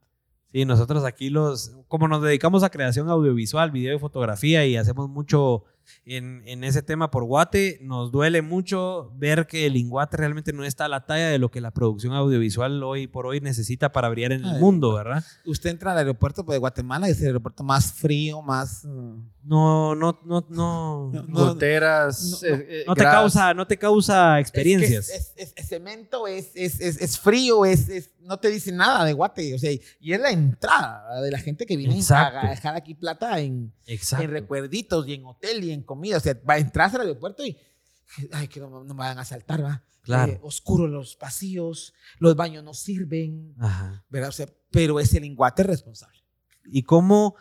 S1: Sí, nosotros aquí los, como nos dedicamos a creación audiovisual, video y fotografía y hacemos mucho en, en ese tema por Guate, nos duele mucho ver que el Inguate realmente no está a la talla de lo que la producción audiovisual hoy por hoy necesita para brillar en el
S5: Ay.
S1: mundo, ¿verdad?
S5: Usted entra al aeropuerto pues, de Guatemala y es el aeropuerto más frío, más. mm,
S1: No, no, no, no.
S5: No, no,
S2: Goteras.
S5: no, no,
S2: eh, eh,
S1: No te
S2: gradas.
S1: causa, no te causa experiencias.
S5: Es, que es- es- es- es cemento, es, es, es, es frío, es, es- no te dice nada de Guate. O sea, y es la entrada de la gente que viene
S1: Exacto.
S5: a dejar aquí plata en, en
S1: Exacto.
S5: recuerditos y en hotel y en comida. O sea, va, entras al aeropuerto y. Ay, que no, no me van a saltar, va.
S1: Claro.
S5: Eh, oscuro los pasillos, los baños no sirven,
S1: Ajá.
S5: ¿verdad? O sea, pero es el inguate responsable.
S1: y cómo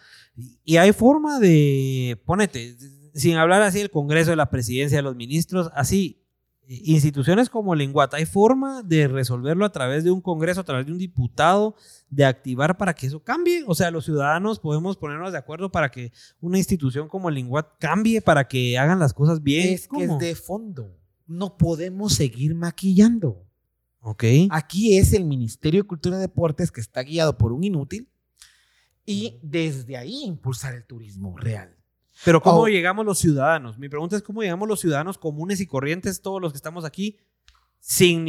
S1: y hay forma de ponete sin hablar así el Congreso de la Presidencia de los Ministros así eh, instituciones como Lenguata hay forma de resolverlo a través de un Congreso a través de un diputado de activar para que eso cambie o sea los ciudadanos podemos ponernos de acuerdo para que una institución como Lenguat cambie para que hagan las cosas bien
S5: Es que
S1: ¿Cómo?
S5: es de fondo. No podemos seguir maquillando.
S1: ok
S5: Aquí es el Ministerio de Cultura y Deportes que está guiado por un inútil y desde ahí impulsar el turismo real.
S1: pero cómo
S5: Oh.
S1: llegamos los ciudadanos mi pregunta es cómo llegamos los ciudadanos comunes y corrientes todos los que estamos aquí sin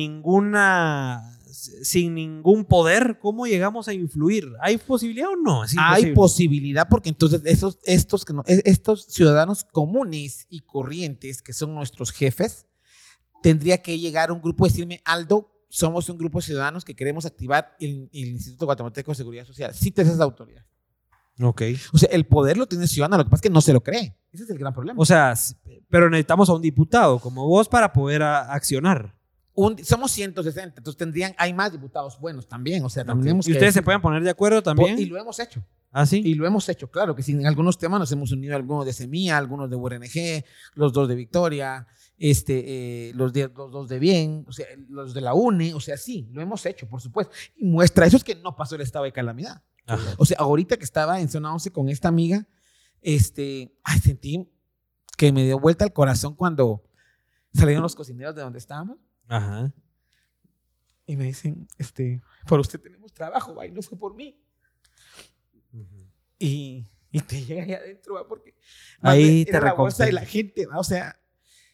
S1: ninguna sin ningún poder, ¿cómo llegamos a influir? ¿Hay posibilidad o no? Es
S5: Hay
S1: imposible.
S5: posibilidad porque entonces esos, estos, que no- es- estos ciudadanos comunes y corrientes que son nuestros jefes, tendría que llegar un grupo y decirme, Aldo, somos un grupo de ciudadanos que queremos activar el, el Instituto Guatemalteco de Seguridad Social. Sí te esas autoridades.
S1: Ok.
S5: O sea, el poder lo tiene el ciudadano, lo que pasa es que no se lo cree. Ese es el gran problema.
S1: O sea, s- pero necesitamos a un diputado como vos para poder a- accionar.
S5: Un- somos 160, entonces tendrían, hay más diputados buenos también, o sea,
S1: Ok.
S5: también tenemos
S1: Y
S5: que-
S1: ustedes se pueden poner de acuerdo también.
S5: Y lo hemos hecho,
S1: ¿Ah, sí?
S5: y lo hemos hecho, claro que sí, en algunos temas nos hemos unido, algunos de Semilla, algunos de URNG, los dos de Victoria, este, eh, los, de, los dos de Bien, o sea, los de la UNE, o sea, sí, lo hemos hecho, por supuesto. Y muestra eso es que no pasó el estado de calamidad.
S1: Ajá.
S5: O sea, ahorita que estaba en zona 11 con esta amiga, este, ay, sentí que me dio vuelta el corazón cuando salieron los cocineros de donde estábamos.
S1: Ajá.
S5: Y me dicen, este, por usted tenemos trabajo, va, y no fue por mí. Y, y te llega ahí adentro, va, porque
S1: Ahí
S5: era
S1: te
S5: la bolsa de
S1: recompensa.
S5: la gente, va, o sea,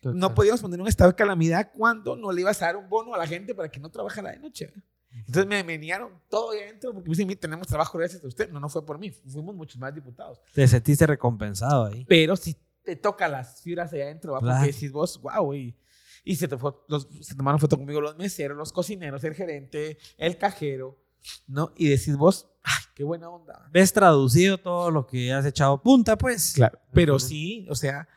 S5: no podíamos poner un estado de calamidad cuando no le ibas a dar un bono a la gente para que no trabajara de noche. ¿verdad? Entonces me menearon todo ahí adentro porque me dicen, "Mire, tenemos trabajo gracias a usted. No, no fue por mí, fuimos muchos más diputados.
S1: Te sentiste recompensado ahí.
S5: Pero si te toca las fibras allá adentro, ¿va?
S1: Claro.
S5: porque decís vos, wow, y, y se, te fue- los- se tomaron foto conmigo los meseros, los cocineros, el gerente, el cajero, ¿no? Y decís vos, ay, qué buena onda.
S1: Ves traducido todo lo que has echado punta, pues.
S5: Claro. Pero
S1: Ujú.
S5: sí, o sea,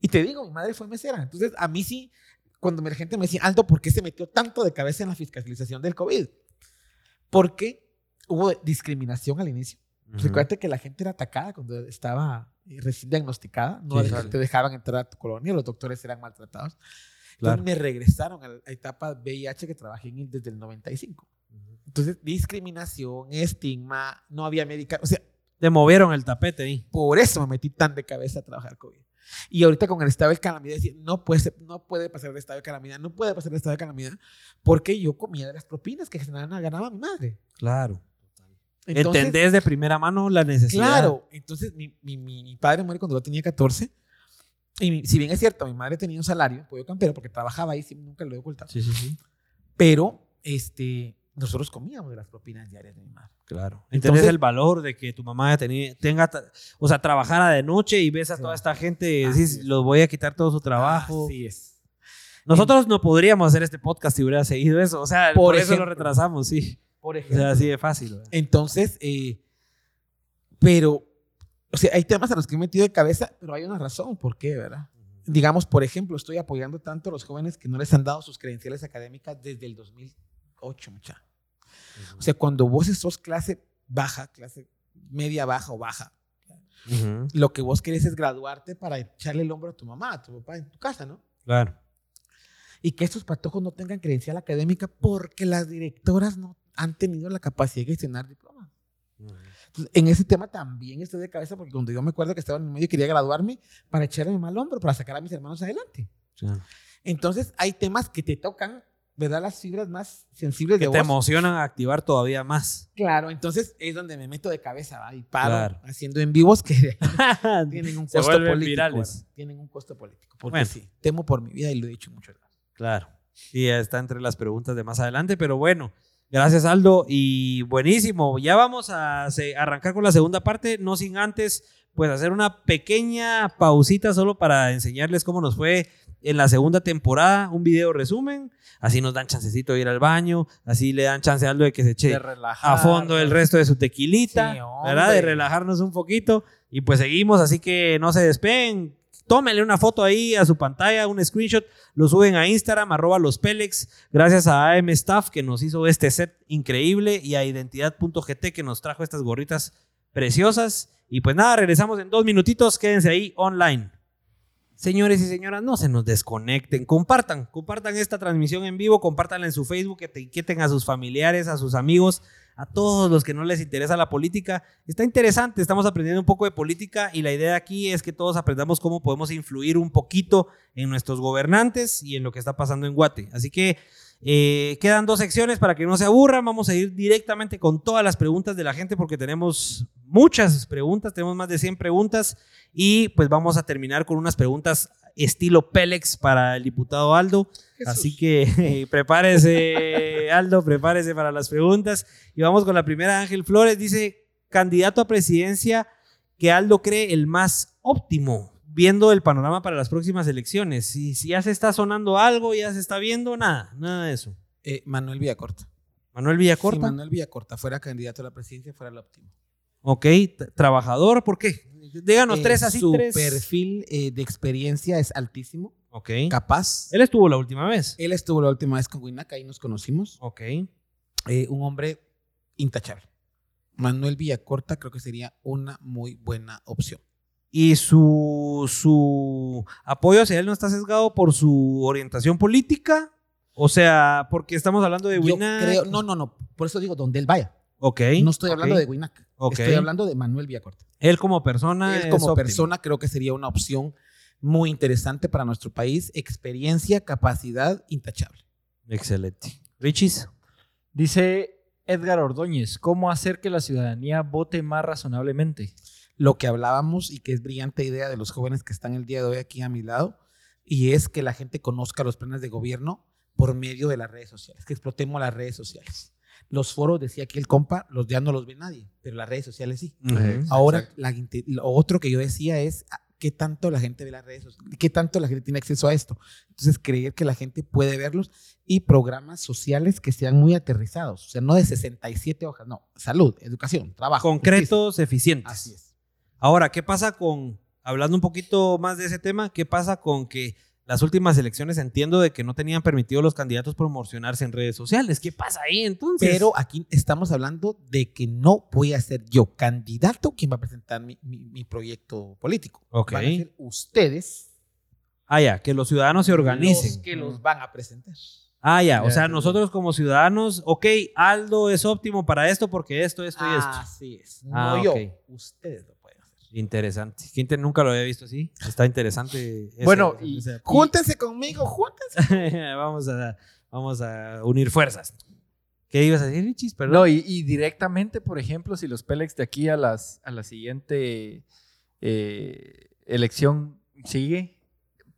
S5: y te digo, mi madre fue mesera. Entonces, a mí sí, cuando la gente me decía, Aldo, ¿por qué se metió tanto de cabeza en la fiscalización del COVID? Porque hubo discriminación al inicio.
S1: Ujú.
S5: Recuerda Pues que la gente era atacada cuando estaba eh, recién diagnosticada. No
S1: Sí,
S5: de-
S1: claro.
S5: te dejaban entrar a tu colonia, los doctores eran maltratados.
S1: Claro.
S5: Entonces me regresaron a la etapa VIH que trabajé en el- desde el 95. Entonces, discriminación, estigma, no había médica. O sea,
S1: Te movieron el tapete ahí.
S5: por eso me metí tan de cabeza a trabajar COVID. Y ahorita con el estado de calamidad, decía, no puede, ser- no puede pasar de estado de calamidad, no puede pasar de estado de calamidad, porque yo comía de las propinas que generaban, ganaba mi madre.
S1: Claro.
S5: Entonces,
S1: Entendés de primera mano la necesidad.
S5: Claro, entonces mi, mi- mi- mi padre muere cuando yo tenía 14. Y mi- si bien es cierto, mi madre tenía un salario, pollo campero, porque trabajaba ahí, sí, nunca lo he ocultado.
S1: Sí, sí, sí.
S5: Pero este, nosotros comíamos de las propinas diarias de mi madre.
S1: Claro. Entendés
S5: Entonces-
S1: el valor de que tu mamá teni- tenga, ta- o sea, trabajara de noche y ves a toda esta gente y
S5: Así
S1: decís,
S5: es. Ah,
S1: los voy a quitar todo su trabajo.
S5: Así es.
S1: Nosotros no podríamos hacer este podcast si hubiera seguido eso. O sea, por,
S5: Por
S1: eso lo
S5: ejemplo.
S1: retrasamos, sí.
S5: Por
S1: O sea, así de fácil. ¿verdad?
S5: Entonces, eh, pero, o sea, hay temas a los que me he metido de cabeza, pero hay una razón por qué, ¿verdad? Digamos, por ejemplo, estoy apoyando tanto a los jóvenes que no les han dado sus credenciales académicas desde el 2008, mucha. O sea, cuando vos sos clase baja, clase media baja o baja, lo que vos querés es graduarte para echarle el hombro a tu mamá, a tu papá en tu casa, ¿no?
S1: Claro.
S5: Y que estos patojos no tengan credencial académica porque las directoras no han tenido la capacidad de gestionar diplomas. Entonces, en ese tema también estoy de cabeza porque cuando yo me acuerdo que estaba en el medio y quería graduarme para echarle mi mal hombro, para sacar a mis hermanos adelante. Entonces hay temas que te tocan, ¿verdad? Las fibras más sensibles
S1: Que
S5: de
S1: te
S5: vos.
S1: emocionan a activar todavía más.
S5: Claro, entonces es donde me meto de cabeza ¿va? y paro
S1: Claro.
S5: haciendo en vivos que tienen un
S1: Se
S5: costo
S1: vuelven
S5: político.
S1: virales.
S5: ¿verdad? Tienen un costo político. Porque
S1: Bueno.
S5: sí, temo por mi vida y lo he dicho mucho.
S1: Claro. Y ya está entre las preguntas de más adelante, pero bueno. Gracias, Aldo. Y buenísimo. Ya vamos a se- arrancar con la segunda parte, no sin antes, pues hacer una pequeña pausita solo para enseñarles cómo nos fue en la segunda temporada, un video resumen. Así nos dan chancecito de ir al baño, así le dan chance a Aldo de que se eche
S5: De relajar. pues.
S1: a fondo el resto de su tequilita,
S5: Sí,
S1: ¿verdad? De
S5: hombre.
S1: relajarnos un poquito. Y pues seguimos, así que no se despeguen. Tómenle una foto ahí a su pantalla, un screenshot, lo suben a Instagram, arroba los Pelex. Gracias a AM Staff que nos hizo este set increíble y a Identidad.gt que nos trajo estas gorritas preciosas. Y pues nada, regresamos en dos minutitos, quédense ahí online. Señores y señoras, no se nos desconecten, compartan, compartan esta transmisión en vivo, compártanla en su Facebook, que te inquieten a sus familiares, a sus amigos, a todos los que no les interesa la política. Está interesante, estamos aprendiendo un poco de política y la idea aquí es que todos aprendamos cómo podemos influir un poquito en nuestros gobernantes y en lo que está pasando en Guate. Así que eh, quedan dos secciones para que no se aburran, vamos a ir directamente con todas las preguntas de la gente porque tenemos muchas preguntas, tenemos más de 100 preguntas. Y pues vamos a terminar con unas preguntas estilo Pélex para el diputado Aldo. Así que prepárese, Aldo, prepárese para las preguntas. Y vamos con la primera. Ángel Flores dice, candidato a presidencia que Aldo cree el más óptimo, viendo el panorama para las próximas elecciones. Si, si ya se está sonando algo, ya se está viendo, nada, nada de eso.
S5: Eh, Manuel Villacorta.
S1: Manuel
S5: Si
S1: Villacorta,
S5: Manuel Villacorta fuera candidato a la presidencia, fuera el óptimo.
S1: ok, t- trabajador, ¿por qué? Díganos
S5: Eh,
S1: tres así,
S5: Su
S1: tres.
S5: perfil eh, de experiencia es altísimo,
S1: Ok.
S5: capaz.
S1: Él estuvo la última vez.
S5: Él estuvo la última vez con Winaca, ahí nos conocimos.
S1: Ok.
S5: Eh, un hombre intachable. Manuel Villacorta creo que sería una muy buena opción.
S1: y su, su apoyo hacia él no está sesgado por su orientación política. O sea, porque estamos hablando de
S5: Yo
S1: Winac.
S5: creo, no, no, no. Por eso digo, donde él vaya.
S1: Ok.
S5: No estoy hablando
S1: ok.
S5: de Winaca.
S1: Ok.
S5: Estoy hablando de Manuel Villacorta.
S1: Él como persona.
S5: Él
S1: es
S5: como
S1: óptimo.
S5: persona creo que sería una opción muy interesante para nuestro país. Experiencia, capacidad, intachable.
S1: Excelente. Richis.
S2: Dice Edgar Ordóñez, ¿cómo hacer que la ciudadanía vote más razonablemente?
S5: Lo que hablábamos y que es brillante idea de los jóvenes que están el día de hoy aquí a mi lado, y es que la gente conozca los planes de gobierno por medio de las redes sociales, que explotemos las redes sociales. Los foros, decía aquí el compa, los ya no los ve nadie, pero las redes sociales sí. Ahora, la, gente- lo otro que yo decía es ah, qué tanto la gente ve las redes sociales, qué tanto la gente tiene acceso a esto. Entonces, creer que la gente puede verlos y programas sociales que sean muy aterrizados, o sea, no de 67 hojas, no, salud, educación, trabajo. justicia.
S1: Concretos, eficientes.
S5: Así es.
S1: Ahora, ¿qué pasa con, hablando un poquito más de ese tema, qué pasa con que las últimas elecciones entiendo de que no tenían permitido los candidatos promocionarse en redes sociales? ¿Qué pasa ahí entonces?
S5: Pero aquí estamos hablando de que no voy a ser yo candidato quien va a presentar mi, mi- mi proyecto político.
S1: Ok.
S5: Van a ser ustedes
S1: Ah, ya, que los ciudadanos se organicen.
S5: los que los van a presentar.
S1: Ah, ya. O
S2: Ya,
S1: sea,
S2: entendí.
S1: nosotros como ciudadanos, ok, Aldo es óptimo para esto porque esto, esto y esto.
S5: Así es. No
S1: Ah,
S5: yo.
S1: ok.
S5: Ustedes lo pueden hacer.
S1: Interesante. Gente nunca lo había visto así. Está interesante. ese-
S2: bueno, y,
S1: ese-
S5: Júntense conmigo, júntense.
S1: vamos, a, vamos a unir fuerzas. ¿Qué ibas a decir, Richis? Perdón.
S2: No, y, y directamente, por ejemplo, si los Pelex de aquí a, las, a la siguiente eh, elección sigue,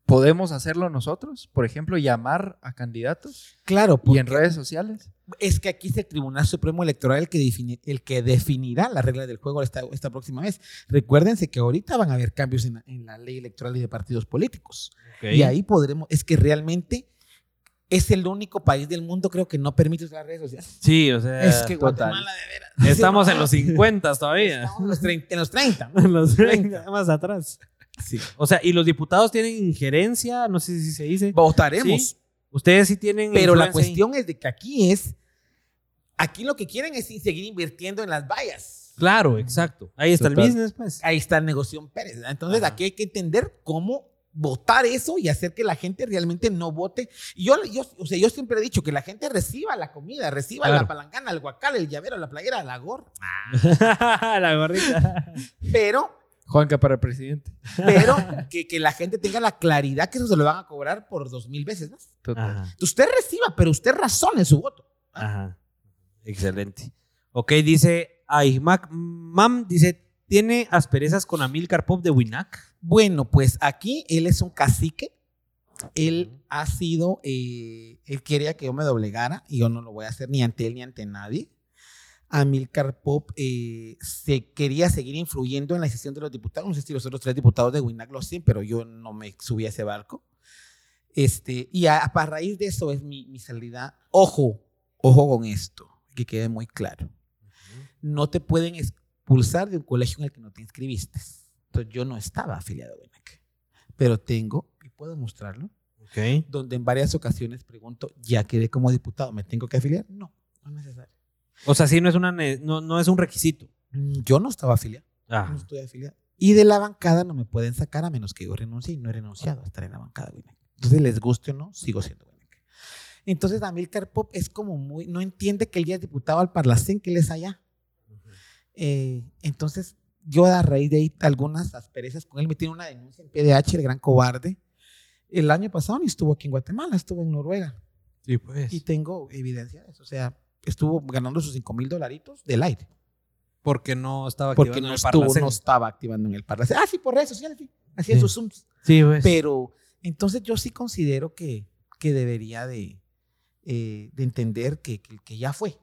S2: ¿podemos hacerlo nosotros? Por ejemplo, llamar a candidatos
S5: Claro,
S2: y
S5: porque
S2: en redes sociales.
S5: es que aquí es el Tribunal Supremo Electoral el que, defini- el que definirá las reglas del juego esta, esta próxima vez. Recuérdense que ahorita van a haber cambios en la- en la ley electoral y de partidos políticos. Y ahí podremos, es que realmente es el único país del mundo, creo que no permite usar redes sociales.
S1: Sí, o sea.
S5: es que
S1: Eh, total.
S5: Guatemala, de veras.
S1: Estamos en los 50 todavía.
S5: Estamos en los 30. En los 30.
S1: En los 30, más atrás. O sea, y los diputados tienen injerencia, no sé si se dice.
S5: Votaremos.
S1: Sí, Ustedes sí tienen.
S5: Pero la
S1: influencia ahí.
S5: cuestión es de que aquí es, aquí lo que quieren es seguir invirtiendo en las vallas.
S1: Claro, exacto. Ahí está
S7: Total.
S1: el business, pues.
S5: Ahí está el negocio en Pérez. ¿verdad? Entonces
S1: Ajá.
S5: aquí hay que entender cómo votar eso y hacer que la gente realmente no vote. Y yo, yo, o sea, yo siempre he dicho que la gente reciba la comida, reciba
S1: Claro.
S5: la palangana, el guacal, el llavero, la playera, la gorra.
S1: la gorrita.
S5: Pero
S2: Juanca para presidente.
S5: pero que, que la gente tenga la claridad que eso se lo van a cobrar por dos mil veces más.
S2: Total.
S1: Ajá,
S5: Usted reciba, pero usted razone su voto.
S1: ajá. Excelente. Ok, dice Aymac Mam, dice, ¿tiene asperezas con Amilcar Pop de Winac?
S5: Bueno, pues aquí él es un cacique. Él ha sido, eh, él quería que yo me doblegara y yo no lo voy a hacer ni ante él ni ante nadie. Amilcar Pop eh, se quería seguir influyendo en la decisión de los diputados. No sé si los otros tres diputados de Winac lo hacían, pero yo no me subí a ese barco. Este, y a, a raíz de eso es mi, mi salida. Ojo, ojo con esto, que quede muy claro. No te pueden expulsar de un colegio en el que no te inscribiste. Entonces, yo no estaba afiliado a WENAC, pero tengo, y puedo mostrarlo,
S1: Ok.
S5: donde en varias ocasiones pregunto, ya quedé como diputado, ¿me tengo que afiliar? No, no es necesario.
S1: O sea, sí, no es, una, ne- no, no es un requisito.
S5: Mm, Yo no estaba afiliado,
S1: Ajá.
S5: no estoy afiliado. Y de la bancada no me pueden sacar a menos que yo renuncie, y no he renunciado a estar en la bancada de WENAC. Entonces, les guste o no, sigo siendo WENAC. Entonces, Amilcar Pop es como muy, no entiende que él ya es diputado al Parlacén, que él es allá. Eh, entonces, yo a raíz de ahí algunas asperezas con él, me tiene una denuncia en PDH, el gran cobarde. El año pasado ni estuvo aquí en Guatemala, estuvo en Noruega.
S1: Sí, pues.
S5: Y tengo evidencia de eso. O sea, estuvo ganando sus 5 mil dolaritos del aire.
S1: Porque no estaba
S5: Porque
S1: activando
S5: no,
S1: el
S5: estuvo,
S1: Parlacén.
S5: no estaba activando en el Parlacén. Ah, sí, por redes sociales, sí. Hacía
S1: Sí.
S5: sus Zooms.
S1: Sí, pues.
S5: Pero entonces yo sí considero que, que debería de, eh, de entender que, que, que ya fue.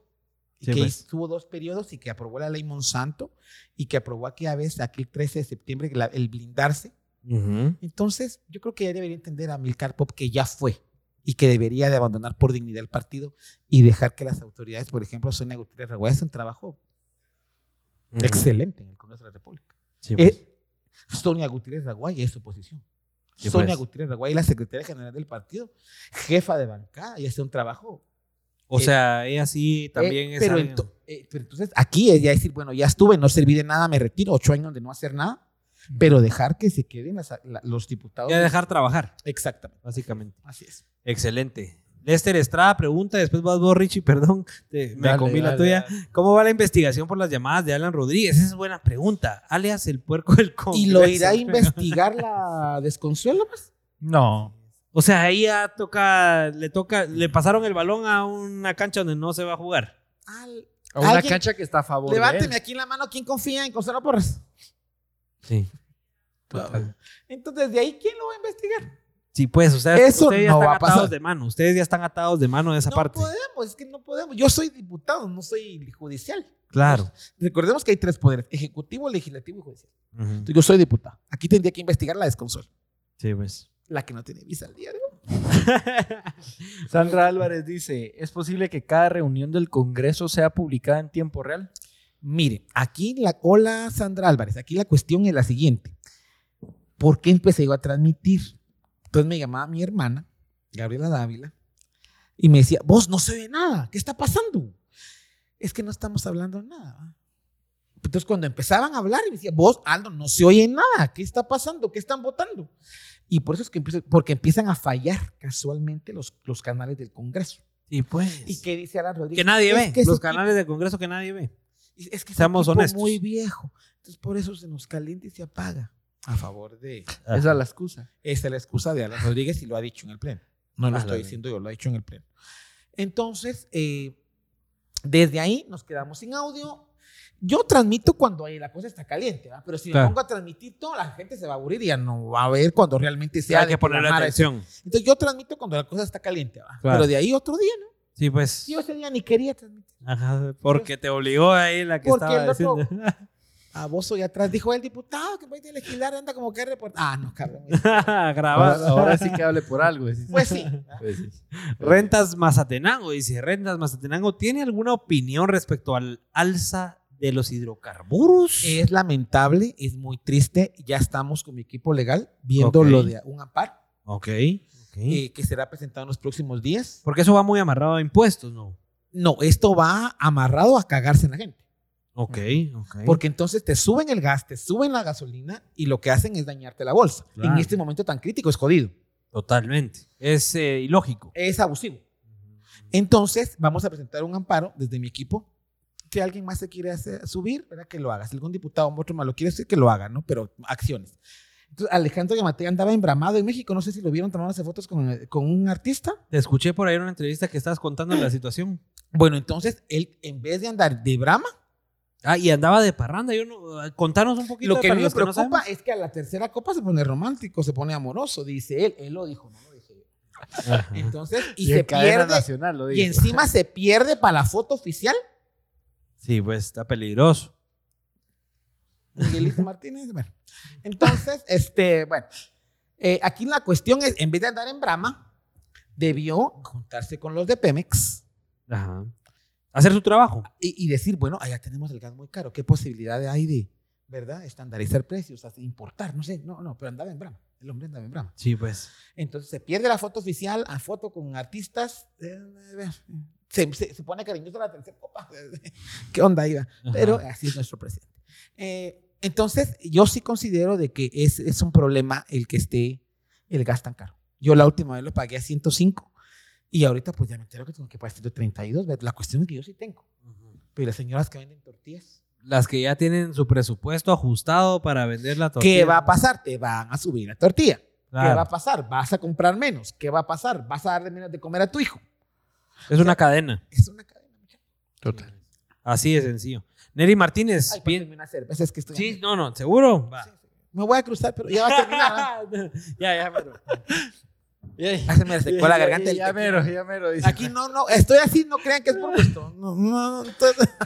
S5: Y
S1: Sí,
S5: que
S1: pues.
S5: estuvo dos periodos y que aprobó la ley Monsanto y que aprobó aquella vez, aquel 13 de septiembre, la- el blindarse.
S1: Ujú.
S5: Entonces yo creo que ya debería entender a Milcar Pop que ya fue y que debería de abandonar por dignidad el partido y dejar que las autoridades, por ejemplo, Sonia Gutiérrez Raguay hace un trabajo
S1: Ujú.
S5: excelente en el Congreso de la República.
S1: Sí, pues.
S5: Eh, Sonia Gutiérrez Raguay es su posición.
S1: Sí,
S5: Sonia
S1: pues.
S5: Gutiérrez Raguay, la secretaria general del partido, jefa de bancada, y hace un trabajo.
S1: o sea, ella sí también
S5: Eh,
S1: es.
S5: pero,
S1: alguien-
S5: ento- eh, pero entonces aquí es ya decir, bueno, ya estuve, no serví de nada, me retiro, ocho años de no hacer nada, pero dejar que se queden las- la- los diputados.
S1: Ya dejar trabajar,
S5: Exactamente,
S1: básicamente.
S5: así es.
S1: Excelente. Lester Estrada pregunta, después vas vos, Richie, perdón, te- me
S2: Dale,
S1: comí la
S2: dale,
S1: tuya.
S2: dale.
S1: ¿Cómo va la investigación por las llamadas de Alan Rodríguez? Esa es buena pregunta. Alias el puerco del
S5: ¿Y
S1: Congreso.
S5: lo irá a investigar la desconsuelo? pues?
S2: No.
S1: O sea, ahí ya toca, le toca, le pasaron el balón a una cancha donde no se va a jugar.
S5: Al-
S2: A una
S5: Alguien-
S2: cancha que está a favor. ¿eh? de él.
S5: Levánteme aquí en la mano, ¿quién confía en Consuelo Porras?
S1: Sí.
S5: Entonces, ¿de ahí quién lo va a investigar?
S1: Sí, pues, o sea,
S5: Eso
S1: ustedes ya
S5: no
S1: están
S5: va a
S1: atados
S5: pasar.
S1: de mano. Ustedes ya están atados de mano de esa
S5: no
S1: parte.
S5: podemos, es que no podemos. Yo soy diputado, no soy judicial.
S1: Claro.
S5: Recordemos que hay tres poderes, ejecutivo, legislativo y judicial.
S1: Ujú.
S5: Yo soy diputado. Aquí tendría que investigar la desconsuelo,
S1: Sí, pues.
S5: la que no tiene visa al día de hoy.
S2: Sandra Álvarez dice, ¿es posible que cada reunión del Congreso sea publicada en tiempo real?
S5: Mire, aquí la... Hola, Sandra Álvarez. Aquí la cuestión es la siguiente. ¿Por qué empecé yo a transmitir? Entonces me llamaba mi hermana, Gabriela Dávila, y me decía, vos no se ve nada, ¿qué está pasando? Es que no estamos hablando nada. Entonces cuando empezaban a hablar, y me decía, vos, Aldo, no se oye nada, ¿qué está pasando? ¿Qué están votando? Y por eso es que empiezo- porque empiezan a fallar casualmente los, los canales del Congreso.
S1: Sí, pues.
S5: ¿Y qué dice Alan Rodríguez?
S1: Que nadie
S5: Es
S1: ve.
S5: que ese
S1: Los
S5: equipo-
S1: canales del Congreso que nadie ve.
S5: es es que es
S1: Seamos
S5: un equipo
S1: honestos.
S5: muy viejo. Entonces, por eso se nos calienta y se apaga. A favor de.
S2: Esa es la excusa.
S5: Esa es la excusa de Alan Rodríguez y lo ha dicho en el pleno. No lo
S1: Ah, la
S5: estoy
S1: de-
S5: diciendo yo, lo ha dicho en el pleno. Entonces, eh, Desde ahí nos quedamos sin audio. Yo transmito cuando ahí la cosa está caliente, ¿va? pero si
S1: Claro.
S5: me pongo a transmitir todo, la gente se va a aburrir y ya no va a ver cuando realmente sea.
S1: Hay
S5: de
S1: que ponerle
S5: programar eso.
S1: atención.
S5: Entonces yo transmito cuando la cosa está caliente, ¿va?
S1: Claro.
S5: pero de ahí otro día, ¿no?
S1: Sí, pues.
S5: Yo ese día ni quería transmitir.
S1: Ajá, porque te obligó ahí la que
S5: Porque
S1: estaba
S5: el otro-
S1: diciendo.
S5: A vos hoy atrás dijo el diputado que va a ir a legislar, anda como que reportar. Ah, no, cabrón.
S2: Ahora,
S1: Grabas.
S2: ahora sí que hable por algo. decís.
S5: Pues sí. ¿va?
S2: Pues sí.
S1: Rentas Mazatenango, dice, Rentas Mazatenango, ¿tiene alguna opinión respecto al alza de los hidrocarburos?
S5: Es lamentable, es muy triste. Ya estamos con mi equipo legal viendo
S1: Ok.
S5: lo de un amparo
S1: ok. ok.
S5: eh, que será presentado en los próximos días.
S1: Porque eso va muy amarrado a impuestos, ¿no?
S5: No, esto va amarrado a cagarse en la gente.
S1: Ok, ok.
S5: Porque entonces te suben el gas, te suben la gasolina y lo que hacen es dañarte la bolsa.
S1: Claro.
S5: En este momento tan crítico es jodido.
S1: Totalmente. Es eh, ilógico.
S5: Es abusivo. Entonces vamos a presentar un amparo desde mi equipo. Si alguien más se quiere hacer- subir, ¿verdad? que lo haga. Si algún diputado o otro más lo quiere hacer, que lo haga, ¿no? Pero acciones. Entonces, Alejandro Yamatea andaba embramado en México. No sé si lo vieron tomándose fotos con, eh, con un artista.
S1: Te escuché por ahí en una entrevista que estabas contando la situación.
S5: Bueno, entonces él, en vez de andar de brama,
S1: Ah, y andaba de parranda. Yo no, contanos un poquito.
S5: lo que a
S1: para
S5: mí me
S1: los no
S5: preocupa
S1: sabemos.
S5: es que a la tercera copa se pone romántico, se pone amoroso, dice él. Él lo dijo, no lo dije yo. Entonces, y,
S2: Y en
S5: se
S2: cadena
S5: pierde.
S2: nacional lo
S5: Y
S2: digo.
S5: encima se pierde para la foto oficial.
S1: sí, pues está peligroso.
S5: Miguelito Martínez. Bueno, entonces, este, bueno, eh, aquí la cuestión es, en vez de andar en Brahma, debió juntarse con los de Pemex
S1: Ajá. Hacer su trabajo.
S5: y, y decir, bueno, allá tenemos el gas muy caro, ¿qué posibilidades hay de, verdad, estandarizar precios, hacer- importar? No sé, no, no, pero andaba en Brahma. El hombre andaba en Brahma.
S1: Sí, pues.
S5: Entonces se pierde la foto oficial, a foto con artistas. eh, eh, Se, se, se pone cariñoso la tercera copa. ¿Qué onda, Iba? Pero así es nuestro presidente. Eh, entonces, yo sí considero de que es, es un problema el que esté el gas tan caro. Yo la última vez lo pagué a 105 y ahorita pues ya me entero que tengo que pagar 132. ¿verdad? La cuestión es que yo sí tengo. Pero las señoras que venden tortillas,
S1: Las que ya tienen su presupuesto ajustado para vender la tortilla.
S5: ¿qué va a pasar? Te van a subir la tortilla. ¿Qué
S1: Claro.
S5: va a pasar? Vas a comprar menos. ¿Qué va a pasar? Vas a darle menos de comer a tu hijo.
S1: Es una cadena.
S5: Es una cadena. muchacho.
S2: Total.
S1: Así de sencillo. Neri Martínez.
S5: Ay,
S1: bien-
S5: pásame una cerveza, es que estoy
S1: Sí,
S5: hambriento.
S1: no, no, seguro. Va.
S5: Sí, sí. Me voy a cruzar, pero ya va a terminar. ¿ah?
S1: ya, ya, pero.
S5: Ah, se me secó la garganta. el
S2: Ya
S5: tequila.
S2: mero, ya mero. dice.
S5: Aquí no, no, estoy así, no crean que es por gusto. No, no, no, entonces-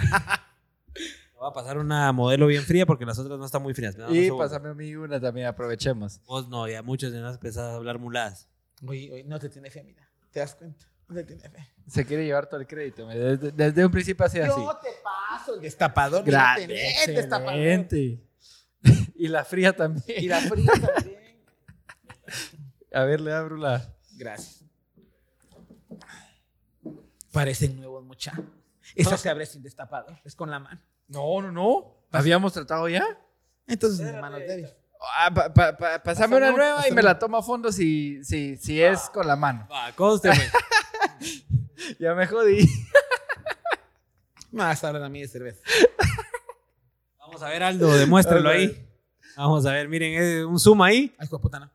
S1: Va a pasar una modelo bien fría porque las otras no están muy frías. Me da un
S2: Y
S1: segundo.
S2: pásame a mí una también, aprovechemos.
S1: Vos no, ya muchas de las empezás a hablar muladas.
S5: Oye, oye, no te tiene fe, mira. ¿Te das cuenta? No te tiene fe.
S2: Se quiere llevar todo el crédito. me- Desde, desde un principio hacía así.
S5: Yo te paso el destapador. mira,
S2: Grande,
S5: tenés destapador.
S2: excelente. Y la fría también.
S5: Y la fría también.
S2: A ver, le abro la.
S5: Gracias. Parecen nuevos, mucha. Eso se abre sin destapador, es con la mano.
S2: No, no, no. ¿Habíamos tratado ya?
S5: Entonces, hermanos débiles.
S2: Ah, pa- pa- pa- pásame Ah.
S5: Pásame
S2: una
S5: una,
S2: nueva y
S5: pásame
S2: me la tomo a fondo si, si, si es con la mano.
S1: Va, conste, pues. güey.
S2: Ya me jodí.
S5: Me vas a hablar a mí de cerveza.
S1: Vamos a ver, Aldo, demuéstralo ahí. Vamos a ver, miren, es un zoom ahí.
S5: Ay, hijo de puta, no.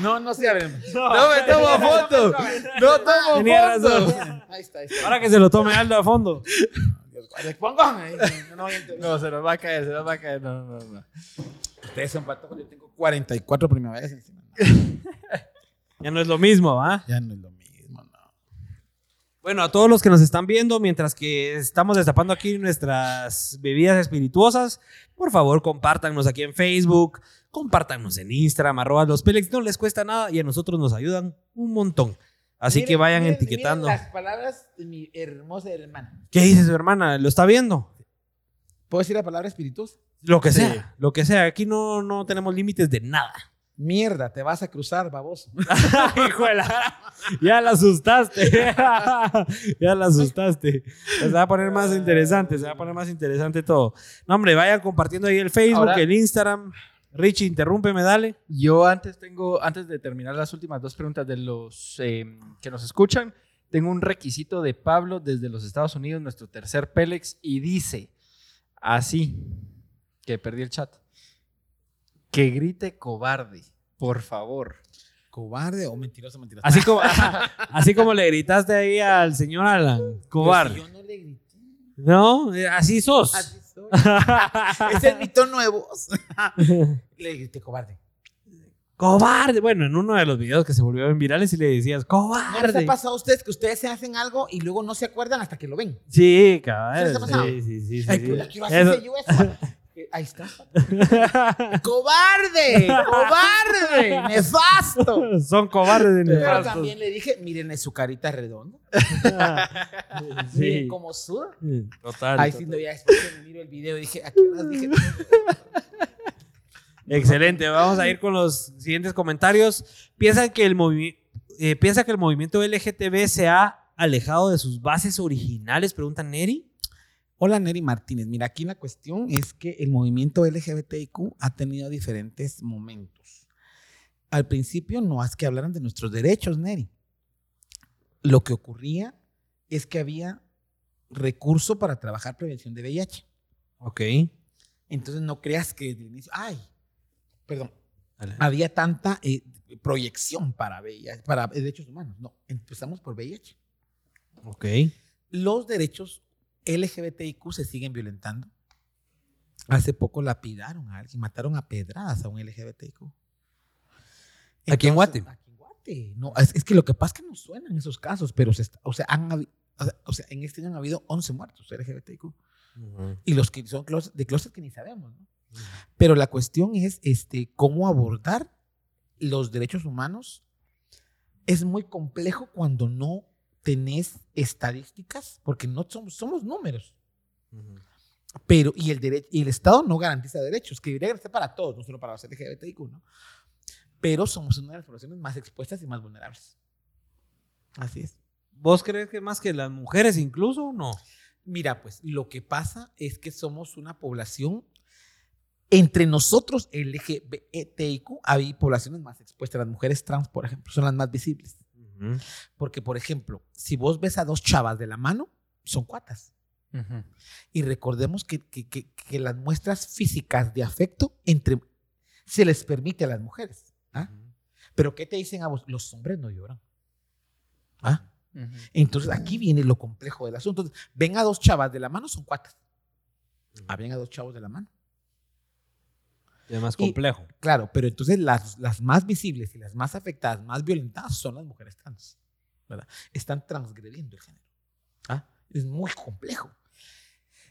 S5: no, no se abren.
S2: No me tomo a fondo. No tomo
S1: Tenía
S2: fondo.
S1: razón.
S5: Ahí está, ahí está.
S1: Ahora que se lo tome Aldo a fondo.
S5: Le pongo ahí. No, no, no, no.
S2: No, se nos va a caer, se nos va a caer. No, no, no, no.
S5: Ustedes son patojos, yo tengo 44 primaveras encima.
S1: Ya no es lo mismo, ¿va?
S5: Ya no es lo mismo, no.
S1: Bueno, a todos los que nos están viendo, mientras que estamos destapando aquí nuestras bebidas espirituosas, por favor, compártanos aquí en Facebook, compártanos en Instagram, arroba los Pelex, no les cuesta nada y a nosotros nos ayudan un montón. Así que
S5: Miren,
S1: vayan
S5: miren,
S1: etiquetando.
S5: miren las palabras de mi hermosa hermana.
S1: ¿Qué dice su hermana? ¿Lo está viendo?
S5: ¿Puedo decir la palabra espíritus?
S1: Lo que
S2: Sí.
S1: sea, lo que sea. Aquí no, no tenemos límites de nada.
S5: Mierda, te vas a cruzar, baboso.
S1: Hijo de la gran- Ya la asustaste. ya la asustaste. Se va a poner más interesante, se va a poner más interesante todo. No, hombre, vayan compartiendo ahí el Facebook,
S2: Ahora-
S1: el Instagram. Richie, interrúmpeme, dale.
S2: Yo antes tengo, antes de terminar las últimas dos preguntas de los eh, que nos escuchan, tengo un requisito de Pablo desde los Estados Unidos, nuestro tercer Pélex, y dice así, que perdí el chat, que grite cobarde, por favor.
S5: Cobarde o mentiroso, mentiroso.
S1: Así como, así como le gritaste ahí al señor Alan,
S5: Pero
S1: cobarde.
S5: si Yo no le grité.
S1: ¿No? Eh, Así sos.
S5: Así Ah, soy. Ese es mi tono de voz. le grité cobarde.
S1: cobarde. Bueno, en uno de los videos que se volvieron virales y le decías,
S5: ¿No les ha
S1: cobarde.
S5: pasado a ustedes que ustedes se hacen algo y luego no se acuerdan hasta que lo ven?
S1: Sí,
S5: ¿Sí les ha pasado?
S1: cabrón. Sí, sí, sí. sí,
S5: Ay,
S1: sí.
S5: puta,
S1: Eso-
S5: quiero hacerse yo eso. Eh, Ahí está. ¡Cobarde! ¡Cobarde! ¡Nefasto!
S1: Son cobardes de
S5: Pero
S1: nefastos.
S5: también le dije, miren es su carita redonda.
S1: Sí.
S5: Miren cómo suda.
S6: Total.
S5: Ahí sí, no, ya después que miro el video dije, ¿a qué horas dije?
S1: Excelente, vamos a ir con los siguientes comentarios. ¿Piensan que el movi- eh, ¿Piensa que el movimiento LGTB se ha alejado de sus bases originales? Pregunta Neri.
S5: Hola Neri Martínez, mira, aquí la cuestión es que el movimiento LGBTIQ ha tenido diferentes momentos. Al principio no es que hablaran de nuestros derechos, Neri. Lo que ocurría es que había recurso para trabajar prevención de VIH.
S1: Ok.
S5: Entonces no creas que desde el inicio, ay, perdón,
S1: Ah.
S5: había tanta eh, proyección para VIH, para eh, derechos humanos. No, empezamos por VIH.
S1: Ok.
S5: Los derechos LGBTIQ se siguen violentando. Hace poco lapidaron a alguien, mataron a pedradas a un LGBTIQ.
S1: Aquí en
S5: Entonces,
S1: Guate.
S5: Aquí en Guate. No, es, es que lo que pasa es que no suenan esos casos, pero se está- o sea, han habi- o sea- o sea, en este año han habido 11 muertos LGBTIQ y los que son clos- de closet que ni sabemos, ¿no? Pero la cuestión es este, cómo abordar los derechos humanos. Es muy complejo cuando no tenés estadísticas, porque no somos, somos números. Pero, y el, dere- y el Estado no garantiza derechos, que debería garantizar para todos, no solo para los LGBTIQ, ¿no? Pero somos una de las poblaciones más expuestas y más vulnerables. Así es.
S1: ¿Vos crees que más que las mujeres incluso? No.
S5: Mira, pues lo que pasa es que somos una población, entre nosotros LGBTIQ, hay poblaciones más expuestas, las mujeres trans, por ejemplo, son las más visibles. Porque, por ejemplo, si vos ves a dos chavas de la mano, son cuatas. Y recordemos que, que- que- que las muestras físicas de afecto entre, se les permite a las mujeres. ¿ah? Pero ¿qué te dicen a vos? Los hombres no lloran. ¿Ah? Entonces aquí viene lo complejo del asunto. Entonces, ven a dos chavas de la mano, son cuatas. Ah, ven a dos chavos de la mano.
S1: Es más
S5: Y-
S1: complejo.
S5: Claro, pero entonces las, las más visibles y las más afectadas, más violentadas son las mujeres trans. ¿verdad? Están transgrediendo el género. ¿ah? Es muy complejo.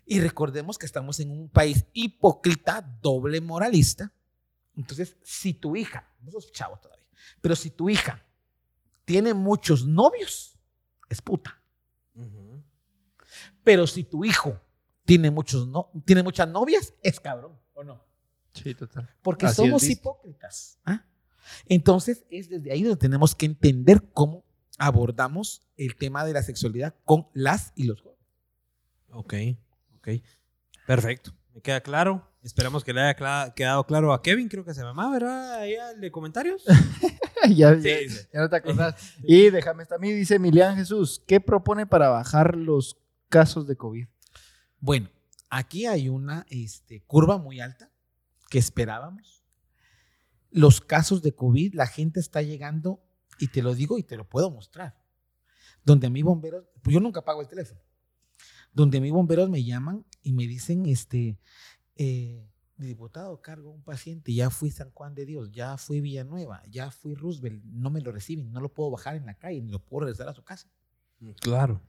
S5: Y recordemos que estamos en un país hipócrita, doble moralista. Entonces, si tu hija, no sos chavo todavía, pero si tu hija tiene muchos novios, es puta. Pero si tu hijo tiene, muchos no, tiene muchas novias, es cabrón, ¿o no?
S2: Sí, total.
S5: Porque
S2: Así es,
S5: somos
S2: dice.
S5: hipócritas. ¿ah? Entonces, es desde ahí donde tenemos que entender cómo abordamos el tema de la sexualidad con las y los jóvenes.
S1: Ok, ok. Perfecto. Me queda claro. Esperamos que le haya cla- quedado claro a Kevin, creo que se llamaba, ¿verdad? Ahí al de comentarios.
S2: ya,
S1: Sí,
S2: ya-
S1: dice.
S2: ya no te acordás. Y déjame estar a mí, dice Emilian Jesús, ¿qué propone para bajar los casos de COVID?
S5: Bueno, aquí hay una este, curva muy alta que esperábamos. Los casos de COVID, la gente está llegando, y te lo digo y te lo puedo mostrar. Donde a mí bomberos, pues yo nunca pago el teléfono. Donde a mí bomberos me llaman y me dicen, este, eh, diputado, cargo a un paciente, ya fui San Juan de Dios, ya fui Villanueva, ya fui Roosevelt, no me lo reciben, no lo puedo bajar en la calle, ni lo puedo regresar a su casa.
S1: Claro.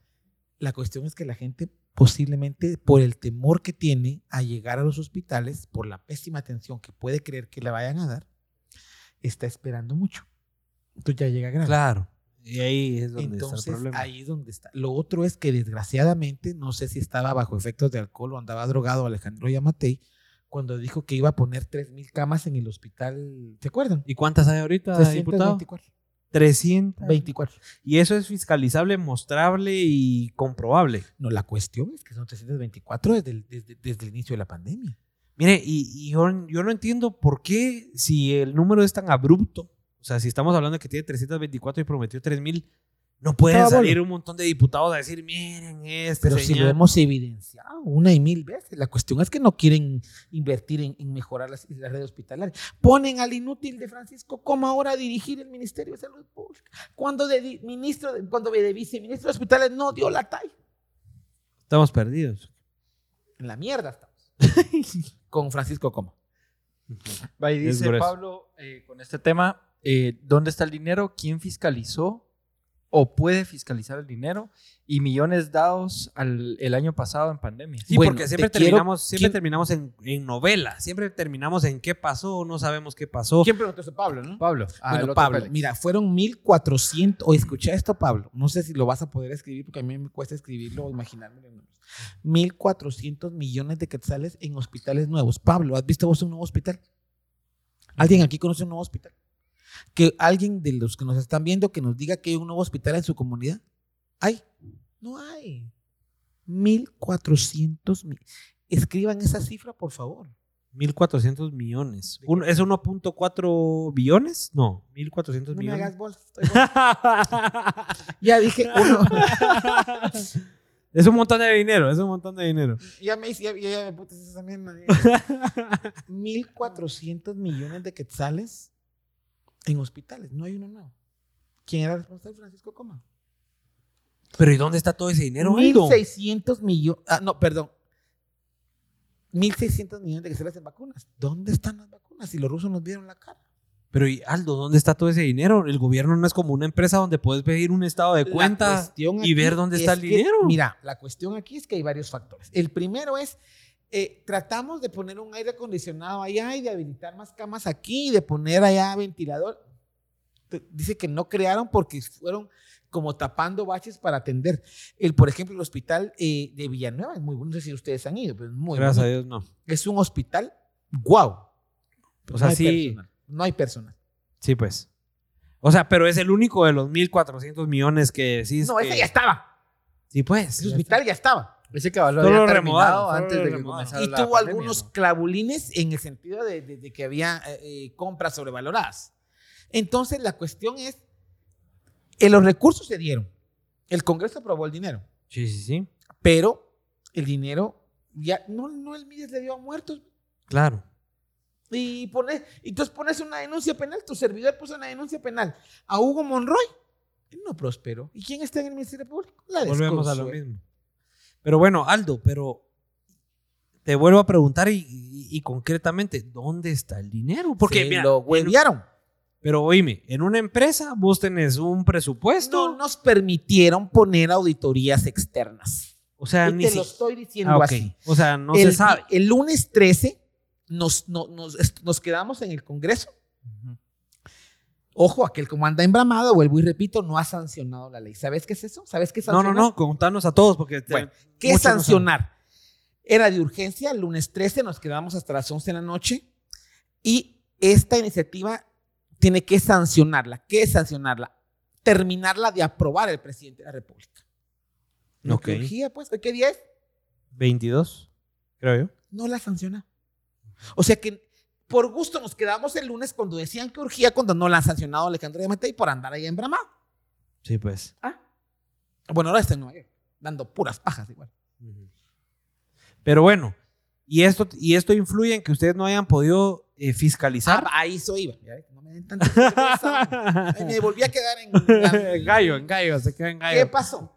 S5: La cuestión es que la gente posiblemente por el temor que tiene a llegar a los hospitales, por la pésima atención que puede creer que le vayan a dar, está esperando mucho. Entonces ya llega grave.
S1: Claro. Y ahí es donde está el
S5: Entonces
S1: problema.
S5: ahí es donde está. Lo otro es que desgraciadamente, no sé si estaba bajo efectos de alcohol o andaba drogado Alejandro Yamatei cuando dijo que iba a poner 3.000 camas en el hospital. ¿Se acuerdan?
S1: ¿Y cuántas hay ahorita, Ah, diputado?
S5: 324.
S1: 300.
S5: 24.
S1: Y eso es fiscalizable, mostrable y comprobable.
S5: No, la cuestión es que son 324 desde el- desde- desde el inicio de la pandemia.
S1: Mire, y, y yo, yo no entiendo por qué si el número es tan abrupto, o sea, si estamos hablando de que tiene 324 y prometió 3000, No pueden
S5: Estaba
S1: salir un montón de diputados a decir, miren este
S5: Pero si lo
S1: señor".
S5: hemos evidenciado una y mil veces. La cuestión es que no quieren invertir en, en mejorar las, la red hospitalaria. Ponen al inútil de Francisco como ahora a dirigir el Ministerio de Salud Pública. Cuando de, di- ministro, de- cuando de viceministro de hospitales no dio la talla.
S1: Estamos perdidos.
S5: En la mierda estamos. Con Francisco Coma.
S2: Va y
S1: Es
S2: dice
S1: grueso.
S2: Pablo, eh, con este tema, eh, ¿dónde está el dinero? ¿Quién fiscalizó o puede fiscalizar el dinero? Y millones dados al- el año pasado en pandemia.
S1: Sí,
S5: Bueno,
S1: porque siempre
S5: te quiero-
S1: terminamos, siempre
S5: ¿quién-
S1: terminamos en, en novela, siempre terminamos en qué pasó, no sabemos qué pasó.
S5: ¿Quién preguntó eso? Pablo, ¿no?
S2: Pablo, ah, el
S5: bueno,
S2: otro
S5: Pablo,
S2: Félix.
S5: mira, fueron 1400. O escucha esto, Pablo. No sé si lo vas a poder escribir porque a mí me cuesta escribirlo o imaginarme los números. 1400 millones de quetzales en hospitales nuevos. Pablo, ¿has visto vos un nuevo hospital? ¿Alguien aquí conoce un nuevo hospital? Que alguien de los que nos están viendo que nos diga que hay un nuevo hospital en su comunidad. ¿Hay? No hay. 1400 mi- Escriban esa cifra, por favor.
S1: 1.400 millones. Uno- ¿Es 1.4 billones? No, 1.400
S5: No me
S1: millones.
S5: hagas bolas. estoy bolas. ya dije uno.
S1: es un montón de dinero, es un montón de dinero.
S5: Ya me hice, ya, ya- ya me putas esa mierda. 1400 millones de quetzales en hospitales. No hay uno nuevo. ¿Quién era responsable? Francisco Coma.
S1: Pero ¿y dónde está todo ese dinero? Aldo?
S5: 1600 millones. Ah, no, perdón. 1600 millones de quetzales en vacunas. ¿Dónde están las vacunas? Si los rusos nos vieron la cara.
S1: Pero ¿y Aldo, dónde está todo ese dinero? El gobierno no es como una empresa donde puedes pedir un estado de
S5: La
S1: cuenta
S5: cuestión
S1: y
S5: aquí
S1: ver dónde está
S5: es
S1: el
S5: que-
S1: dinero.
S5: Mira, la cuestión aquí es que hay varios factores. El primero es, eh, tratamos de poner un aire acondicionado allá y de habilitar más camas aquí y de poner allá ventilador. Te- Dice que no crearon porque fueron como tapando baches para atender. El, por ejemplo, el hospital eh, de Villanueva es muy bueno. No sé si ustedes han ido, pero es muy
S1: Gracias a
S5: bonito.
S1: Dios, no.
S5: Es un hospital guau.
S1: O sea,
S5: hay
S1: sí.
S5: personal, Pues no hay personas.
S1: Sí, pues. O sea, pero es el único de los 1.400 millones que decís
S5: No,
S1: que-
S5: ese ya estaba.
S1: Sí, pues.
S5: Ese hospital ya estaba.
S2: Ese caballo
S1: Solo
S2: había
S1: lo remodelaron,
S2: terminado
S1: solo
S2: antes
S1: lo
S2: de que
S1: remodelaron.
S2: comenzara
S5: Y
S2: la
S5: tuvo
S2: pandemia,
S5: algunos
S2: ¿no?
S5: clavulines en el sentido de, de- de que había eh, eh, compras sobrevaloradas. Entonces, la cuestión es, eh, los recursos se dieron. El Congreso aprobó el dinero,
S1: Sí, sí, sí.
S5: pero el dinero ya no, no el Mides le dio a muertos.
S1: Claro.
S5: Y pones, y entonces pones una denuncia penal, tu servidor puso una denuncia penal a Hugo Monroy. No prosperó. ¿Y quién está en el Ministerio Público? La
S1: Volvemos a lo
S5: desconsuela.
S1: mismo. Pero bueno, Aldo, pero te vuelvo a preguntar y, y- y concretamente, ¿dónde está el dinero? Porque,
S5: Se
S1: mira,
S5: lo hueviaron.
S1: pero oíme, en una empresa vos tenés un presupuesto,
S5: No nos permitieron poner auditorías externas.
S1: o sea,
S5: Y
S1: ni
S5: te
S1: si-
S5: lo estoy diciendo
S1: Ah, ok.
S5: así.
S1: O sea, no
S5: el,
S1: se sabe.
S5: el lunes 13 nos, no- nos, est- nos quedamos en el Congreso. Ojo, aquel como anda embramado, vuelvo y repito, no ha sancionado la ley. ¿Sabes qué es eso? ¿Sabes qué es
S1: No,
S5: sancionar?
S1: no, no, contanos a todos porque te-
S5: Bueno, ¿Qué
S1: muchos
S5: es
S1: no saben.
S5: sancionar? Era de urgencia, el lunes 13 nos quedamos hasta las 11 de la noche y esta iniciativa tiene que sancionarla. ¿Qué es sancionarla? Terminarla de aprobar el presidente de la República. Lo que
S1: Ok.
S5: urgía, pues, ¿hoy ¿qué día es?
S1: 22, creo yo.
S5: no la sanciona. O sea que por gusto nos quedamos el lunes cuando decían que urgía, cuando no la han sancionado a Alejandro de Matei por andar ahí en Brahma.
S1: Sí, pues.
S5: Bueno, ahora está en Nueva York, dando puras pajas igual.
S1: Pero bueno, y esto, y esto influye en que ustedes no hayan podido eh, fiscalizar.
S5: Ah, ahí eso iba. Ya ves, No me den tanto. Ay, me volví a quedar en.
S1: En gallo, en gallo, se queda en
S5: ¿Qué
S1: gallo.
S5: pasó?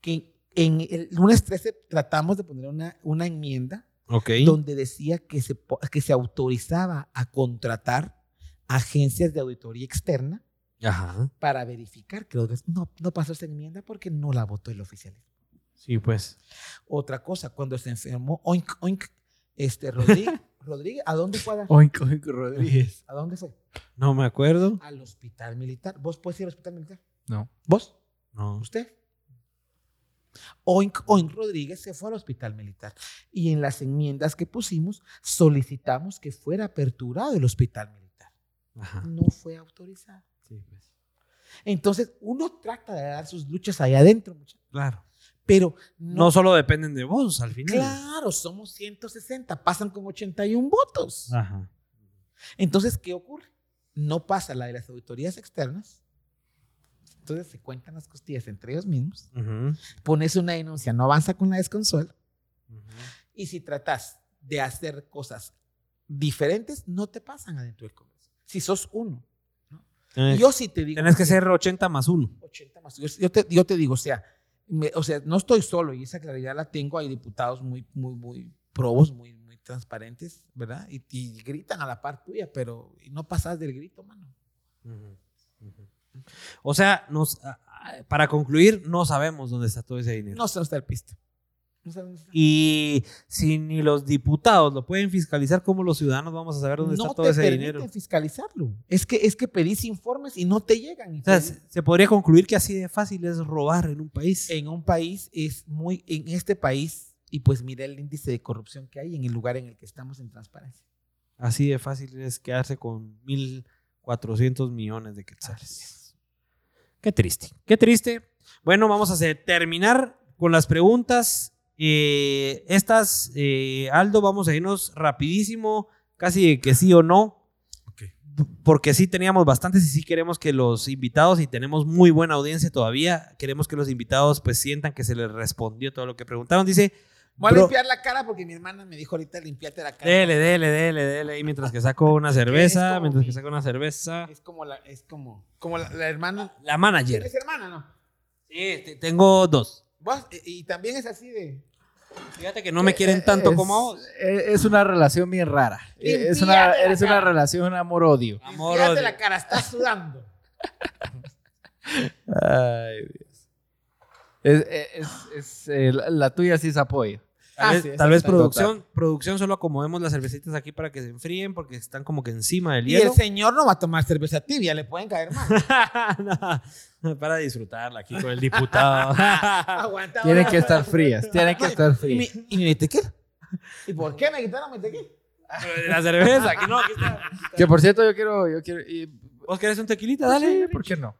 S5: Que en el lunes 13 tratamos de poner una, una enmienda
S1: Ok.
S5: donde decía que se, po- que se autorizaba a contratar agencias de auditoría externa
S1: Ajá.
S5: para verificar que los gastos- no, no pasó esa enmienda porque no la votó el oficial.
S1: Sí, pues.
S5: Otra cosa, cuando se enfermó, oink, oink, este, Rodríguez, Rodríguez, ¿a dónde fue a dar?
S2: Oink, oink, Rodríguez.
S5: ¿A dónde fue?
S1: No me acuerdo.
S5: Al hospital militar. ¿Vos puedes ir al hospital militar?
S2: No.
S5: ¿Vos?
S1: No.
S5: ¿Usted? Oink, oink, Rodríguez se fue al hospital militar. Y en las enmiendas que pusimos, solicitamos que fuera aperturado el hospital militar.
S1: Ajá. pues.
S5: No fue autorizado. Entonces, uno trata de dar sus luchas allá adentro, muchachos,
S1: Claro.
S5: pero
S1: No, solo dependen de vos al final.
S5: Claro, somos 160, pasan con 81 votos.
S1: Ajá.
S5: Entonces, ¿qué ocurre? No pasa la de las auditorías externas, Entonces se cuentan las costillas entre ellos mismos, pones una denuncia, no avanza con la desconsuelo, y si tratas de hacer cosas diferentes, no te pasan adentro del Congreso. Si sos uno.
S1: Tenés,
S5: Yo sí te digo.
S1: Eh, tenés que ser 80 más 1.
S5: 80 más. Yo, yo te, yo te digo, o sea, me- o sea, no estoy solo y esa claridad la tengo. Hay diputados muy, muy, muy probos, muy, muy transparentes, ¿verdad? Y, y gritan a la par tuya, pero no pasas del grito, mano.
S1: O sea, nos, a- a- para concluir, no sabemos dónde está todo ese dinero.
S5: No se nos da el pisto. No se nos da.
S1: Y si ni los diputados lo pueden fiscalizar, ¿cómo los ciudadanos vamos a saber dónde
S5: No
S1: está
S5: te
S1: todo ese
S5: permiten
S1: dinero? O
S5: fiscalizarlo. Es que, es que pedís informes y no te llegan. Y
S1: sea,
S5: pedís-
S1: se se podría concluir que así de fácil es robar en un país.
S5: en un país es muy, en este país, y pues mira el índice de corrupción que hay en el lugar en el que estamos en transparencia.
S1: Así de fácil es quedarse con 1.400 millones de quetzales. Qué triste, qué triste. Bueno, vamos a hacer- terminar con las preguntas. Eh, estas, eh, Aldo, vamos a irnos rapidísimo, casi de que sí o no. P- Porque sí teníamos bastantes y sí queremos que los invitados, y tenemos muy buena audiencia todavía, queremos que los invitados pues sientan que se les respondió todo lo que preguntaron. Dice,
S5: Voy a
S1: Bro.
S5: limpiar la cara porque mi hermana me dijo ahorita limpiarte la cara.
S1: Dele, dele, dele, dele. Y mientras que saco una
S5: Es
S1: cerveza,
S5: como
S1: mientras
S5: mi-
S1: que saco una cerveza.
S5: Es como la, es como, como la, la hermana.
S1: La manager.
S5: ¿Tienes hermana, no?
S1: Sí, te- tengo dos.
S5: Vos, y, y también es así de.
S1: Fíjate que no me quieren tanto
S2: Es-
S1: como a vos.
S2: e- Es una relación bien rara. E- Es una,
S5: Limpiate la
S2: es una
S5: cara.
S2: relación amor-odio.
S1: Amor,
S5: Limpiarte
S1: odio.
S5: la cara, estás sudando.
S2: Ay, Dios. Es, es- es- es, eh, la, la tuya sí es apoyo.
S5: Ah,
S1: Tal vez,
S5: sí,
S1: tal vez
S5: exacto.
S1: producción, producción solo acomodemos las cervecitas aquí para que se enfríen porque están como que encima del
S5: Y
S1: hielo.
S5: el señor no va a tomar cerveza tibia, le pueden caer mal.
S1: No, para disfrutarla aquí con el diputado.
S5: Aguanta.
S2: Tienen
S5: ahora.
S2: que estar frías, tienen que estar
S5: ¿Y mi,
S2: frías.
S5: y mi tequila? ¿Y por qué me quitaron mi tequila?
S1: la cerveza, aquí no, aquí está.
S2: Que por cierto, yo quiero, yo quiero, y- pues,
S1: ¿Vos querés un tequilita? Dale.
S2: Sí, ¿por qué no?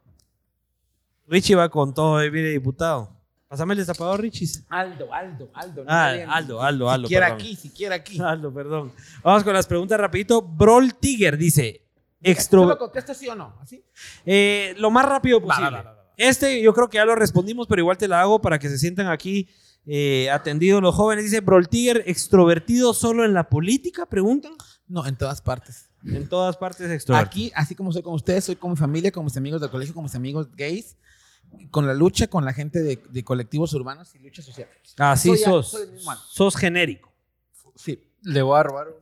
S1: Richie va con todo, eh, mire, diputado. Pásame el destapador, Richie.
S5: Aldo, Aldo, Aldo. no
S1: Ah,
S5: me digan.
S1: Aldo, Aldo, Aldo.
S5: Siquiera
S1: perdón. Ah,
S5: aquí, siquiera aquí.
S1: Aldo, perdón. Vamos con las preguntas rapidito. Brol Tiger dice, extro-
S5: ¿Tú lo contestas sí o no? ¿Así?
S1: eh, lo más rápido
S5: Va, va,
S1: posible.
S5: va, va, va.
S1: Este yo creo que ya lo respondimos, pero igual te la hago para que se sientan aquí eh, atendidos los jóvenes. Dice, Brol Tiger, extrovertido solo en la política, preguntan.
S5: No, en todas partes.
S1: En todas partes extrovertido.
S5: Aquí, así como soy con ustedes, soy con mi familia, con mis amigos del colegio, con mis amigos gays, con la lucha, con la gente de, de colectivos urbanos y lucha social.
S1: Así
S5: Soy-
S1: Ah, sos.
S5: soy el mismo.
S1: sos genérico.
S5: Sí.
S2: Le voy a robar un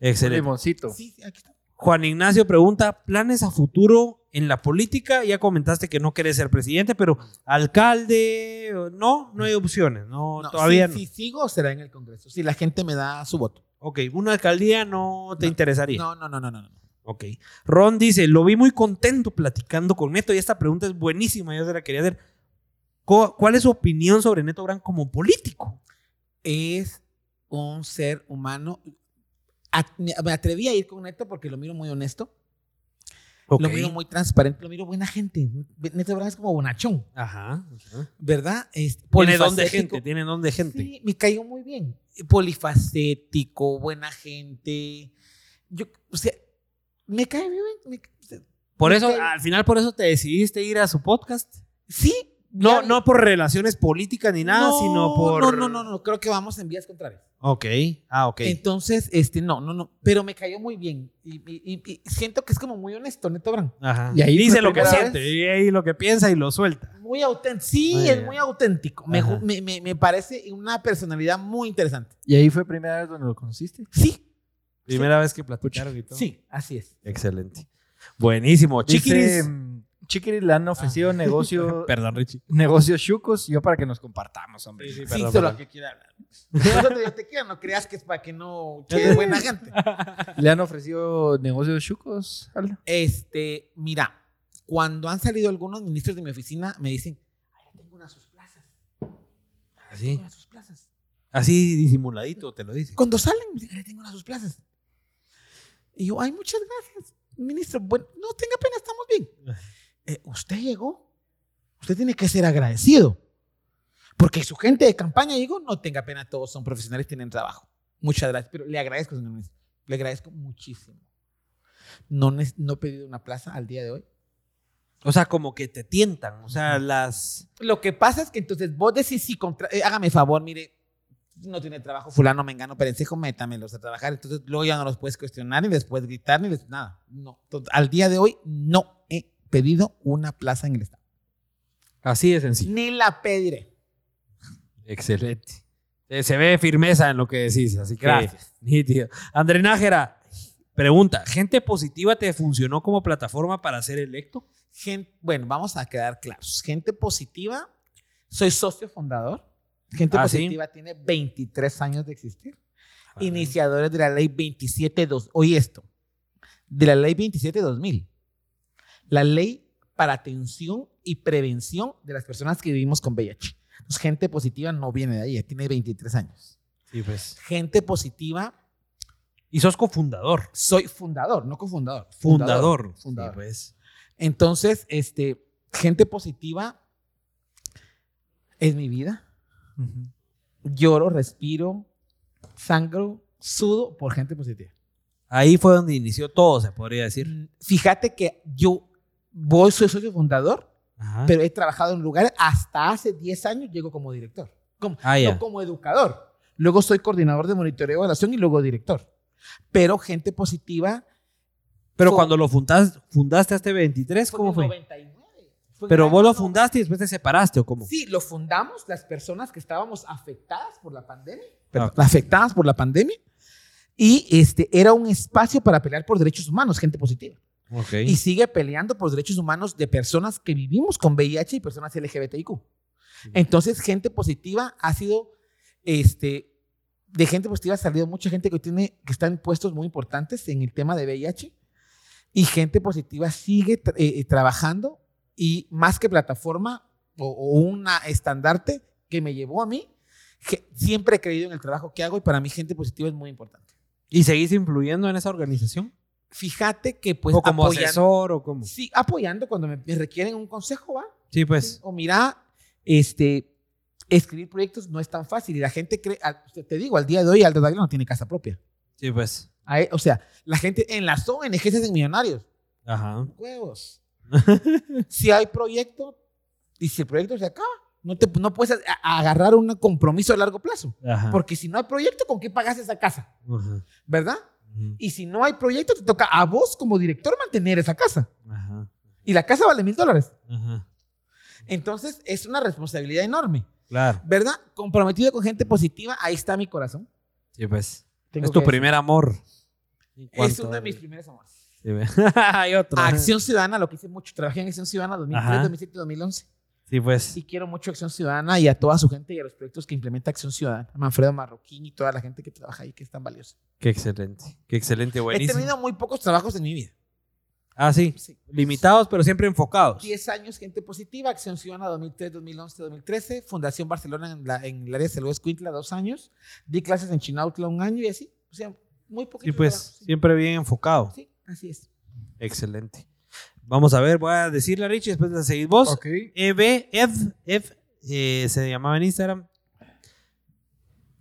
S1: Excelente.
S2: limoncito.
S5: Sí, sí, aquí está.
S1: Juan Ignacio pregunta, ¿planes a futuro en la política? Ya comentaste que no querés ser presidente, pero alcalde, no, no hay opciones, no,
S5: No,
S1: todavía
S5: si,
S1: no.
S5: si sigo, será en el Congreso. Si la gente me da su voto.
S1: Ok, una alcaldía no te
S5: No,
S1: interesaría.
S5: No, no, no, no, no. no.
S1: Ok. Ron dice, lo vi muy contento platicando con Neto y esta pregunta es buenísima, yo se la quería hacer. Co- ¿Cuál es su opinión sobre Neto Brand como político?
S5: Es un ser humano. A- me me atreví a ir con Neto porque lo miro muy honesto, lo
S1: Ok.
S5: miro muy transparente, lo miro buena gente. Neto Brand es como bonachón,
S1: Ajá.
S5: ¿verdad? Es
S1: Tiene don de
S5: polifacético.
S1: gente, tiene don de gente.
S5: Sí, me cayó muy bien. Polifacético, buena gente. Yo, o sea, me cae bien. me-
S1: Por eso,
S5: Ok.
S1: al final, por eso te decidiste ir a su podcast.
S5: sí.
S1: No,
S5: ya-
S1: no por relaciones políticas ni nada,
S5: No,
S1: sino por.
S5: No, no, no, no, creo que vamos en vías contrarias.
S1: Ok. Ah, ok.
S5: Entonces, este, no, no, no, pero me cayó muy bien. Y, y- y- y siento que es como muy honesto, Neto Bran.
S1: Ajá.
S2: Y ahí
S1: dice
S2: fue
S1: lo que
S2: primera
S1: siente, y ahí lo que piensa y lo suelta.
S5: Muy auténtico. Sí,
S1: Muy
S5: es
S1: bien.
S5: muy auténtico. Me,
S1: Ajá.
S5: me- me- me parece una personalidad muy interesante.
S2: Y ahí fue primera vez donde lo conociste.
S5: Sí,
S1: Primera vez que platicaron y todo.
S5: sí, así es.
S1: Excelente. Buenísimo.
S2: Chiquiris.
S1: Chiquiris.
S2: mm,
S1: Ah.
S2: Chiquiris le han ofrecido negocio,
S1: Perdón, Richie.
S2: negocios chucos, yo para que nos compartamos, hombre.
S1: Sí,
S5: Sí,
S1: perdón,
S5: solo
S1: perdón.
S5: que quiera hablar. Nosotros yo te quiero, no creas que es para que no quede buena gente.
S2: ¿Le han ofrecido negocios chucos? Aldo?
S5: Este, mira, cuando han salido algunos ministros de mi oficina, me dicen, "Ay, ya tengo unas sus plazas, tengo
S1: Así,
S5: unas sus plazas.
S1: así disimuladito te lo dice.
S5: Cuando salen, me dicen, "Ay, ya tengo unas sus plazas. Y yo, ay, muchas gracias, ministro. Bueno, no tenga pena, estamos bien. Eh, usted llegó, usted tiene que ser agradecido. Porque su gente de campaña llegó, no tenga pena, todos son profesionales, tienen trabajo. Muchas gracias, pero le agradezco, señor ministro. Le agradezco muchísimo. No, ne- no he pedido una plaza al día de hoy.
S1: O sea, como que te tientan. O sea, las.
S5: Lo que pasa es que entonces vos decís, sí, contra- eh, hágame favor, mire, no tiene trabajo fulano, mengano, perencejo, métamelos a trabajar. Entonces luego ya no los puedes cuestionar, ni después gritar, ni des- nada. No. Entonces, al día de hoy no he pedido una plaza en el Estado.
S1: Así de sencillo.
S5: Ni la pediré.
S1: Excelente. Eh, Se ve firmeza en lo que decís, así que. ah,
S6: Gracias.
S1: Nítido. André Nájera, pregunta: ¿Gente positiva te funcionó como plataforma para ser electo?
S5: Gen- bueno, vamos a quedar claros. Gente positiva, soy socio fundador. Gente
S1: Ah, ¿sí?
S5: positiva tiene 23 años de existir. Iniciadores de la ley 27.2. Oye esto, de la ley 27.2000. La ley para atención y prevención de las personas que vivimos con VIH. Entonces, gente positiva no viene de ahí, ya tiene 23 años.
S1: Sí, pues.
S5: Gente positiva,
S1: Y sos cofundador.
S5: soy fundador, no cofundador.
S1: Fundador.
S5: Fundador.
S1: Sí, pues.
S5: Entonces, este, gente positiva es mi vida. Lloro, respiro, sangro, sudo por gente positiva.
S1: Ahí fue donde inició todo, se podría decir.
S5: Mm, Fíjate que yo voy, soy socio fundador,
S1: Ajá.
S5: pero he trabajado en lugares hasta hace 10 años, llego como director. Como,
S1: Ah, ya.
S5: no como educador. Luego soy coordinador de monitoreo de evaluación y luego director. Pero gente positiva
S1: Pero
S5: fue-
S1: cuando lo fundas- fundaste hasta 23,
S5: en
S1: ¿cómo
S5: el
S1: fue?
S5: 99. Fue en
S1: Pero
S5: el
S1: vos lo
S5: año
S1: fundaste y después te separaste, ¿o cómo?
S5: pues, Sí, lo fundamos las personas que estábamos afectadas por la pandemia.
S1: Ah.
S5: Afectadas por la pandemia. Y este, era un espacio para pelear por derechos humanos, gente positiva.
S1: Ok.
S5: Y sigue peleando por derechos humanos de personas que vivimos con VIH y personas LGBTIQ. Entonces, gente positiva ha sido, este, de gente positiva ha salido mucha gente que, tiene, que está en puestos muy importantes en el tema de VIH. Y gente positiva sigue tra- eh, eh, trabajando y más que plataforma o, o una estandarte que me llevó a mí, ge- siempre he creído en el trabajo que hago y para mí gente positiva es muy importante.
S1: ¿Y seguís influyendo en esa organización?
S5: Fíjate que pues
S1: ¿O como
S5: apoyando-
S1: asesor o como?
S5: Sí, apoyando cuando me, me requieren un consejo, ¿va?
S1: Sí, pues.
S5: O mira, este, escribir proyectos no es tan fácil y la gente cree, al- te digo, al día de hoy Aldo Dávila no tiene casa propia.
S1: Sí, pues.
S5: A él- O sea, la gente en las ONGs se hacen millonarios.
S1: Ajá.
S5: Huevos. si hay proyecto y si el proyecto se acaba, no, te, no puedes a- a- agarrar un compromiso a largo plazo.
S1: Ajá.
S5: Porque si no hay proyecto, ¿con qué pagas esa casa?
S1: Ajá.
S5: ¿Verdad?
S1: Ujú.
S5: Y si no hay proyecto, te toca a vos como director mantener esa casa.
S1: Ajá.
S5: Y la casa vale mil dólares.
S1: Ajá.
S5: Entonces, es una responsabilidad enorme.
S1: Claro.
S5: ¿Verdad? Comprometido con gente positiva, ahí está mi corazón.
S1: Sí, pues.
S5: Tengo
S1: es tu
S5: que decir.
S1: primer amor.
S5: Es uno de mis primeros amores.
S1: Sí, ve. Hay otro.
S5: Acción Ciudadana, lo que hice mucho. Trabajé en Acción Ciudadana 2003,
S1: Ajá.
S5: 2007, 2011.
S1: Sí, pues.
S5: Sí quiero mucho a Acción Ciudadana y a toda su gente y a los proyectos que implementa Acción Ciudadana. A Manfredo Marroquín y toda la gente que trabaja ahí que es tan valiosa.
S1: Qué excelente. Qué excelente,
S5: He
S1: buenísimo.
S5: tenido muy pocos trabajos en mi vida.
S1: Ah, sí.
S5: Sí.
S1: Limitados, pero siempre enfocados.
S5: 10 años gente positiva, Acción Ciudadana 2003, 2011, 2013, Fundación Barcelona en, la- en el área de salud Escuintla dos años, di clases en Chinautla un año y así. O sea, muy poquito.
S1: Sí, pues. Siempre bien enfocado.
S5: Sí, así es.
S1: Excelente. Vamos a ver, voy a decirle a Richie, después la seguís vos.
S2: Ok.
S1: EB, F, F, eh, se llamaba en Instagram.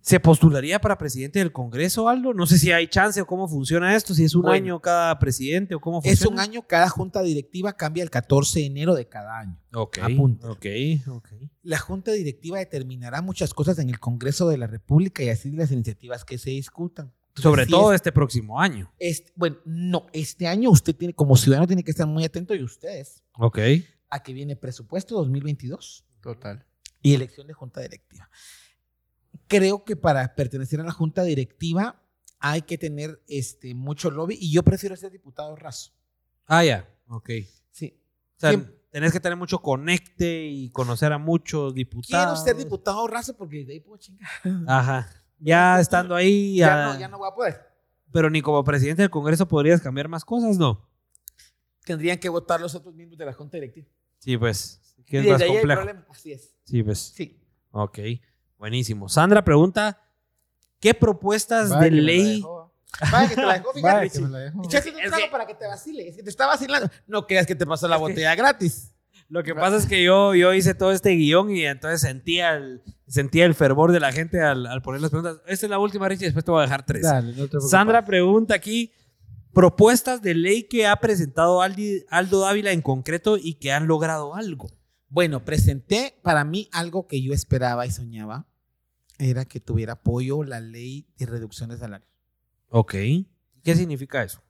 S1: ¿Se postularía para presidente del Congreso, Aldo? No sé si hay chance o cómo funciona esto, si es un
S5: Bueno.
S1: año cada presidente o cómo
S5: Es
S1: funciona.
S5: un año, cada junta directiva cambia el 14 de enero de cada año.
S1: Ok,
S5: Apunta.
S1: ok, ok.
S5: La junta directiva determinará muchas cosas en el Congreso de la República y así las iniciativas que se discutan.
S1: Sobre
S5: sí
S1: todo
S5: es-
S1: este próximo año.
S5: Este- bueno, no, este año usted tiene, como ciudadano, tiene que estar muy atento y ustedes
S1: Ok.
S5: a que viene presupuesto 2022
S2: Total.
S5: y elección de junta directiva. Creo que para pertenecer a la junta directiva hay que tener este, mucho lobby y yo prefiero ser diputado raso.
S1: Ah, ya. Ok.
S5: Sí,
S1: O sea,
S5: Siempre.
S1: tenés que tener mucho conecte y conocer a muchos
S5: quiero
S1: diputados.
S5: ser diputado raso porque de ahí puedo chingar.
S1: Ajá. Ya estando ahí,
S5: Ya,
S1: ya-
S5: no, ya no voy a poder.
S1: pero ni como presidente del Congreso podrías cambiar más cosas, ¿no?
S5: Tendrían que votar los otros miembros de la junta directiva.
S1: Sí, pues. Que
S5: Y
S1: es
S5: desde
S1: más
S5: ahí hay
S1: complejo.
S5: problema. Así es.
S1: Sí, pues.
S5: Sí.
S1: Ok. Buenísimo. Sandra pregunta: ¿Qué propuestas
S2: Vaya
S1: de
S2: que me la
S1: ley?
S2: dejó.
S5: Vaya que te la dejó, fíjate.
S2: Vaya que me la dejó.
S5: Echaste un trago para que te vacile. Es que te está vacilando. No creas que te pasó la
S1: Es que-
S5: botella gratis.
S1: Lo que pasa es que yo, yo hice todo este guión y entonces sentía el, sentía el fervor de la gente al, al poner las preguntas. Esta es la última, Richie, después te voy a dejar tres.
S2: Dale, no te preocupes.
S1: Sandra pregunta aquí: propuestas de ley que ha presentado Aldi- Aldo Dávila en concreto y que han logrado algo.
S5: Bueno, presenté para mí algo que yo esperaba y soñaba, era que tuviera apoyo la ley de reducción de salario.
S1: Ok. ¿Qué significa eso?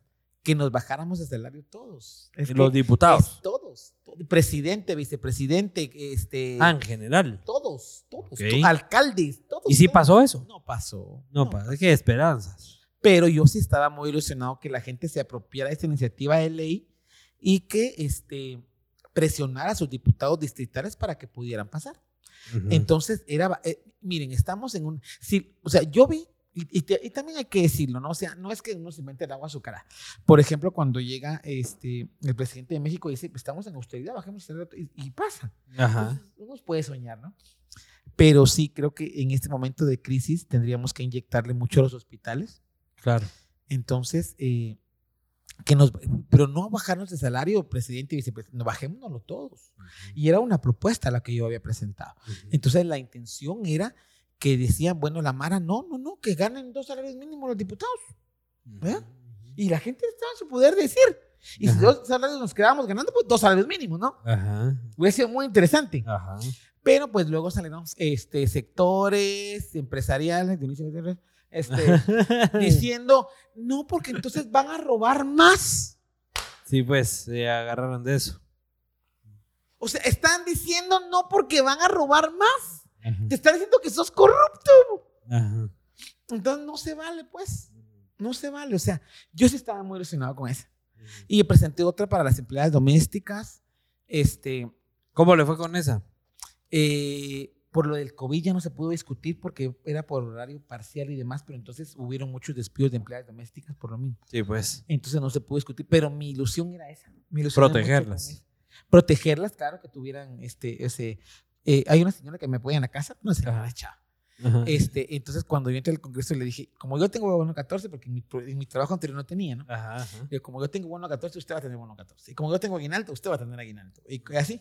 S5: Que nos bajáramos de salario todos. Es
S1: Los
S5: que-
S1: diputados.
S5: es todos. to- Presidente, vicepresidente, este...
S1: Ah, en general.
S5: Todos, todos,
S1: Ok.
S5: to- alcaldes, todos.
S1: ¿Y sí
S5: todos.
S1: pasó eso?
S5: No pasó.
S1: No, pasa es que esperanzas.
S5: pero yo sí estaba muy ilusionado que la gente se apropiara de esta iniciativa de ley y que este, presionara a sus diputados distritales para que pudieran pasar. Entonces, era, eh, miren, estamos en un... si- o sea, yo vi, y, y te- y también hay que decirlo, ¿no? O sea, no es que uno se invente el agua azucarada. Por ejemplo, cuando llega este, el presidente de México y dice, estamos en austeridad, bajemos el salario", y, y pasa.
S1: Ajá.
S5: Entonces, uno puede soñar, ¿no? Pero sí, creo que en este momento de crisis tendríamos que inyectarle mucho a los hospitales.
S1: Claro.
S5: Entonces, eh, que nos, pero no bajarnos de salario, presidente y vicepresidente, no, bajémonoslo todos. Y era una propuesta la que yo había presentado. Entonces, la intención era que decían, bueno, la Mara, no, no, no, que ganen dos salarios mínimos los diputados. ¿verdad? Y la gente estaba en su poder decir. Y si
S1: Ajá.
S5: dos salarios nos quedábamos ganando, pues dos salarios mínimos, ¿no?
S1: Ajá.
S5: Hubiera sido muy interesante.
S1: Ajá.
S5: Pero pues luego salieron este, sectores empresariales de inicio de- este, diciendo, no, porque entonces van a robar más.
S1: Sí, pues se agarraron de eso.
S5: O sea, están diciendo no porque van a robar más. Te están diciendo que sos corrupto.
S1: Ajá.
S5: Entonces no se vale, pues. No se vale. O sea, yo sí estaba muy ilusionado con esa. Y presenté otra para las empleadas domésticas. Este,
S1: ¿Cómo le fue con esa?
S5: Eh, por lo del COVID ya no se pudo discutir porque era por horario parcial y demás, pero entonces hubieron muchos despidos de empleadas domésticas por lo mismo.
S1: Sí, pues.
S5: Entonces no se pudo discutir, pero mi ilusión era esa. Mi ilusión era mucho
S1: Protegerlas.
S5: con eso. Protegerlas, claro, que tuvieran este, ese... eh, hay una señora que me apoya en la casa, una señora chava. Este, entonces cuando yo entré al Congreso le dije, como yo tengo bono 14, porque en mi, pro- en mi trabajo anterior no tenía, ¿no?
S1: Ajá, ajá.
S5: Le digo, como yo tengo bono 14, usted va a tener bono 14. Y como yo tengo aguinaldo, usted va a tener aguinaldo. Y así.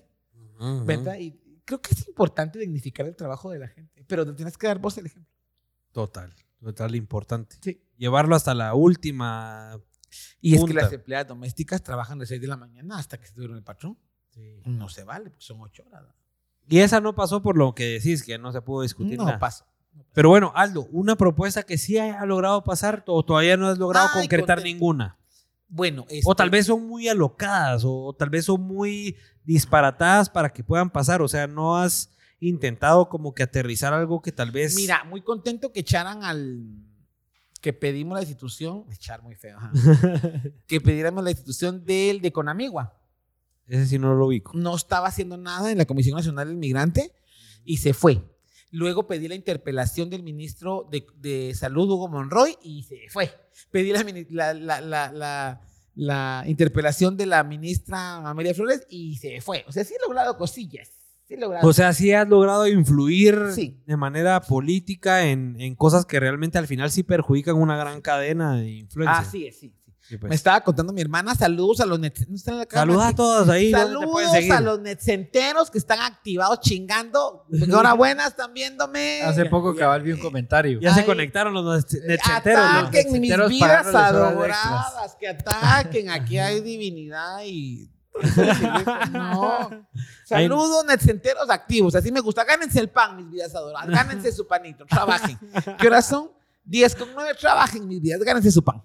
S5: ¿verdad? Y creo que es importante dignificar el trabajo de la gente, pero te tienes que dar vos el ejemplo.
S1: Total, total importante.
S5: Sí.
S1: Llevarlo hasta la última.
S5: Y es que
S1: Punta.
S5: las empleadas domésticas trabajan de 6 de la mañana hasta que se duerme el patrón. No se vale, porque son 8 horas.
S1: Y esa no pasó por lo que decís, que no se pudo discutir
S5: No
S1: nada.
S5: pasa.
S1: Pero bueno, Aldo, una propuesta que sí ha logrado pasar o todavía no has logrado
S5: Ay,
S1: concretar
S5: contento.
S1: ninguna.
S5: Bueno,
S1: O
S5: este,
S1: tal vez son muy alocadas o, tal vez son muy disparatadas para que puedan pasar. O sea, no has intentado como que aterrizar algo que tal vez...
S5: Mira, muy contento que echaran al. que pedimos la institución. Echar muy feo. ajá. que pidiéramos la institución del de Conamigua.
S1: Ese sí no lo ubico.
S5: No estaba haciendo nada en la Comisión Nacional del Migrante y se fue. Luego pedí la interpelación del ministro de, de Salud, Hugo Monroy, y se fue. Pedí la, mini- la, la, la, la- la interpelación de la ministra Amelia Flores y se fue. O sea, sí he logrado cosillas. Sí he logrado.
S1: O sea, sí has logrado influir
S5: Sí.
S1: de manera política en, en cosas que realmente al final sí perjudican una gran cadena de influencia.
S5: Así es, Ah, sí. sí.
S1: Sí, pues.
S5: Me estaba contando mi hermana, saludos a los net... ¿no están en la cámara?
S1: Saluda a
S5: Sí.
S1: todos ahí. ¿dónde te pueden
S5: Saludos
S1: seguir?
S5: a los netcenteros que están activados chingando. Pues, Enhorabuena, están viéndome.
S2: Hace poco cabal vi un comentario.
S1: Ya se
S5: Ay.
S1: conectaron los
S5: Eh,
S1: netcenteros. ¿no?
S5: Ataquen
S2: los
S5: mis
S2: netcenteros
S5: vidas
S2: pagaron las horas
S5: adoradas, que ataquen. Aquí hay divinidad y. No. Saludos, netcenteros activos. Así me gusta. Gánense el pan, mis vidas adoradas. Gánense su panito. Trabajen. ¿Qué horas son? 10 con 9. Trabajen, mis vidas. Gánense su pan.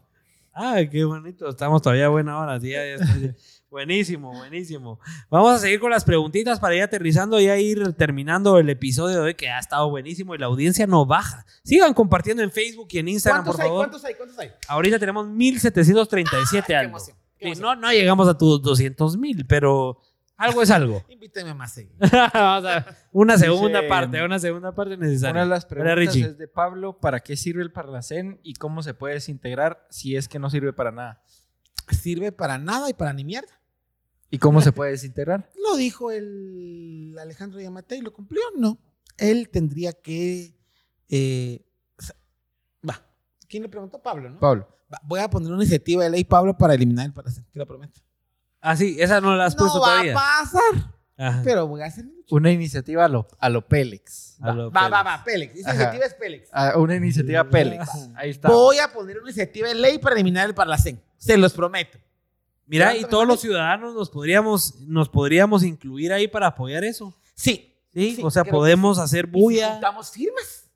S1: Ah, qué bonito. Estamos todavía a buena hora. sí, ya- ya estoy- buenísimo, buenísimo. Vamos a seguir con las preguntitas para ir aterrizando y a ir terminando el episodio de hoy que ha estado buenísimo y la audiencia no baja. Sigan compartiendo en Facebook y en Instagram, por
S5: ¿Cuántos hay?
S1: favor.
S5: ¿Cuántos hay? ¿Cuántos hay?
S1: Ahorita tenemos 1737
S5: Qué
S1: algo.
S5: emoción.
S1: Sí,
S5: qué emoción.
S1: no, no llegamos a tus 200 mil, pero algo es algo.
S5: Invíteme más. seguido.
S1: Vamos a- una segunda
S2: Dice,
S1: parte, una segunda parte
S2: Una de
S1: necesaria.
S2: las
S1: Hola,
S2: preguntas
S1: Richie.
S2: es de Pablo, ¿para qué sirve el Parlacén y cómo se puede desintegrar si es que no sirve para nada?
S5: Sirve para nada y para ni mierda.
S2: ¿Y cómo se puede desintegrar?
S5: Lo dijo el Alejandro Yamate y lo cumplió, no. Él tendría que. eh, sa- Va. ¿Quién le preguntó? Pablo, ¿no?
S2: Pablo.
S5: Va, Voy a poner una iniciativa de ley, Pablo, para eliminar el parásito, te lo prometo.
S1: Ah, sí, esa no la has
S5: no
S1: puesto
S5: va
S1: todavía.
S5: a pasar.
S1: Ajá.
S5: pero voy a hacer
S2: Una iniciativa a lo, a lo Pélex.
S1: A lo
S5: Va,
S1: Pérez.
S5: va, va, Pélex. Esa
S2: Ajá.
S5: iniciativa es Pélex.
S2: A una iniciativa Pélex. Ahí está.
S5: Voy a poner una iniciativa de ley para eliminar el Parlacén. Se los prometo.
S1: Mira, y todos los ciudadanos nos podríamos, nos podríamos incluir ahí para apoyar eso.
S5: Sí.
S1: Sí,
S5: Sí,
S1: o sea,
S5: creo que
S1: podemos hacer bulla.
S5: Damos firmas.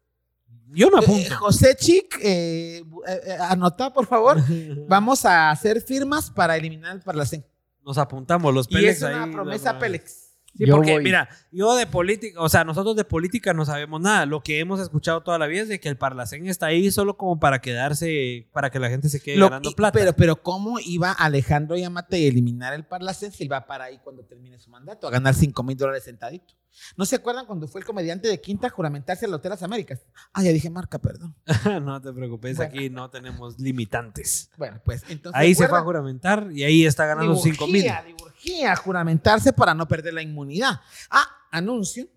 S1: Yo me
S5: Eh,
S1: apunto.
S5: José Chic, eh, bu- eh, eh, anota, por favor. Vamos a hacer firmas para eliminar el Parlacén.
S1: Nos apuntamos los
S5: Y
S1: Pélex
S5: es una
S1: ahí,
S5: promesa
S1: la-
S5: Pélex.
S1: Sí,
S2: Yo
S1: porque
S2: voy.
S1: mira, yo de política, o sea, nosotros de política no sabemos nada. Lo que hemos escuchado toda la vida es de que el Parlacén está ahí solo como para quedarse, para que la gente se quede
S5: Lo-
S1: Eh, ganando
S5: y-
S1: plata.
S5: Pero, pero ¿cómo iba Alejandro Yamate a eliminar el Parlacén si él va para ahí cuando termine su mandato a ganar 5 mil dólares sentadito? ¿No se acuerdan cuando fue el comediante de Quinta a juramentarse a las Loteras Américas? Ah, ya dije marca, perdón.
S1: no te preocupes,
S5: Bueno.
S1: aquí no tenemos limitantes.
S5: Bueno, pues entonces...
S1: Ahí se fue a
S5: ¿recuerdan?
S1: juramentar y ahí está ganando 5 mil.
S5: Liburgia, liburgia, juramentarse para no perder la inmunidad. Ah, anuncio.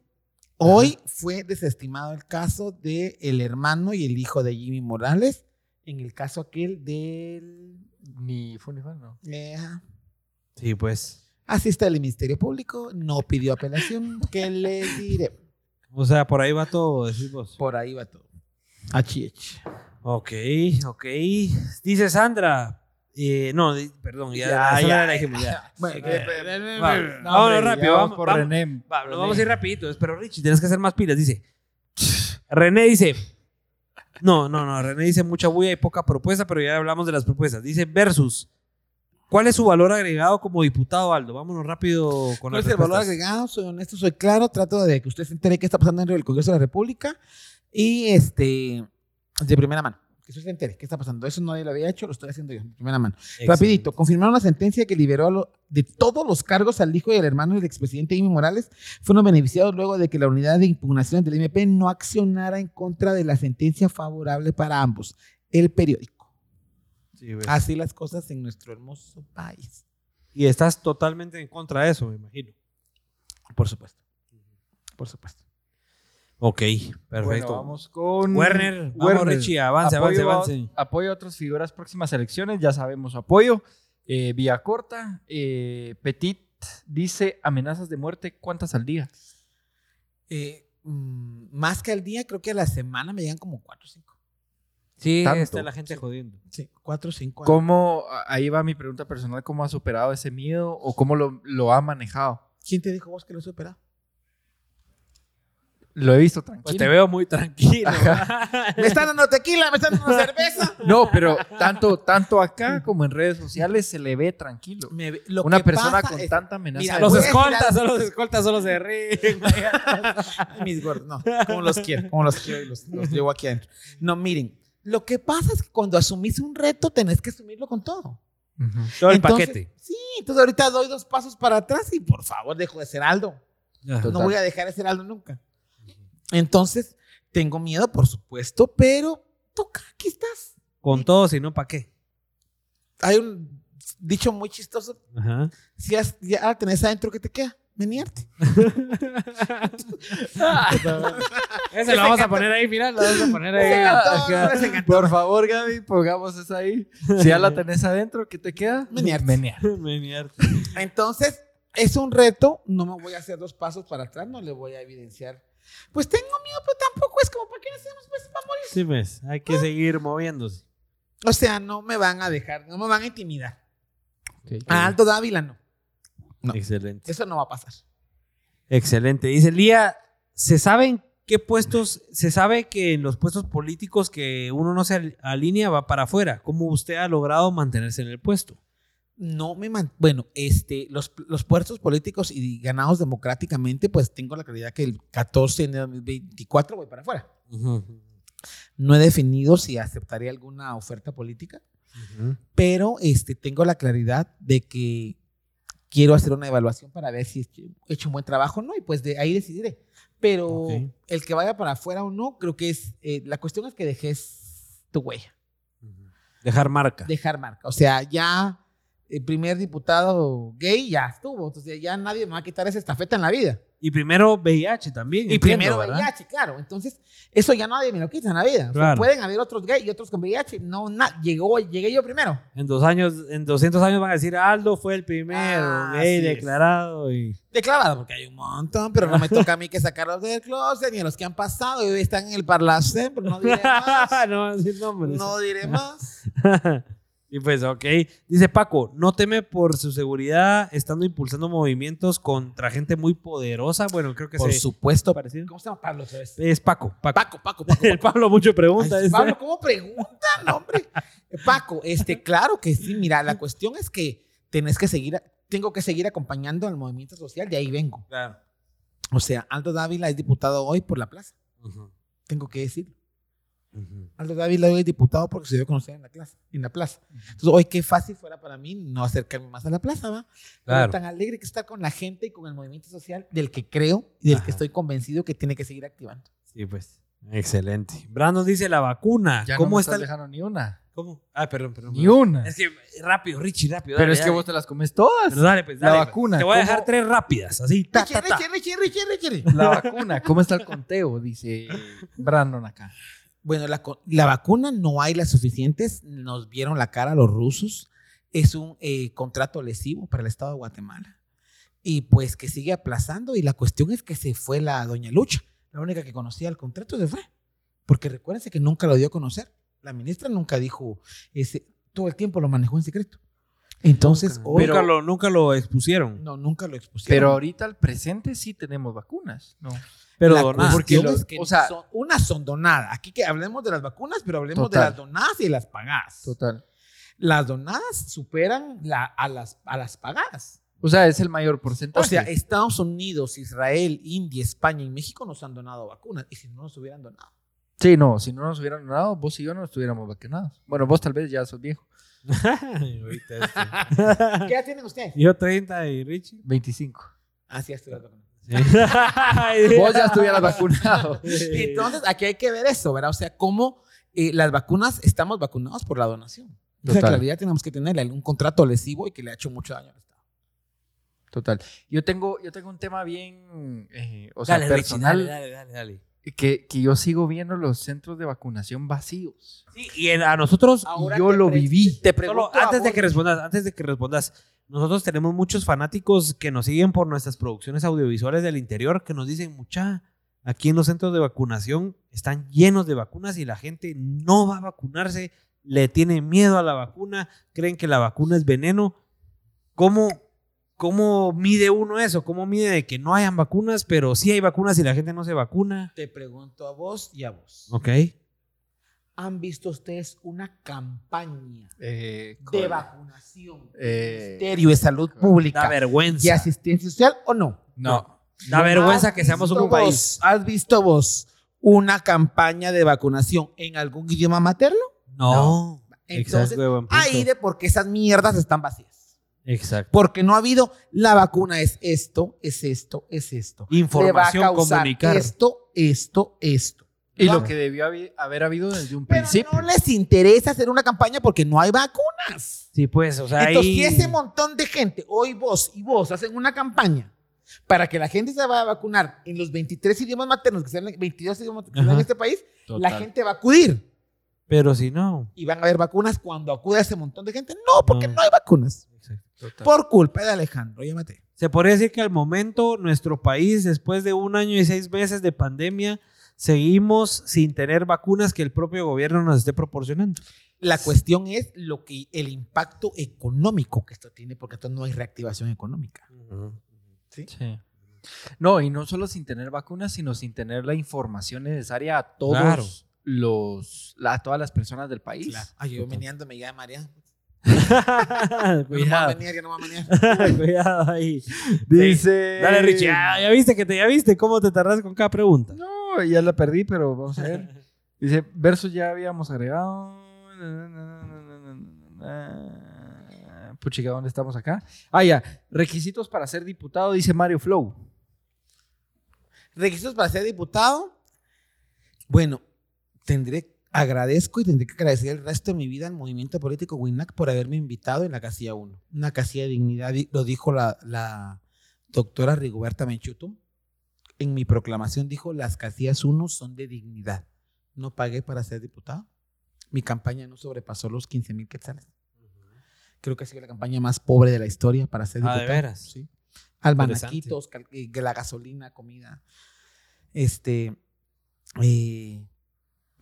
S5: Hoy fue desestimado el caso de el hermano y el hijo de Jimmy Morales en el caso aquel del...
S2: Ni fu ni fa, no.
S5: eh,
S1: Sí, pues.
S5: así está el Ministerio Público, no pidió apelación, ¿qué le diré?
S1: O sea, por ahí va todo, decís vos.
S5: Por ahí va todo. HH.
S1: Ok, ok. Dice Sandra. eh, no, di- perdón, ya,
S5: Ya,
S1: Sandra
S5: ya,
S1: la dijimos, ya.
S5: Bueno,
S1: Eh,
S5: eh,
S1: va.
S5: eh,
S1: No, Vámonos
S2: hombre,
S1: rápido,
S2: ya
S1: vamos,
S2: por
S1: vamos.
S2: René.
S1: Va, nos vamos a ir rapidito, pero Richie, tienes que hacer más pilas, dice. René dice. No, no, no, René dice mucha bulla y poca propuesta, pero ya hablamos de las propuestas. Dice versus. ¿Cuál es su valor agregado como diputado, Aldo? Vámonos rápido con
S5: ¿Cuál
S1: las
S5: es el valor
S1: propuestas.
S5: agregado? Soy honesto, soy claro. Trato de que usted se entere qué está pasando dentro del Congreso de la República. Y este, de primera mano. Que usted se entere qué está pasando. Eso nadie lo había hecho, lo estoy haciendo yo, de primera mano.
S1: Excelente.
S5: Rapidito, confirmaron la sentencia que liberó a lo- de todos los cargos al hijo y al hermano del expresidente Jimmy Morales. Fueron beneficiados luego de que la unidad de impugnaciones del MP no accionara en contra de la sentencia favorable para ambos. El periódico.
S1: Sí, güey.
S5: Así las cosas en nuestro hermoso país.
S1: Y estás totalmente en contra de eso, me imagino.
S5: Por supuesto. Por supuesto.
S1: Ok,
S2: Perfecto.
S1: perfecto.
S2: vamos con.
S1: Werner, vamos
S2: Werner.
S1: Richie, avance, avance,
S2: apoyo, a-
S1: avance.
S2: apoyo a otras figuras próximas elecciones, ya sabemos su apoyo. Eh, vía corta, eh, Petit dice amenazas de muerte, ¿cuántas al día?
S5: Eh, mm, más que al día, creo que a la semana me llegan como 4 o 5.
S1: Sí,
S2: Tanto.
S1: está la gente jodiendo.
S5: Sí, 4 o 5.
S2: ¿Cómo, a- ahí va mi pregunta personal, cómo ha superado ese miedo o cómo lo, lo ha manejado?
S5: ¿Quién te dijo vos que lo he superado?
S2: Lo he visto tranquilo.
S1: Pues te veo muy tranquilo.
S5: Me están dando tequila, me están dando cerveza.
S2: No, pero tanto, tanto acá como en redes sociales se le ve tranquilo.
S5: Me ve- lo
S2: Una
S5: que
S2: persona
S5: pasa
S2: con
S5: es-
S2: tanta amenaza.
S5: mira,
S2: de
S1: los
S5: Voy
S2: muerte.
S5: a
S1: escoltas,
S5: girar-
S1: solo los escoltas, solo se ríen.
S5: Ay, Mis gordos, no. Como los quiero, como los quiero y los, los llevo aquí adentro. No, miren. Lo que pasa es que cuando asumís un reto, tenés que asumirlo con todo.
S2: Ujú.
S1: Todo el
S5: Entonces-
S1: paquete.
S5: Sí, entonces ahorita doy dos pasos para atrás y por favor, dejo de ser Aldo.
S2: Total.
S5: No voy a dejar de ser Aldo nunca. Entonces, tengo miedo, por supuesto, pero toca, aquí estás.
S1: Con todo, si no, ¿para qué?
S5: hay un dicho muy chistoso.
S1: Ajá.
S5: Si ya, ya tenés adentro, ¿qué te queda? Menearte.
S1: Ese lo vamos a poner ahí, mira, lo vamos a poner
S5: Se
S1: ahí.
S5: encantó,
S2: Acá.
S5: se encantó.
S2: Por favor, Gaby, pongamos esa ahí. Si ya la tenés adentro, ¿qué te queda?
S5: Menearte.
S2: Menear.
S5: Entonces, es un reto. No me voy a hacer dos pasos para atrás, no le voy a evidenciar. Pues tengo miedo, pero tampoco es como, ¿para qué hacemos? Pues para morir.
S1: Sí, pues, hay que seguir moviéndose.
S5: O sea, no me van a dejar, no me van a intimidar.
S2: Ok.
S5: A Aldo Dávila no. No.
S1: Excelente.
S5: Eso no va a pasar.
S1: Excelente. Dice Lía, ¿se saben qué puestos, se sabe que en los puestos políticos que uno no se al- alinea va para afuera? ¿Cómo usted ha logrado mantenerse en el puesto?
S5: No me man- Bueno, este, los, los puestos políticos y ganados democráticamente, pues tengo la claridad que el 14 de 2024 voy para afuera. No he definido si aceptaría alguna oferta política, pero este, tengo la claridad de que quiero hacer una evaluación para ver si he hecho un buen trabajo o no, y pues de ahí decidiré. Pero
S1: Ok.
S5: el que vaya para afuera o no, creo que es, eh, la cuestión es que dejes tu huella,
S1: Dejar marca.
S5: dejar marca. O sea, ya eh, el primer diputado gay ya estuvo, entonces ya nadie me va a quitar esa estafeta en la vida.
S1: Y primero VIH también.
S5: Y
S1: entiendo,
S5: primero
S1: ¿verdad?
S5: VIH, claro. Entonces, eso ya nadie me lo quita en la vida. O sea,
S1: Claro.
S5: pueden haber otros gays y otros con VIH. No, na- llegó, llegué yo primero.
S1: En dos años, en 200 años van a decir Aldo fue el primero
S5: Ah,
S1: gay
S5: así es.
S1: declarado y
S5: Declarado, porque hay un montón, pero no me toca a mí que sacarlos del closet, ni a los que han pasado y hoy están en el parlacén, pero no diré más.
S1: no van a decir nombres.
S5: no diré más.
S1: y pues, ok. Dice Paco, no teme por su seguridad estando impulsando movimientos contra gente muy poderosa. Bueno, creo que
S5: Por
S1: se-
S5: supuesto.
S1: parecido.
S5: ¿Cómo se llama Pablo otra vez?
S1: Es Paco. Paco.
S5: Paco, Paco, Paco.
S1: El Pablo mucho pregunta.
S5: Ay,
S1: dice.
S5: Pablo, ¿cómo preguntan, hombre? Paco, este, claro que sí. Mira, la cuestión es que tenés que seguir, tengo que seguir acompañando al movimiento social, de ahí vengo.
S1: Claro.
S5: O sea, Aldo Dávila es diputado hoy por la plaza, tengo que decirlo. Aldo Dávila hoy es diputado porque se dio a conocer en la, clase, en la plaza. Entonces, hoy qué fácil fuera para mí no acercarme más a la plaza, ¿va? Pero
S1: Claro.
S5: tan alegre que estar con la gente y con el movimiento social del que creo y del
S1: Ajá.
S5: que estoy convencido que tiene que seguir activando.
S1: Sí, pues. Excelente. Brandon dice la vacuna.
S2: Ya
S1: ¿Cómo
S2: no me
S1: está?
S2: estás
S1: el-
S2: dejando ni una.
S1: ¿Cómo? Ah, perdón, perdón.
S2: Ni
S1: perdón.
S2: una.
S1: Es que rápido, Richie, rápido.
S2: Pero
S1: dale,
S2: es que
S1: dale.
S2: vos te las comes todas.
S1: Pero dale, pues,
S2: La
S1: dale, pues.
S2: vacuna,
S1: Te voy a
S2: ¿cómo?
S1: dejar tres rápidas, así. ta,
S5: Richie,
S1: ta, ta.
S5: Richie, Richie, Richie, Richie.
S2: La vacuna, ¿cómo está el conteo? Dice Brandon acá.
S5: Bueno, la, co- la vacuna no hay las suficientes. Nos vieron la cara los rusos. Es un eh, contrato lesivo para el Estado de Guatemala. Y pues que sigue aplazando. Y la cuestión es que se fue la doña Lucha. La única que conocía el contrato se fue. Porque recuérdense que nunca lo dio a conocer. La ministra nunca dijo ese. Todo el tiempo lo manejó en secreto. Entonces, hoy-
S1: Nunca, lo, nunca lo expusieron.
S5: no, nunca lo expusieron.
S2: Pero ahorita al presente sí tenemos vacunas. No.
S1: Pero
S5: La
S1: donadas.
S5: cuestión
S2: Porque lo-
S5: es que
S2: o sea-
S5: son- unas son donadas. Aquí que hablemos de las vacunas, pero hablemos de
S2: Total.
S5: las donadas y las pagadas.
S2: Total.
S5: las donadas superan la- a, las, a las pagadas.
S2: O sea, es el mayor porcentaje.
S5: O sea, Estados Unidos, Israel, India, España y México nos han donado vacunas. Y si no nos hubieran donado.
S2: sí, no, si no nos hubieran donado, vos y yo no estuviéramos vacunados. Bueno, vos tal vez ya sos viejo.
S1: Ahorita este.
S5: ¿Qué edad tienen ustedes? Ah,
S1: Yo 30 y Richie.
S2: 25.
S5: Así es. las vacunas.
S2: Vos ya estuvieras vacunado.
S5: Entonces, aquí hay que ver eso, ¿verdad? O sea, cómo eh, las vacunas, estamos vacunados por la donación. Esa
S2: Total.
S5: claridad tenemos que tener, un contrato lesivo y que le ha hecho mucho daño al Estado.
S2: Total. Yo tengo, yo tengo un tema bien, eh, o sea, personal,
S1: dale, dale, dale.
S2: Que, que yo sigo viendo los centros de vacunación vacíos.
S1: Sí, y en- a nosotros,
S5: Ahora
S2: yo
S5: te
S2: lo
S5: pre-
S2: viví.
S5: Te
S1: solo
S5: pregunto a
S1: antes de
S5: vos,
S1: que respondas, antes de que respondas, nosotros tenemos muchos fanáticos que nos siguen por nuestras producciones audiovisuales del interior que nos dicen, mucha, aquí en los centros de vacunación están llenos de vacunas y la gente no va a vacunarse, le tiene miedo a la vacuna, creen que la vacuna es veneno. ¿Cómo, cómo mide uno eso? ¿Cómo mide de que no hayan vacunas, pero sí hay vacunas y la gente no se vacuna?
S5: Te pregunto a vos y a vos.
S1: Ok.
S5: ¿Han visto ustedes una campaña
S2: Eh,
S5: de
S2: con-
S5: vacunación
S2: eh,
S5: Ministerio de Salud
S1: Da
S5: Pública y
S1: vergüenza.
S5: Asistencia Social o no?
S2: no.
S1: Da vergüenza
S5: ¿Has
S1: que seamos
S5: visto
S1: un país.
S5: vos- ¿Has visto vos una campaña de vacunación en algún idioma materno?
S1: No.
S5: Entonces,
S1: Exacto, buen punto.
S5: ahí de por qué esas mierdas están vacías.
S1: Exacto.
S5: Porque no ha habido, la vacuna es esto, es esto, es esto. Le va a
S1: Información
S5: causar
S1: comunicar.
S5: esto, esto, esto.
S2: Y
S5: No.
S2: lo que debió habi- haber habido desde un
S5: Pero
S2: principio.
S5: no les interesa hacer una campaña porque no hay vacunas.
S1: Sí, pues, o sea,
S5: Entonces,
S1: ahí-
S5: si ese montón de gente, hoy vos y vos, hacen una campaña para que la gente se vaya a vacunar en los 23 idiomas maternos que se hablan, 22 idiomas que se hablan
S1: Ajá.
S5: en este país, la
S2: Total.
S5: gente va a acudir.
S1: Pero si no.
S5: Y van a haber vacunas cuando acuda ese montón de gente. No, porque no,
S1: No.
S5: hay vacunas.
S2: Total.
S5: Por culpa de Alejandro, llámate.
S1: Se podría decir que al momento nuestro país, después de un año y seis meses de pandemia, seguimos sin tener vacunas que el propio gobierno nos esté proporcionando.
S5: La cuestión es lo que, el impacto económico que esto tiene, porque esto no hay reactivación económica.
S2: Sí. No, y no solo sin tener vacunas, sino sin tener la información necesaria a todos
S1: Claro.
S2: los, la- a todas las personas del país.
S5: Ay, yo meneando me llama María. No me va a
S1: cuidado,
S5: menear, ya no me va a menear.
S1: cuidado ahí.
S2: Dice.
S1: Dale, Richie. Ah, ya viste que te, ya viste cómo te tardas con cada pregunta.
S2: No, ya la perdí, pero vamos a ver. Dice, versos ya habíamos agregado. Na, na, na, na, na, na, na. Puchica, ¿dónde estamos acá? Ah, ya. Requisitos para ser diputado, dice Mario Flow.
S5: requisitos para ser diputado. Bueno, tendré, agradezco y tendré que agradecer el resto de mi vida al movimiento político WINAC por haberme invitado en la casilla 1. Una casilla de dignidad, di- lo dijo la, la doctora Rigoberta Menchutum, en mi proclamación dijo, las casillas 1 son de dignidad. No pagué para ser diputado. Mi campaña no sobrepasó los 15 mil quetzales. Creo que ha sido la campaña más pobre de la historia para ser
S1: Ah, ¿de
S5: diputado.
S1: veras?
S5: Sí. Albanaquitos, cal- eh, la gasolina, comida. Este, eh,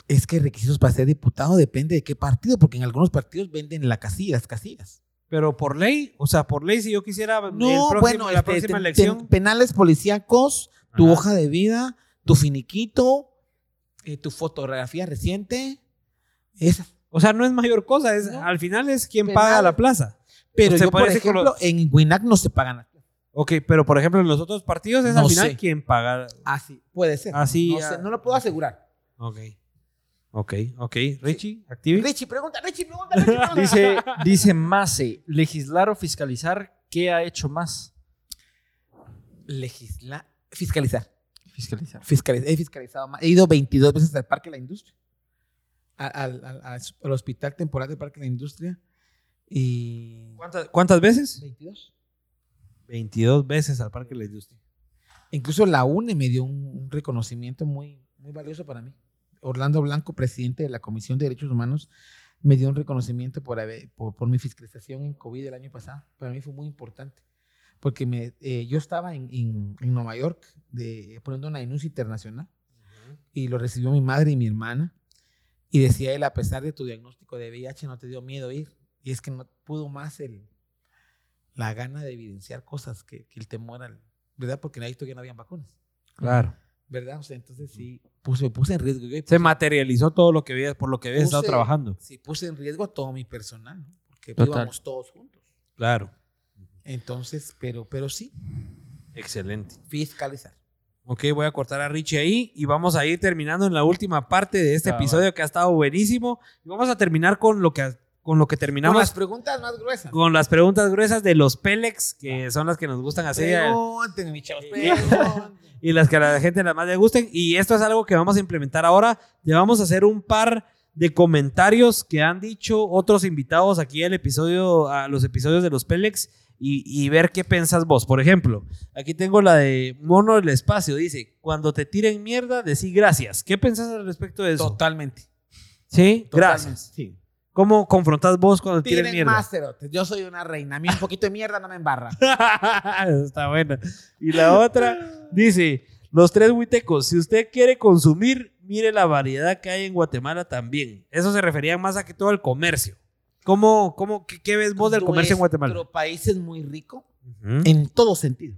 S5: es que requisitos para ser diputado depende de qué partido, porque en algunos partidos venden la casilla, las casillas.
S1: Pero por ley, o sea, por ley, si yo quisiera el
S5: No,
S1: próximo-
S5: bueno,
S1: la
S5: este,
S1: próxima
S5: ten- ten-
S1: elección.
S5: penales policíacos, tu
S1: Ajá.
S5: hoja de vida, tu finiquito, eh, tu fotografía reciente. Esa.
S1: O sea, no es mayor cosa, es,
S5: No.
S1: al final es quien
S5: Penal.
S1: paga la plaza.
S5: Pero
S1: Usted
S5: yo, por
S1: parece que
S5: ejemplo,
S1: lo-
S5: en Winac no se pagan las
S1: Ok, pero por ejemplo en los otros partidos es
S5: No
S1: al final
S5: sé.
S1: quien paga.
S5: Así, puede ser.
S1: Así,
S5: no,
S1: ah.
S5: sé, no lo puedo asegurar.
S1: Ok, ok, ok. Richie, active.
S5: Richie, pregunta, Richie, pregunta, Richie, pregunta.
S2: Dice, dice Mase, legislar o fiscalizar, ¿qué ha hecho más?
S5: Legisla, fiscalizar.
S2: Fiscalizar.
S5: Fiscaliz- he fiscalizado más. He ido 22 veces al Parque de la Industria, a- al, al- al- al Hospital Temporal del Parque de la Industria. Y.
S1: ¿Cuántas, cuántas veces?
S5: 22.
S1: 22 veces al Parque de la Industria.
S5: Incluso la UNE me dio un, un reconocimiento muy, muy valioso para mí. Orlando Blanco, presidente de la Comisión de Derechos Humanos, me dio un reconocimiento por, haber- por, por mi fiscalización en COVID el año pasado. Para mí fue muy importante, porque me, eh, yo estaba en, en- en Nueva York de, poniendo una denuncia internacional y lo recibió mi madre y mi hermana. Y decía él, a pesar de tu diagnóstico de VIH, no te dio miedo ir. Y es que no pudo más el, la gana de evidenciar cosas que, que el temor al, ¿verdad? Porque en ahí todavía no habían vacunas,
S1: Claro.
S5: ¿verdad? O sea, entonces sí, puse, puse en riesgo yo. y
S1: Se
S5: puse-
S1: materializó todo lo que había, por lo que había estado
S5: Puse-
S1: trabajando.
S5: sí, puse en riesgo a todo mi personal, ¿no? porque
S1: Total.
S5: íbamos todos juntos.
S1: Claro.
S5: Entonces, pero, pero sí,
S1: Excelente.
S5: fiscalizar.
S1: Ok, voy a cortar a Richie ahí y vamos a ir terminando en la última parte de este
S5: Ah,
S2: Cabal.
S1: episodio que ha estado buenísimo. Y vamos a terminar con lo que, con lo que
S5: Con las
S1: terminamos,
S5: preguntas más gruesas.
S1: con las preguntas gruesas de los Pélex, que son las que nos gustan hacer.
S5: Pregunten, mis chavos, pregunten.
S1: y las que a la gente las más le gusten. Y esto es algo que vamos a implementar ahora. Le vamos a hacer un par de comentarios que han dicho otros invitados aquí al episodio, a los episodios de los Pelex y, y ver qué pensás vos. Por ejemplo, aquí tengo la de Mono del Espacio. Dice, cuando te tiren mierda, decí gracias. ¿Qué pensás al respecto de eso?
S5: Totalmente.
S1: sí, gracias.
S5: Totalmente, Sí.
S1: ¿Cómo confrontás vos cuando te tiren
S5: Tienen
S1: mierda?
S5: más cerotes. Yo soy una reina. A mí un poquito de mierda no me embarra.
S1: Está buena. Y la otra dice: Los tres huitecos, si usted quiere consumir, mire la variedad que hay en Guatemala también. Eso se refería más a que todo al comercio. ¿Cómo, cómo, qué, qué ves vos del comercio en Guatemala?
S5: Nuestro país es muy rico
S1: Ujú.
S5: en todo sentido.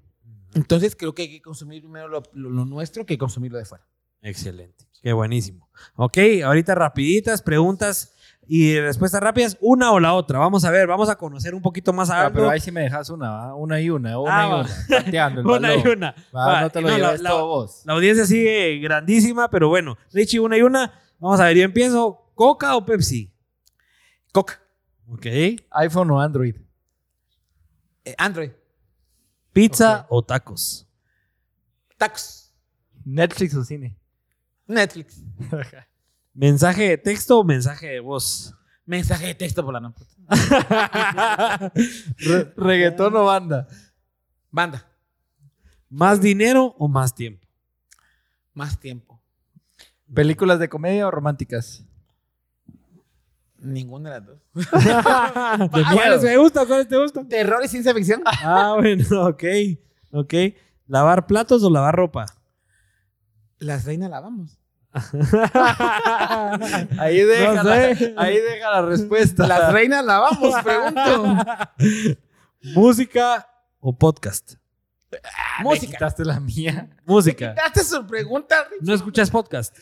S5: Entonces creo que hay que consumir primero lo, lo- lo nuestro que consumir lo de fuera.
S1: Excelente. Qué buenísimo. Ok, ahorita rapiditas, preguntas y respuestas rápidas, una o la otra. Vamos a ver, vamos a conocer un poquito más a
S2: Ah, pero
S1: Aldo.
S2: ahí sí me dejas una, ¿va? una y una, una
S1: Ah,
S2: y
S1: va.
S2: una, pateando el
S1: Una y
S2: balón.
S1: una.
S2: Va,
S1: Va,
S2: no te lo
S1: no, la-
S2: lleves
S1: la-
S2: todo vos.
S1: La audiencia sigue grandísima, pero bueno, Richie, una y una. Vamos a ver, yo empiezo. ¿Coca o Pepsi?
S5: Coca.
S1: Ok.
S2: iPhone o Android.
S5: Eh, Android.
S1: ¿Pizza o tacos?
S5: Tacos.
S2: Netflix o cine.
S5: Netflix.
S1: ¿Mensaje de texto o mensaje de voz?
S5: Mensaje de texto por la noche.
S2: Re- reggaetón o banda.
S5: Banda.
S1: ¿Más dinero o más tiempo?
S5: Más tiempo.
S2: Películas de comedia o románticas.
S5: Ninguna de las dos. Ah,
S1: ¿De ¿Cuáles me gusta? ¿Cuáles te gustan?
S5: Terror y ciencia ficción.
S1: Ah, bueno, ok. Ok. ¿Lavar platos o lavar ropa?
S5: Las reinas la vamos.
S2: Ahí deja,
S1: No sé.
S2: la, ahí deja la respuesta.
S5: Las reinas la vamos, pregunto.
S1: ¿Música o podcast?
S2: Me
S5: Música.
S2: quitaste la mía.
S1: Música.
S5: Date su pregunta. Rich.
S1: ¿No escuchas podcast?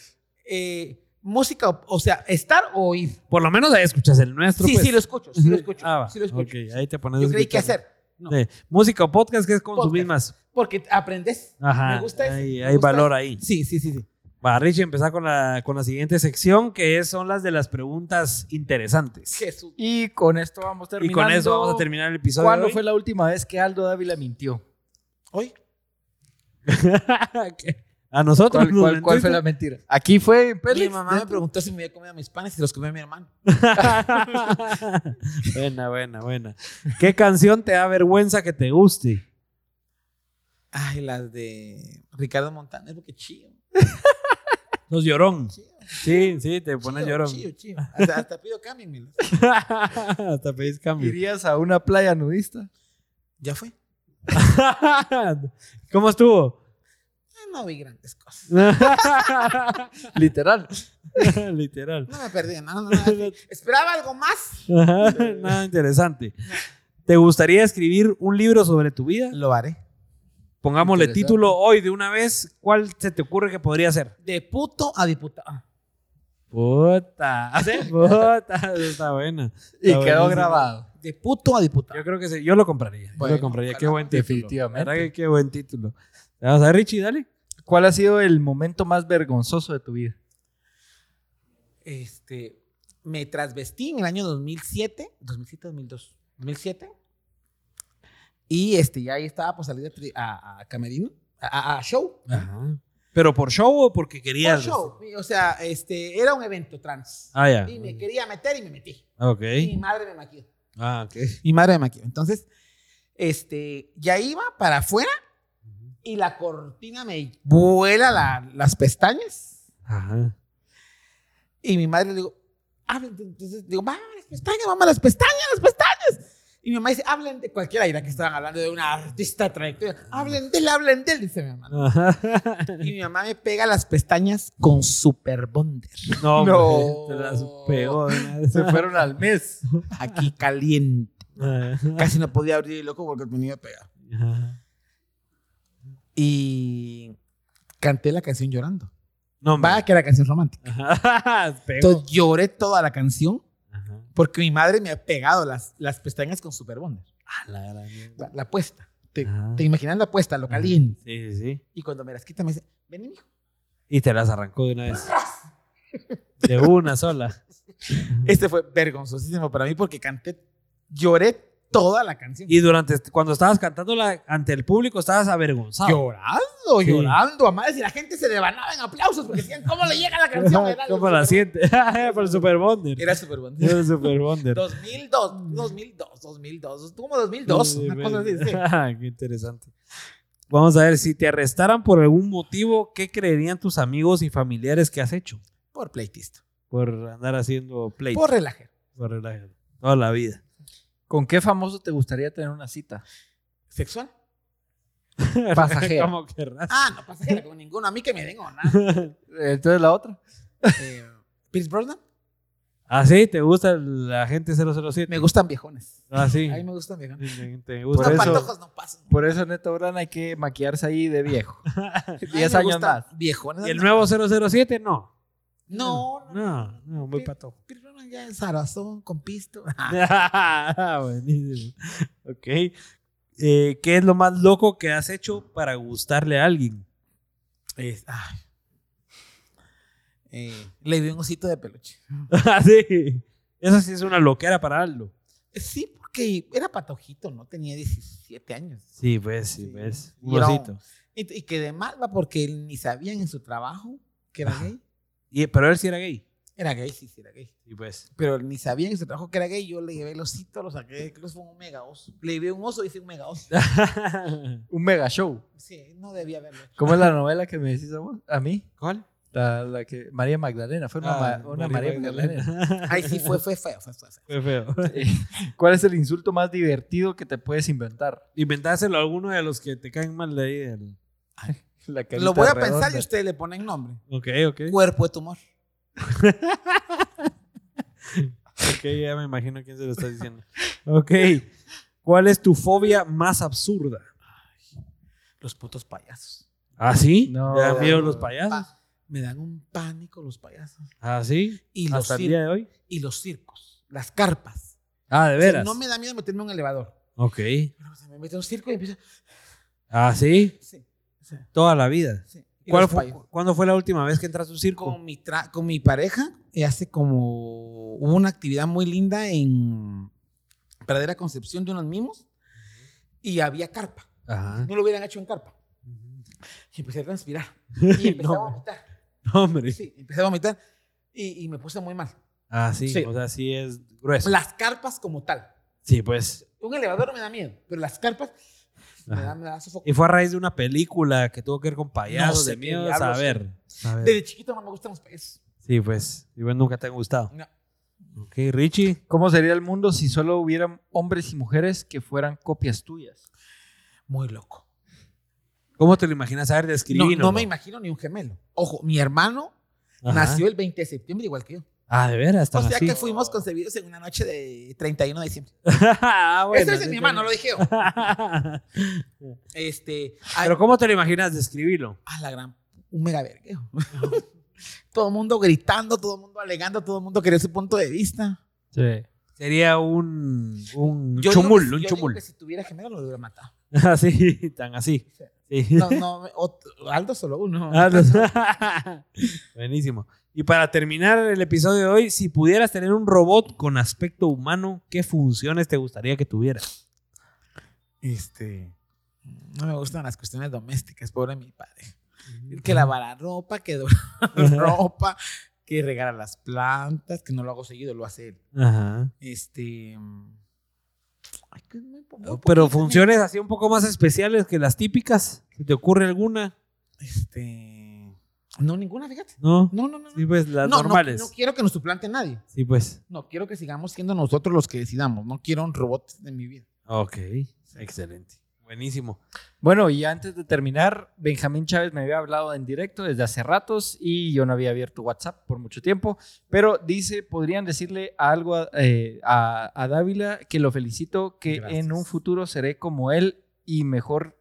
S5: Eh, música, o- o sea, estar o oír.
S1: Por lo menos ahí escuchas el nuestro.
S5: Sí,
S1: pues.
S5: sí lo escucho, sí lo escucho.
S1: Ah, va.
S5: sí lo escucho.
S1: Ok, ahí te pones a
S5: Yo creí que
S1: escucharlo.
S5: hacer. No.
S1: Sí. Música o podcast, que es consumir más.
S5: Porque aprendes.
S1: Ajá.
S5: Me gusta ese,
S1: Hay,
S5: me
S1: hay
S5: gusta
S1: valor
S5: ese.
S1: ahí.
S5: Sí, sí, sí, sí.
S1: Va, Richie, empezar con la, con la siguiente sección, que es- son las de las preguntas interesantes.
S5: Jesús.
S2: Y con esto vamos
S1: Y
S2: terminando.
S1: con eso vamos a terminar el episodio.
S2: ¿Cuándo
S1: de hoy.
S2: fue la última vez que Aldo Dávila mintió?
S5: Hoy.
S1: ¿Qué? A nosotros.
S2: ¿Cuál,
S1: nos
S2: cuál- cuál fue la mentira? Aquí fue en
S5: Mi
S2: Pélix.
S5: mamá Pues, me preguntó si me había comido mis panes y los comió mi hermano.
S1: mentiste. buena, buena, buena. ¿Qué canción te da vergüenza que te guste?
S5: Ay, las de Ricardo Montaner, porque chido.
S1: Los llorón.
S5: Chido,
S1: Sí, sí, te pones
S5: chido,
S1: llorón.
S5: chido, chido. Hasta, hasta pido cámbienmelo.
S1: Hasta pedís cambio.
S2: ¿Irías a una playa nudista?
S5: Ya fue.
S1: ¿Cómo estuvo?
S5: Ah, No vi grandes cosas.
S2: Literal.
S1: Literal.
S5: No me perdí, no, no, nada. Esperaba algo más.
S1: Nada interesante. ¿Te gustaría escribir un libro sobre tu vida?
S5: Lo haré.
S1: Pongámosle
S2: Interesante.
S1: título hoy de una vez. ¿Cuál se te ocurre que podría ser?
S5: De puto a ah, diputado.
S1: Puta. ¿Hace? Puta. Está buena.
S2: Y
S1: Está
S2: quedó
S1: buenísimo.
S2: grabado.
S5: De puto a diputado.
S1: Yo creo que sí. Yo lo compraría. yo
S5: Bueno,
S1: lo compraría. Qué
S5: ojalá.
S1: buen título.
S2: Definitivamente.
S1: La verdad que qué buen título. Vamos a ver, Richie, dale.
S2: ¿Cuál ha sido el momento más vergonzoso de tu vida?
S5: Este, me transvestí en el año 2007, 2007, 2002, 2007. Y este, ya ahí estaba por salir a, tri- a- a camerino, a, a- a show.
S1: ¿Pero por show o porque
S5: Por
S1: querías?
S5: show. O sea, este, era un evento trans.
S1: Ah, ya.
S5: Y me quería meter y me metí.
S1: Ok.
S5: Y mi madre me maquilló.
S1: Ah, ok.
S5: Mi madre me maquilló. Entonces, este, ya iba para afuera y la cortina me vuela la- las pestañas.
S1: Ajá.
S5: Y mi madre le digo, hablen. de- Entonces digo, mamá, las pestañas, mamá, las pestañas, las pestañas. Y mi mamá dice, hablen de cualquiera, era que estaban hablando de una artista trayectoria. Hablen de él, hablen de él, dice mi mamá. Y mi mamá me pega las pestañas con Super Bonder.
S1: No,
S2: No.
S1: hombre, te las pegó. de una vez.
S2: Se fueron al mes.
S5: Aquí caliente. Casi no podía abrir el loco porque me iba a pegar.
S1: Ajá.
S5: Y canté la canción llorando.
S1: No, hombre.
S5: Vaya que era canción romántica.
S1: Ajá, pegó.
S5: Entonces lloré toda la canción
S1: Ajá.
S5: porque mi madre me ha pegado las, las pestañas con Super Bonder.
S1: Ah, la gran mierda.
S5: La, la puesta. ¿Te,
S1: Ajá.
S5: te imaginas la puesta, lo caliente?
S1: Sí, sí, sí.
S5: Y cuando me las quita me dice, vení, mijo.
S1: Y te las arrancó de una vez. De una sola.
S5: Este fue vergonzosísimo para mí porque canté, lloré toda la canción.
S1: Y durante cuando estabas cantándola ante el público estabas avergonzado.
S5: Llorando,
S1: Sí.
S5: llorando, a madres. Y la gente se devanaba en aplausos porque decían, ¿cómo le llega la canción? Era
S1: ¿Cómo
S5: el
S1: la
S5: Super-
S1: siente? Por el Super Bonder.
S5: Era Super Bonder.
S1: Era el Super Bonder.
S5: 2002, 2002, 2002, como 2002,
S1: Sí,
S5: una cosa así.
S1: ves.
S5: sí.
S1: Qué interesante. Vamos a ver, si te arrestaran por algún motivo, ¿qué creerían tus amigos y familiares que has hecho?
S5: Por pleitista,
S1: Por andar haciendo play.
S5: por relajar.
S1: Por relajar. Toda la vida.
S2: ¿Con qué famoso te gustaría tener una cita?
S5: ¿Sexual?
S2: Pasajera.
S1: Como querrás.
S5: Ah, no pasa nada con ninguno. A mí que me den o nada.
S2: Entonces la otra.
S5: Eh, Pierce Brosnan.
S1: Ah, sí, te gusta la gente 007.
S5: Me gustan viejones.
S1: Ah, sí.
S5: A mí me gustan viejones.
S1: Te
S5: Los
S1: gusta.
S2: eso-
S5: patojos no pasan.
S2: Por eso, Neto Brana, hay que maquillarse ahí de viejo. Diez
S5: A mí me
S2: años
S5: gustan
S2: más.
S5: Viejones.
S1: ¿Y el nuevo 007? No.
S5: No, no.
S1: No, no, muy pato.
S5: Pierce Brosnan ya es zarazón, con pisto. Ah,
S1: Buenísimo. Ok. Eh, ¿Qué es lo más loco que has hecho para gustarle a alguien?
S5: Es- ay. Eh, le di un osito de peluche.
S1: Ah, sí. Eso sí es una loquera para Aldo.
S5: Sí, porque era patojito, ¿no? Tenía 17 años.
S1: Sí, pues,
S5: sí,
S1: sí,
S5: pues.
S1: pues.
S5: Y era un- Y, y quedé mal, va, porque ni sabían en su trabajo que era gay.
S1: Y, pero él sí era gay.
S5: Era gay, sí, sí, era gay.
S1: Sí, pues.
S5: pero ni sabían que se trajo que era gay. Yo le llevé el osito, lo saqué, creo que fue un mega oso. Le llevé un oso y hice un mega oso.
S2: Un mega show.
S5: Sí, no debía haberlo hecho.
S2: ¿Cómo es la novela que me decís a vos? ¿A mí?
S1: ¿Cuál?
S2: La, la que María Magdalena. Fue una,
S1: Ah,
S2: ma- una María, Magdalena.
S5: Ay, sí, fue, fue feo, fue, fue feo.
S1: Fue feo.
S2: ¿Cuál es el insulto más divertido que te puedes inventar?
S1: Inventáselo a alguno de los que te caen mal de ahí. del-
S2: La carita
S5: Lo voy a
S2: redonda.
S5: pensar y ustedes le ponen nombre.
S1: Ok, ok.
S5: Cuerpo de tumor.
S1: Ok, ya me imagino quién se lo está diciendo. Ok. ¿Cuál es tu fobia más absurda?
S5: Los putos payasos.
S1: ¿Ah, sí?
S2: No.
S1: ¿Te dan miedo los payasos?
S5: Pa- me dan un pánico los payasos.
S1: ¿Ah, sí?
S5: Y los,
S1: ¿Hasta el
S5: cir-
S1: día de hoy?
S5: y los circos, las carpas.
S1: Ah, ¿de
S5: O sea,
S1: veras?
S5: no me da miedo meterme en un elevador.
S1: Ok.
S5: Pero o sea, me meto en un circo y empiezo.
S1: ¿Ah, sí?
S5: Sí, sí,
S1: Toda la vida.
S5: sí. Y
S1: ¿Cuál
S5: los
S1: fue,
S5: payasos.
S1: cu- ¿Cuándo fue la última vez que entraste a un circo?
S5: con mi, tra- con mi pareja eh, hace como hubo una actividad muy linda en Pradera Concepción de unos mimos y había carpa.
S1: Ajá.
S5: No lo hubieran hecho en carpa. Y empecé a transpirar. Y empecé a
S1: No.
S5: vomitar.
S1: No, hombre.
S5: Sí, empecé a vomitar. Y, y me puse muy mal.
S1: Ah, sí.
S5: Sí.
S1: O sea, sí es grueso.
S5: Las carpas como tal.
S1: Sí, pues.
S5: Un elevador no me da miedo, pero las carpas Me da,
S1: Ajá.
S5: me da sofoco.
S1: Y fue a raíz de una película que tuvo que ver con payasos
S5: sé
S1: de
S5: qué
S1: miedo.
S5: diablos.
S1: A ver. a ver.
S5: Desde chiquito no me gustan los payasos.
S1: Sí, pues. Igual nunca te han gustado.
S5: No.
S1: Ok, Richie.
S2: ¿Cómo sería el mundo si solo hubieran hombres y mujeres que fueran copias tuyas?
S5: Muy loco.
S1: ¿Cómo te lo imaginas? A ver,
S5: No,
S1: describí.
S5: no me imagino ni un gemelo. Ojo, mi hermano nació el 20 de septiembre igual que yo.
S1: Ah, de veras,
S5: O
S1: tan
S5: sea
S1: así.
S5: que fuimos concebidos en una noche de 31 de diciembre.
S1: ah,
S5: Eso es mi hermano, lo dije yo. Este, ay,
S1: Pero ¿cómo te lo imaginas? Describirlo.
S5: a la gran, un mega vergueo. todo el mundo gritando, todo el mundo alegando, todo el mundo quería su punto de vista.
S2: Sí.
S1: Sería un, un
S5: Yo digo
S1: chumul,
S5: que-
S1: un
S5: yo digo
S1: chumul.
S5: que si tuviera gemelo lo hubiera matado.
S1: así, tan así. Sí.
S5: No, no, ot- Aldo solo uno.
S1: Ah, no. Buenísimo. Y para terminar el episodio de hoy, si pudieras tener un robot con aspecto humano, ¿qué funciones te gustaría que tuviera?
S5: Este, no me gustan las cuestiones domésticas, pobre mi padre. Que lavara ropa, que doblara ropa, que regara las plantas, que no lo hago seguido, lo hace él.
S1: Ajá.
S5: Este. ay, que es muy po- muy
S1: Oh, Pero
S5: poquito,
S1: funciones así un poco más especiales que las típicas. Si te ocurre alguna,
S5: mira. Este. No, ninguna, fíjate.
S1: ¿no?
S5: No, no, no. no.
S1: Sí, pues las
S5: No, no,
S1: normales.
S5: no quiero que nos suplante nadie.
S1: Sí, pues.
S5: No, quiero que sigamos siendo nosotros los que decidamos. No quiero un robot en mi vida.
S1: Ok. Excelente. Buenísimo.
S2: Bueno, y antes de terminar, Benjamín Chávez me había hablado en directo desde hace ratos y yo no había abierto WhatsApp por mucho tiempo, pero dice, podrían decirle algo a, eh, a- a Dávila que lo felicito, que en un futuro seré como él y mejor,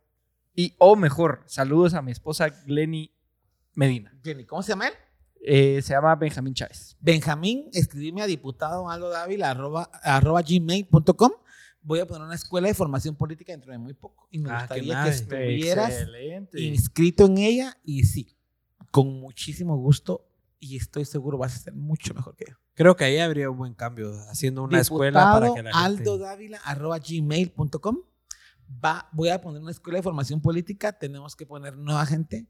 S2: y o mejor, saludos a mi esposa Glenny Medina.
S5: Jenny, ¿cómo se llama él?
S2: Eh, se llama Benjamín Chávez.
S5: Benjamín, escribirme a diputado Aldo Dávila, arroba, arroba gmail.com. Voy a poner una escuela de formación política dentro de muy poco y me
S1: Ah, qué
S5: gustaría que
S1: nice.
S5: estuvieras
S2: Excelente.
S5: inscrito en ella y sí, con muchísimo gusto y estoy seguro vas a ser mucho mejor que yo.
S1: Creo que ahí habría un buen cambio, haciendo una escuela para que la gente...
S5: Aldo Dávila, arroba gmail.com. Va, voy a poner una escuela de formación política, tenemos que poner nueva gente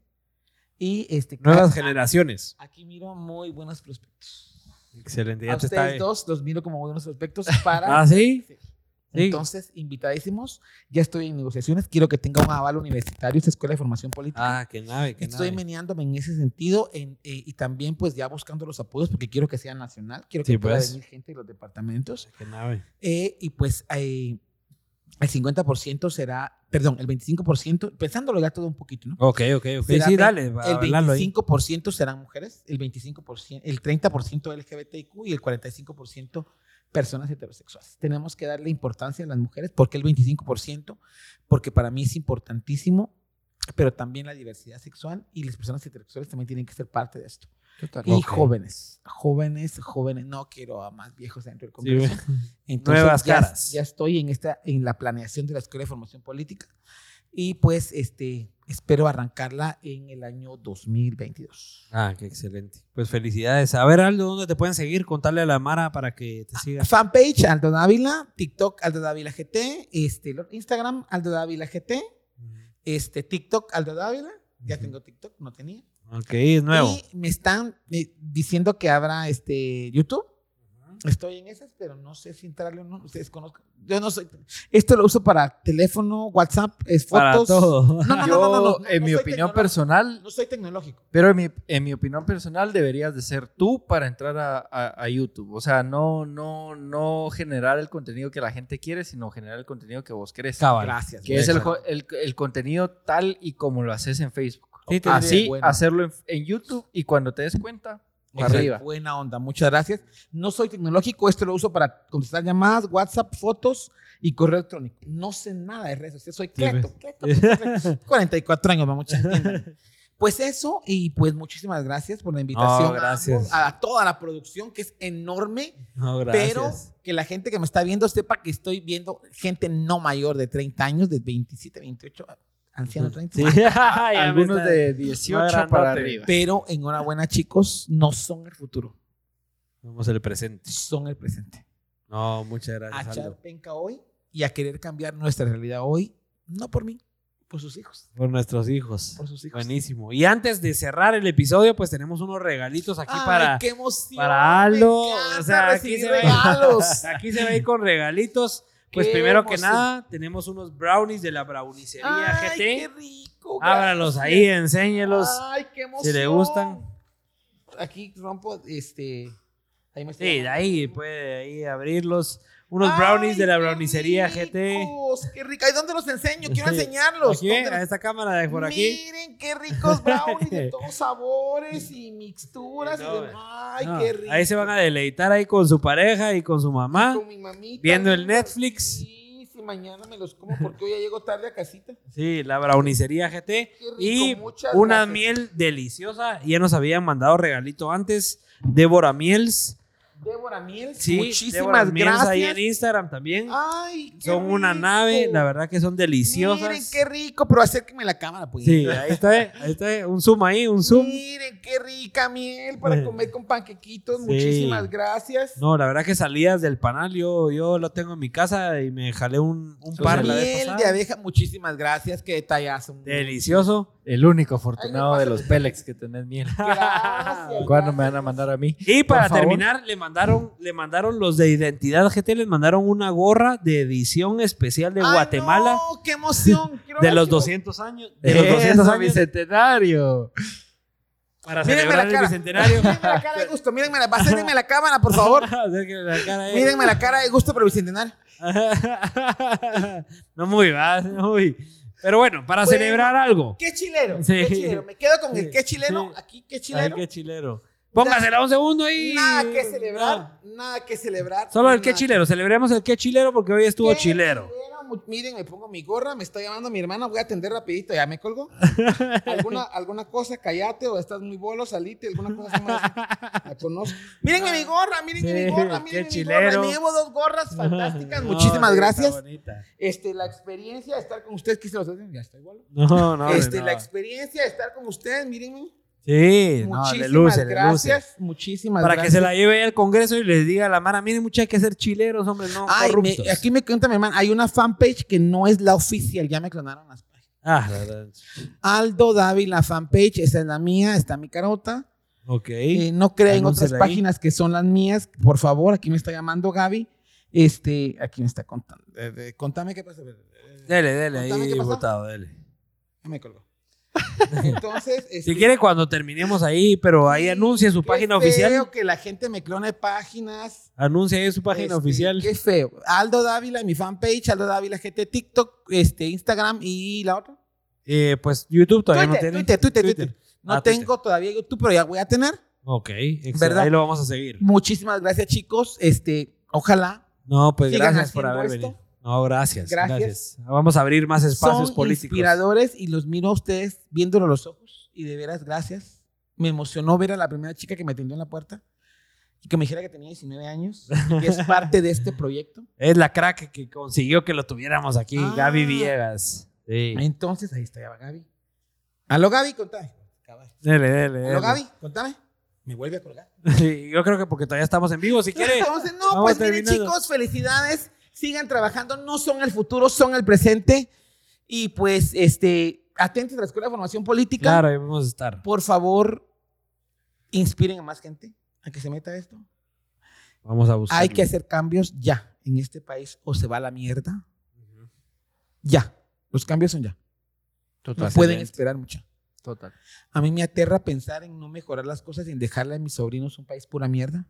S5: y este...
S1: Nuevas
S5: aquí-
S1: generaciones.
S5: Aquí miro muy buenos prospectos.
S1: Excelente.
S5: a
S1: Ya te
S5: ustedes
S1: está...
S5: dos los miro como buenos prospectos para
S1: Ah, sí. Sí.
S5: Entonces, invitadísimos, ya estoy en negociaciones, quiero que tenga un aval universitario esta escuela de formación política.
S1: Ah, que nave, que
S5: estoy
S1: nave.
S5: meneándome en ese sentido en, eh, y también pues ya buscando los apoyos porque quiero que sea nacional, quiero que
S1: Sí,
S5: pueda
S1: pues.
S5: venir gente de los departamentos
S1: Que nave.
S5: Eh, y pues eh, el 50% será, perdón, el 25%, pensándolo ya todo un poquito, ¿no?
S1: Ok, ok, ok.
S5: Será
S1: Sí,
S5: ve-
S1: dale,
S5: El
S1: va, hablalo ahí.
S5: 25% serán mujeres, el 25%, el 30% LGBTIQ y el 45% personas heterosexuales. Tenemos que darle importancia a las mujeres. ¿Por qué el 25%? Porque para mí es importantísimo, pero también la diversidad sexual y las personas heterosexuales también tienen que ser parte de esto.
S2: Total.
S5: Y
S1: Ok.
S5: jóvenes, jóvenes, jóvenes. No quiero a más viejos dentro del
S1: Sí,
S5: Congreso.
S1: Nuevas
S5: ya-
S1: caras.
S5: Ya estoy en, esta, en la planeación de la Escuela de Formación Política y pues este, espero arrancarla en el año 2022.
S1: Ah, qué excelente. Pues felicidades. A ver, Aldo, ¿dónde te pueden seguir? Contarle a la Mara para que te siga.
S5: Fanpage Aldo Dávila, TikTok Aldo Dávila GT, este, lo- Instagram Aldo Dávila GT, este, TikTok Aldo Dávila. Ya
S1: Ujú.
S5: tengo TikTok, no tenía.
S1: Ok, es nuevo.
S5: Y me están eh, diciendo que habrá este YouTube. Estoy en esas, pero no sé si entrarle o no. Ustedes conozcan. Yo no soy. Esto lo uso para teléfono, WhatsApp, es fotos.
S1: Para todo.
S5: No, no, no,
S2: Yo,
S5: no, no, no,
S2: en
S5: no
S2: mi
S5: soy
S2: opinión
S5: tecnólogo.
S2: personal,
S5: No soy tecnológico.
S2: Pero en mi, en mi opinión personal deberías de ser tú para entrar a, a- a YouTube. O sea, no, no, no generar el contenido que la gente quiere, sino generar el contenido que vos querés.
S1: Cabal.
S5: Gracias.
S2: Que es el,
S5: Bueno.
S2: jo- el, el contenido tal y como lo haces en Facebook.
S1: Sí, te-
S2: Así,
S5: bueno.
S2: hacerlo en, en YouTube y cuando te des cuenta, para
S5: Exacto.
S2: arriba.
S5: Buena onda, muchas gracias. No soy tecnológico, esto lo uso para contestar llamadas, WhatsApp, fotos y correo electrónico. No sé nada de redes sociales, soy cleto, cleto, cleto, cleto. 44 años, vamos, entiendan. Pues eso, y pues muchísimas gracias por la invitación.
S1: No, gracias.
S5: A, ambos, a toda la producción, que es enorme,
S1: No, gracias.
S5: Ah, pero que la gente que me está viendo sepa que estoy viendo gente no mayor de 30 años, de 27, 28, anciano 30.
S1: Sí. Ya me
S2: Algunos
S1: está-
S2: de 18
S1: grandote.
S2: para arriba.
S5: Pero enhorabuena, chicos, no son el futuro,
S1: Vamos al presente.
S5: son el presente.
S1: No, muchas
S5: a
S1: gracias,
S5: echar
S1: Aldo.
S5: penca hoy y a querer cambiar nuestra realidad hoy, no por mí, por sus hijos.
S1: Por nuestros hijos.
S5: Por sus hijos.
S1: Buenísimo. Y antes de cerrar el episodio, pues tenemos unos regalitos aquí
S5: Ay,
S1: para...
S5: qué emoción!
S1: para Aldo.
S5: Me encanta
S1: O sea, aquí
S5: recibir
S1: se, va a ir,
S5: regalos.
S1: aquí se va a ir con regalitos Pues
S5: Qué
S1: primero que
S5: emoción.
S1: nada, tenemos unos brownies de la Brownicería
S5: Ay, qué Ah.
S1: GT.
S5: rico.
S1: Ábralos
S5: gracias.
S1: ahí, enséñelos.
S5: Ay, qué emoción.
S1: si le gustan.
S5: Aquí rompo, este. Ahí me estoy.
S1: Sí, de ahí puede ahí abrirlos. Unos
S5: Ay,
S1: brownies de la
S5: qué
S1: brownicería GT.
S5: ricos, Qué rico. Ay, dónde los enseño? Quiero enseñarlos.
S1: Aquí,
S5: ¿Dónde
S1: a
S5: los-
S1: esta cámara de por aquí.
S5: Miren qué ricos brownies de todos sabores y mixturas. y
S1: No,
S5: demás. Ay,
S1: No,
S5: qué rico.
S1: ahí se van a deleitar ahí con su pareja y con su mamá.
S5: Con mi mamita.
S1: viendo el
S5: mira,
S1: Netflix.
S5: Sí, sí, mañana me los como porque hoy ya llego tarde a casita.
S1: Sí, la brownicería GT.
S5: rico,
S1: Y
S5: muchas
S1: una
S5: gracias.
S1: miel deliciosa. Ya nos habían mandado regalito antes. Débora Miels.
S5: Débora Miel,
S1: Sí, Débora
S5: muchísimas
S1: Miels
S5: gracias.
S1: ahí en Instagram también.
S5: Ay, qué
S1: son una
S5: rico.
S1: nave. La verdad que son deliciosas.
S5: Miren qué rico, pero acérqueme la cámara, pues.
S1: Sí, ahí está, eh, ahí está. eh, Un zoom ahí, un zoom.
S5: Miren qué rica miel para
S1: Sí.
S5: comer con
S1: Sí.
S5: panquequitos. Muchísimas gracias.
S1: No, la verdad que salías del panal, yo, yo lo tengo en mi casa y me jalé un, un par pues, la vez
S5: miel
S1: pasada.
S5: de abeja, muchísimas gracias. Qué detallazo.
S1: Delicioso.
S2: El único afortunado
S5: Ay,
S2: de
S5: no
S2: los
S5: pasa.
S2: Pélex que tenés miel.
S5: Gracias.
S2: ¿Cuándo me van a
S5: gracias.
S2: mandar a mí?
S1: Y para
S2: favor.
S1: terminar, le mandaron, le mandaron los de identidad GT, les mandaron una gorra de edición especial de
S5: Ay,
S1: Guatemala
S5: no, ¡Qué emoción! Quiero
S1: de
S5: ver
S1: los
S5: si lo-
S1: 200 años. De los
S2: Eso,
S1: 200 años
S2: bicentenario.
S1: para
S5: Mírenme
S1: celebrar
S5: la
S1: el
S5: cara.
S1: bicentenario.
S5: Mírenme la cara de gusto. Mírenme la, acérquenme la cámara, por favor.
S1: Acérquenle la cara eh. ahí.
S5: Mírenme la cara de gusto, pero bicentenario.
S1: no muy, va, no muy. Pero bueno, para
S5: Bueno,
S1: celebrar algo.
S5: ¡Qué chilero!
S1: Sí.
S5: ¡Qué chilero! Me quedo con el
S1: Sí,
S5: qué chileno.
S1: sí.
S5: Aquí, qué
S1: Ay,
S5: chileno.
S1: qué chilero. Póngasela un segundo ahí.
S5: Nada que celebrar.
S1: Nada.
S5: Nada que celebrar.
S1: Solo el que
S5: nada.
S1: chilero. Celebremos el que chilero porque hoy estuvo
S5: Qué
S1: chilero.
S5: mu- Miren, me pongo mi gorra, me está llamando mi hermana, voy a atender rapidito, ya me colgo. ¿Alguna, alguna cosa, callate o estás muy bolo, salite, alguna cosa. así, Ah, pues madre. La conozco. Mírenme mi gorra, mírenme
S1: Sí,
S5: mi gorra,
S1: qué
S5: mírenme mi gorra.
S1: chilero.
S5: Me llevo dos gorras fantásticas,
S1: No,
S5: muchísimas
S1: sí, está
S5: gracias.
S1: bonita.
S5: Este, la experiencia de estar con ustedes, que se los hacen, ya estoy bolo.
S1: No, no.
S5: este,
S1: no.
S5: la experiencia de estar con ustedes, mírenme.
S1: Sí, no,
S5: Muchísimas
S1: le luce, le luce.
S5: gracias, muchísimas
S1: Para que
S5: gracias.
S1: se la lleve al Congreso y les diga a la Mara, miren, muchachos, hay que ser chileros, hombre, no
S5: Ay, me-
S1: corruptos.
S5: aquí me cuenta mi hermana, hay una fanpage que no es la oficial, ya me clonaron las páginas.
S1: Ah, la verdad.
S5: Aldo Dávila fanpage, esa es la mía, está mi carota.
S1: ok.
S5: Eh, no crea en otras
S1: Anúnciala ahí.
S5: páginas que son las mías, por favor, aquí me está llamando Gaby. Este, aquí me está contando. Eh, eh, contame qué pasa. Eh,
S1: Dele, dele,
S5: contame qué
S1: ahí
S5: pasó.
S1: votado, dele.
S5: me colgó. Entonces, este,
S1: Si quiere, cuando terminemos ahí, pero ahí anuncia su
S5: qué
S1: página
S5: feo
S1: oficial.
S5: que la gente me clone páginas.
S1: Anuncia ahí su página
S5: Este,
S1: oficial.
S5: Qué feo. Aldo Dávila, mi fanpage, Aldo Dávila GT, TikTok, este, Instagram y la otra.
S1: Eh, pues YouTube todavía
S5: Twitter,
S1: no tiene.
S5: Twitter, Twitter, Twitter. No
S1: Ah, Twitter.
S5: tengo todavía YouTube, pero ya voy a tener.
S1: Ok, excelente.
S5: ¿Verdad?
S1: Ahí lo vamos a seguir.
S5: Muchísimas gracias, chicos. Este, ojalá.
S1: No, pues
S5: Sigan
S1: gracias por
S5: haciendo
S1: haber
S5: esto.
S1: venido. No, gracias,
S5: Gracias.
S1: gracias. Vamos a abrir más espacios
S5: Son
S1: políticos.
S5: inspiradores y los miro a ustedes viéndolo a los ojos. Y de veras, gracias. Me emocionó ver a la primera chica que me atendió en la puerta y que me dijera que tenía 19 años y que es parte de este proyecto.
S1: Es la crack que consiguió que lo tuviéramos aquí,
S5: Ah.
S1: Gaby Villegas. Sí.
S5: Entonces, ahí está ya va Gaby. Aló, Gaby, contame.
S1: Dele, dele,
S5: Aló,
S1: dele.
S5: Gaby, contame. Eh, Me vuelve a colgar.
S1: Sí, yo creo que porque todavía estamos en vivo, si quiere.
S5: Entonces, no,
S1: Vamos
S5: pues miren,
S1: terminando.
S5: chicos, felicidades. Sigan trabajando, no son el futuro, son el presente. Y pues, este, atentos a la Escuela de Formación Política.
S1: Claro, ahí vamos a estar.
S5: Por favor, inspiren a más gente a que se meta esto.
S1: Vamos a buscar.
S5: Hay que hacer cambios ya en este país o se va a la mierda. Ya. Los cambios son ya. No pueden esperar mucho.
S2: Total.
S5: A mí me aterra pensar en no mejorar las cosas y en dejarle a mis sobrinos un país pura mierda.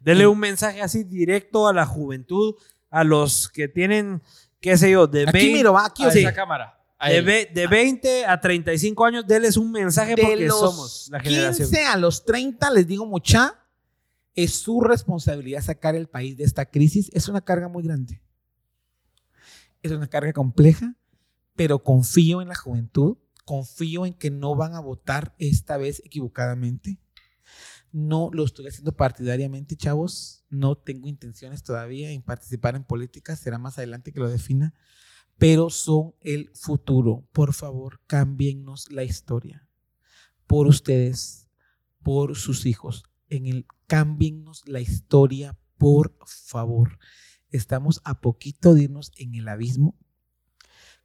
S1: Dele un mensaje así directo a la juventud, a los que tienen, qué sé yo, de Ah,
S5: Aquí
S1: 20,
S5: miro, va, aquí
S1: a
S5: o sea,
S1: esa
S5: cámara.
S1: de, ve- de 20 a 35 años, deles un mensaje
S5: De
S1: porque
S5: los
S1: somos la generación.
S5: 15 a los 30, les digo mucha, es su responsabilidad sacar el país de esta crisis. Es una carga muy grande. Es una carga compleja, pero confío en la juventud, confío en que no van a votar esta vez equivocadamente. No lo estoy haciendo partidariamente, chavos. No tengo intenciones todavía en participar en política. Será más adelante que lo defina. Pero son el futuro. Por favor, cámbiennos la historia por ustedes, por sus hijos. En el cámbienos la historia, por favor. Estamos a poquito de irnos en el abismo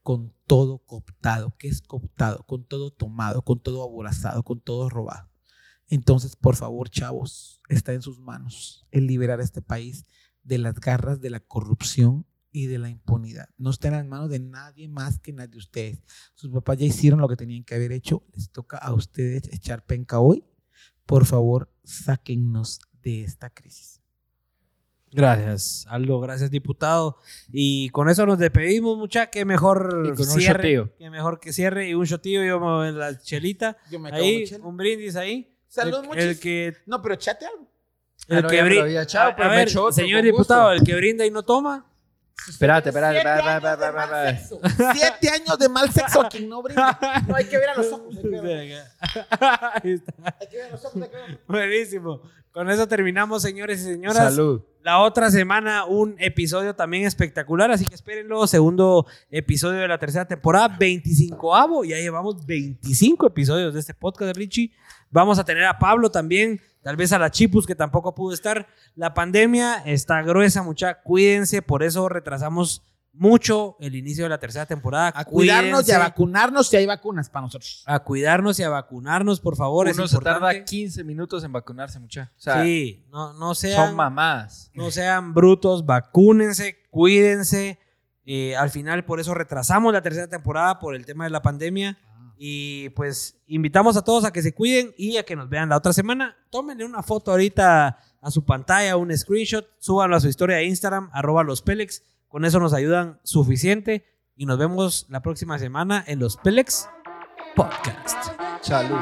S5: con todo cooptado. ¿Qué es cooptado? Con todo tomado, con todo aborazado, con todo robado. Entonces, por favor, chavos, está en sus manos el liberar este país de las garras de la corrupción y de la impunidad. No está en las manos de nadie más que en las de ustedes. Sus papás ya hicieron lo que tenían que haber hecho. Les toca a ustedes echar penca hoy. Por favor, sáquennos de esta crisis.
S1: Gracias, Aldo. Gracias, diputado. Y con eso nos despedimos, mucha. Que mejor
S2: Y Ah, con un
S1: cierre.
S2: shotío.
S1: que mejor que cierre. Y un shotío, yo me voy en la chelita.
S5: Yo me
S1: ahí,
S5: mucho.
S1: un brindis ahí.
S5: Salud,
S1: el,
S5: muchis.
S1: el que,
S5: No, pero chate algo.
S1: el
S2: Ah, no,
S1: que
S2: ya me lo
S1: brin-
S2: había echado,
S1: a,
S2: pero
S1: a
S2: me
S1: ver,
S2: echó otro,
S1: señor
S2: con gusto.
S1: diputado, el que brinda y no toma.
S2: Espérate, espérate,
S5: Siete
S2: espérate,
S5: años
S2: espérate,
S5: de mal
S2: espérate, espérate.
S5: sexo. Siete años de mal sexo a quien no brinda. No, hay que ver a los ojos. Hay que ver,
S1: Ahí está.
S5: hay que ver a los ojos. hay que ver a los ojos.
S1: Buenísimo. Con eso terminamos, señores y señoras.
S2: Salud.
S1: La otra semana un episodio también espectacular, así que espérenlo. Segundo episodio de la tercera temporada, 25avo. Ya llevamos 25 episodios de este podcast, Richie. Vamos a tener a Pablo también, tal vez a la Chipus, que tampoco pudo estar. La pandemia está gruesa, mucha. Cuídense, por eso retrasamos mucho el inicio de la tercera temporada.
S5: A cuidarnos y a
S1: Cuídense,
S5: vacunarnos si hay vacunas para nosotros.
S1: a cuidarnos y a vacunarnos, por favor. es
S2: Uno se tarda
S1: importante.
S2: 15 minutos en vacunarse, mucha. O sea,
S1: sí, no, no sean
S2: son mamás.
S1: No sean brutos, vacúnense, cuídense. Eh, al final, por eso retrasamos la tercera temporada por el tema de la pandemia. Y pues invitamos a todos a que se cuiden y a que nos vean la otra semana. Tómenle una foto ahorita a su pantalla, un screenshot, súbanlo a su historia de Instagram, arroba los Pelex. Con eso nos ayudan suficiente. Y nos vemos la próxima semana en los Pelex Podcast.
S2: Salud.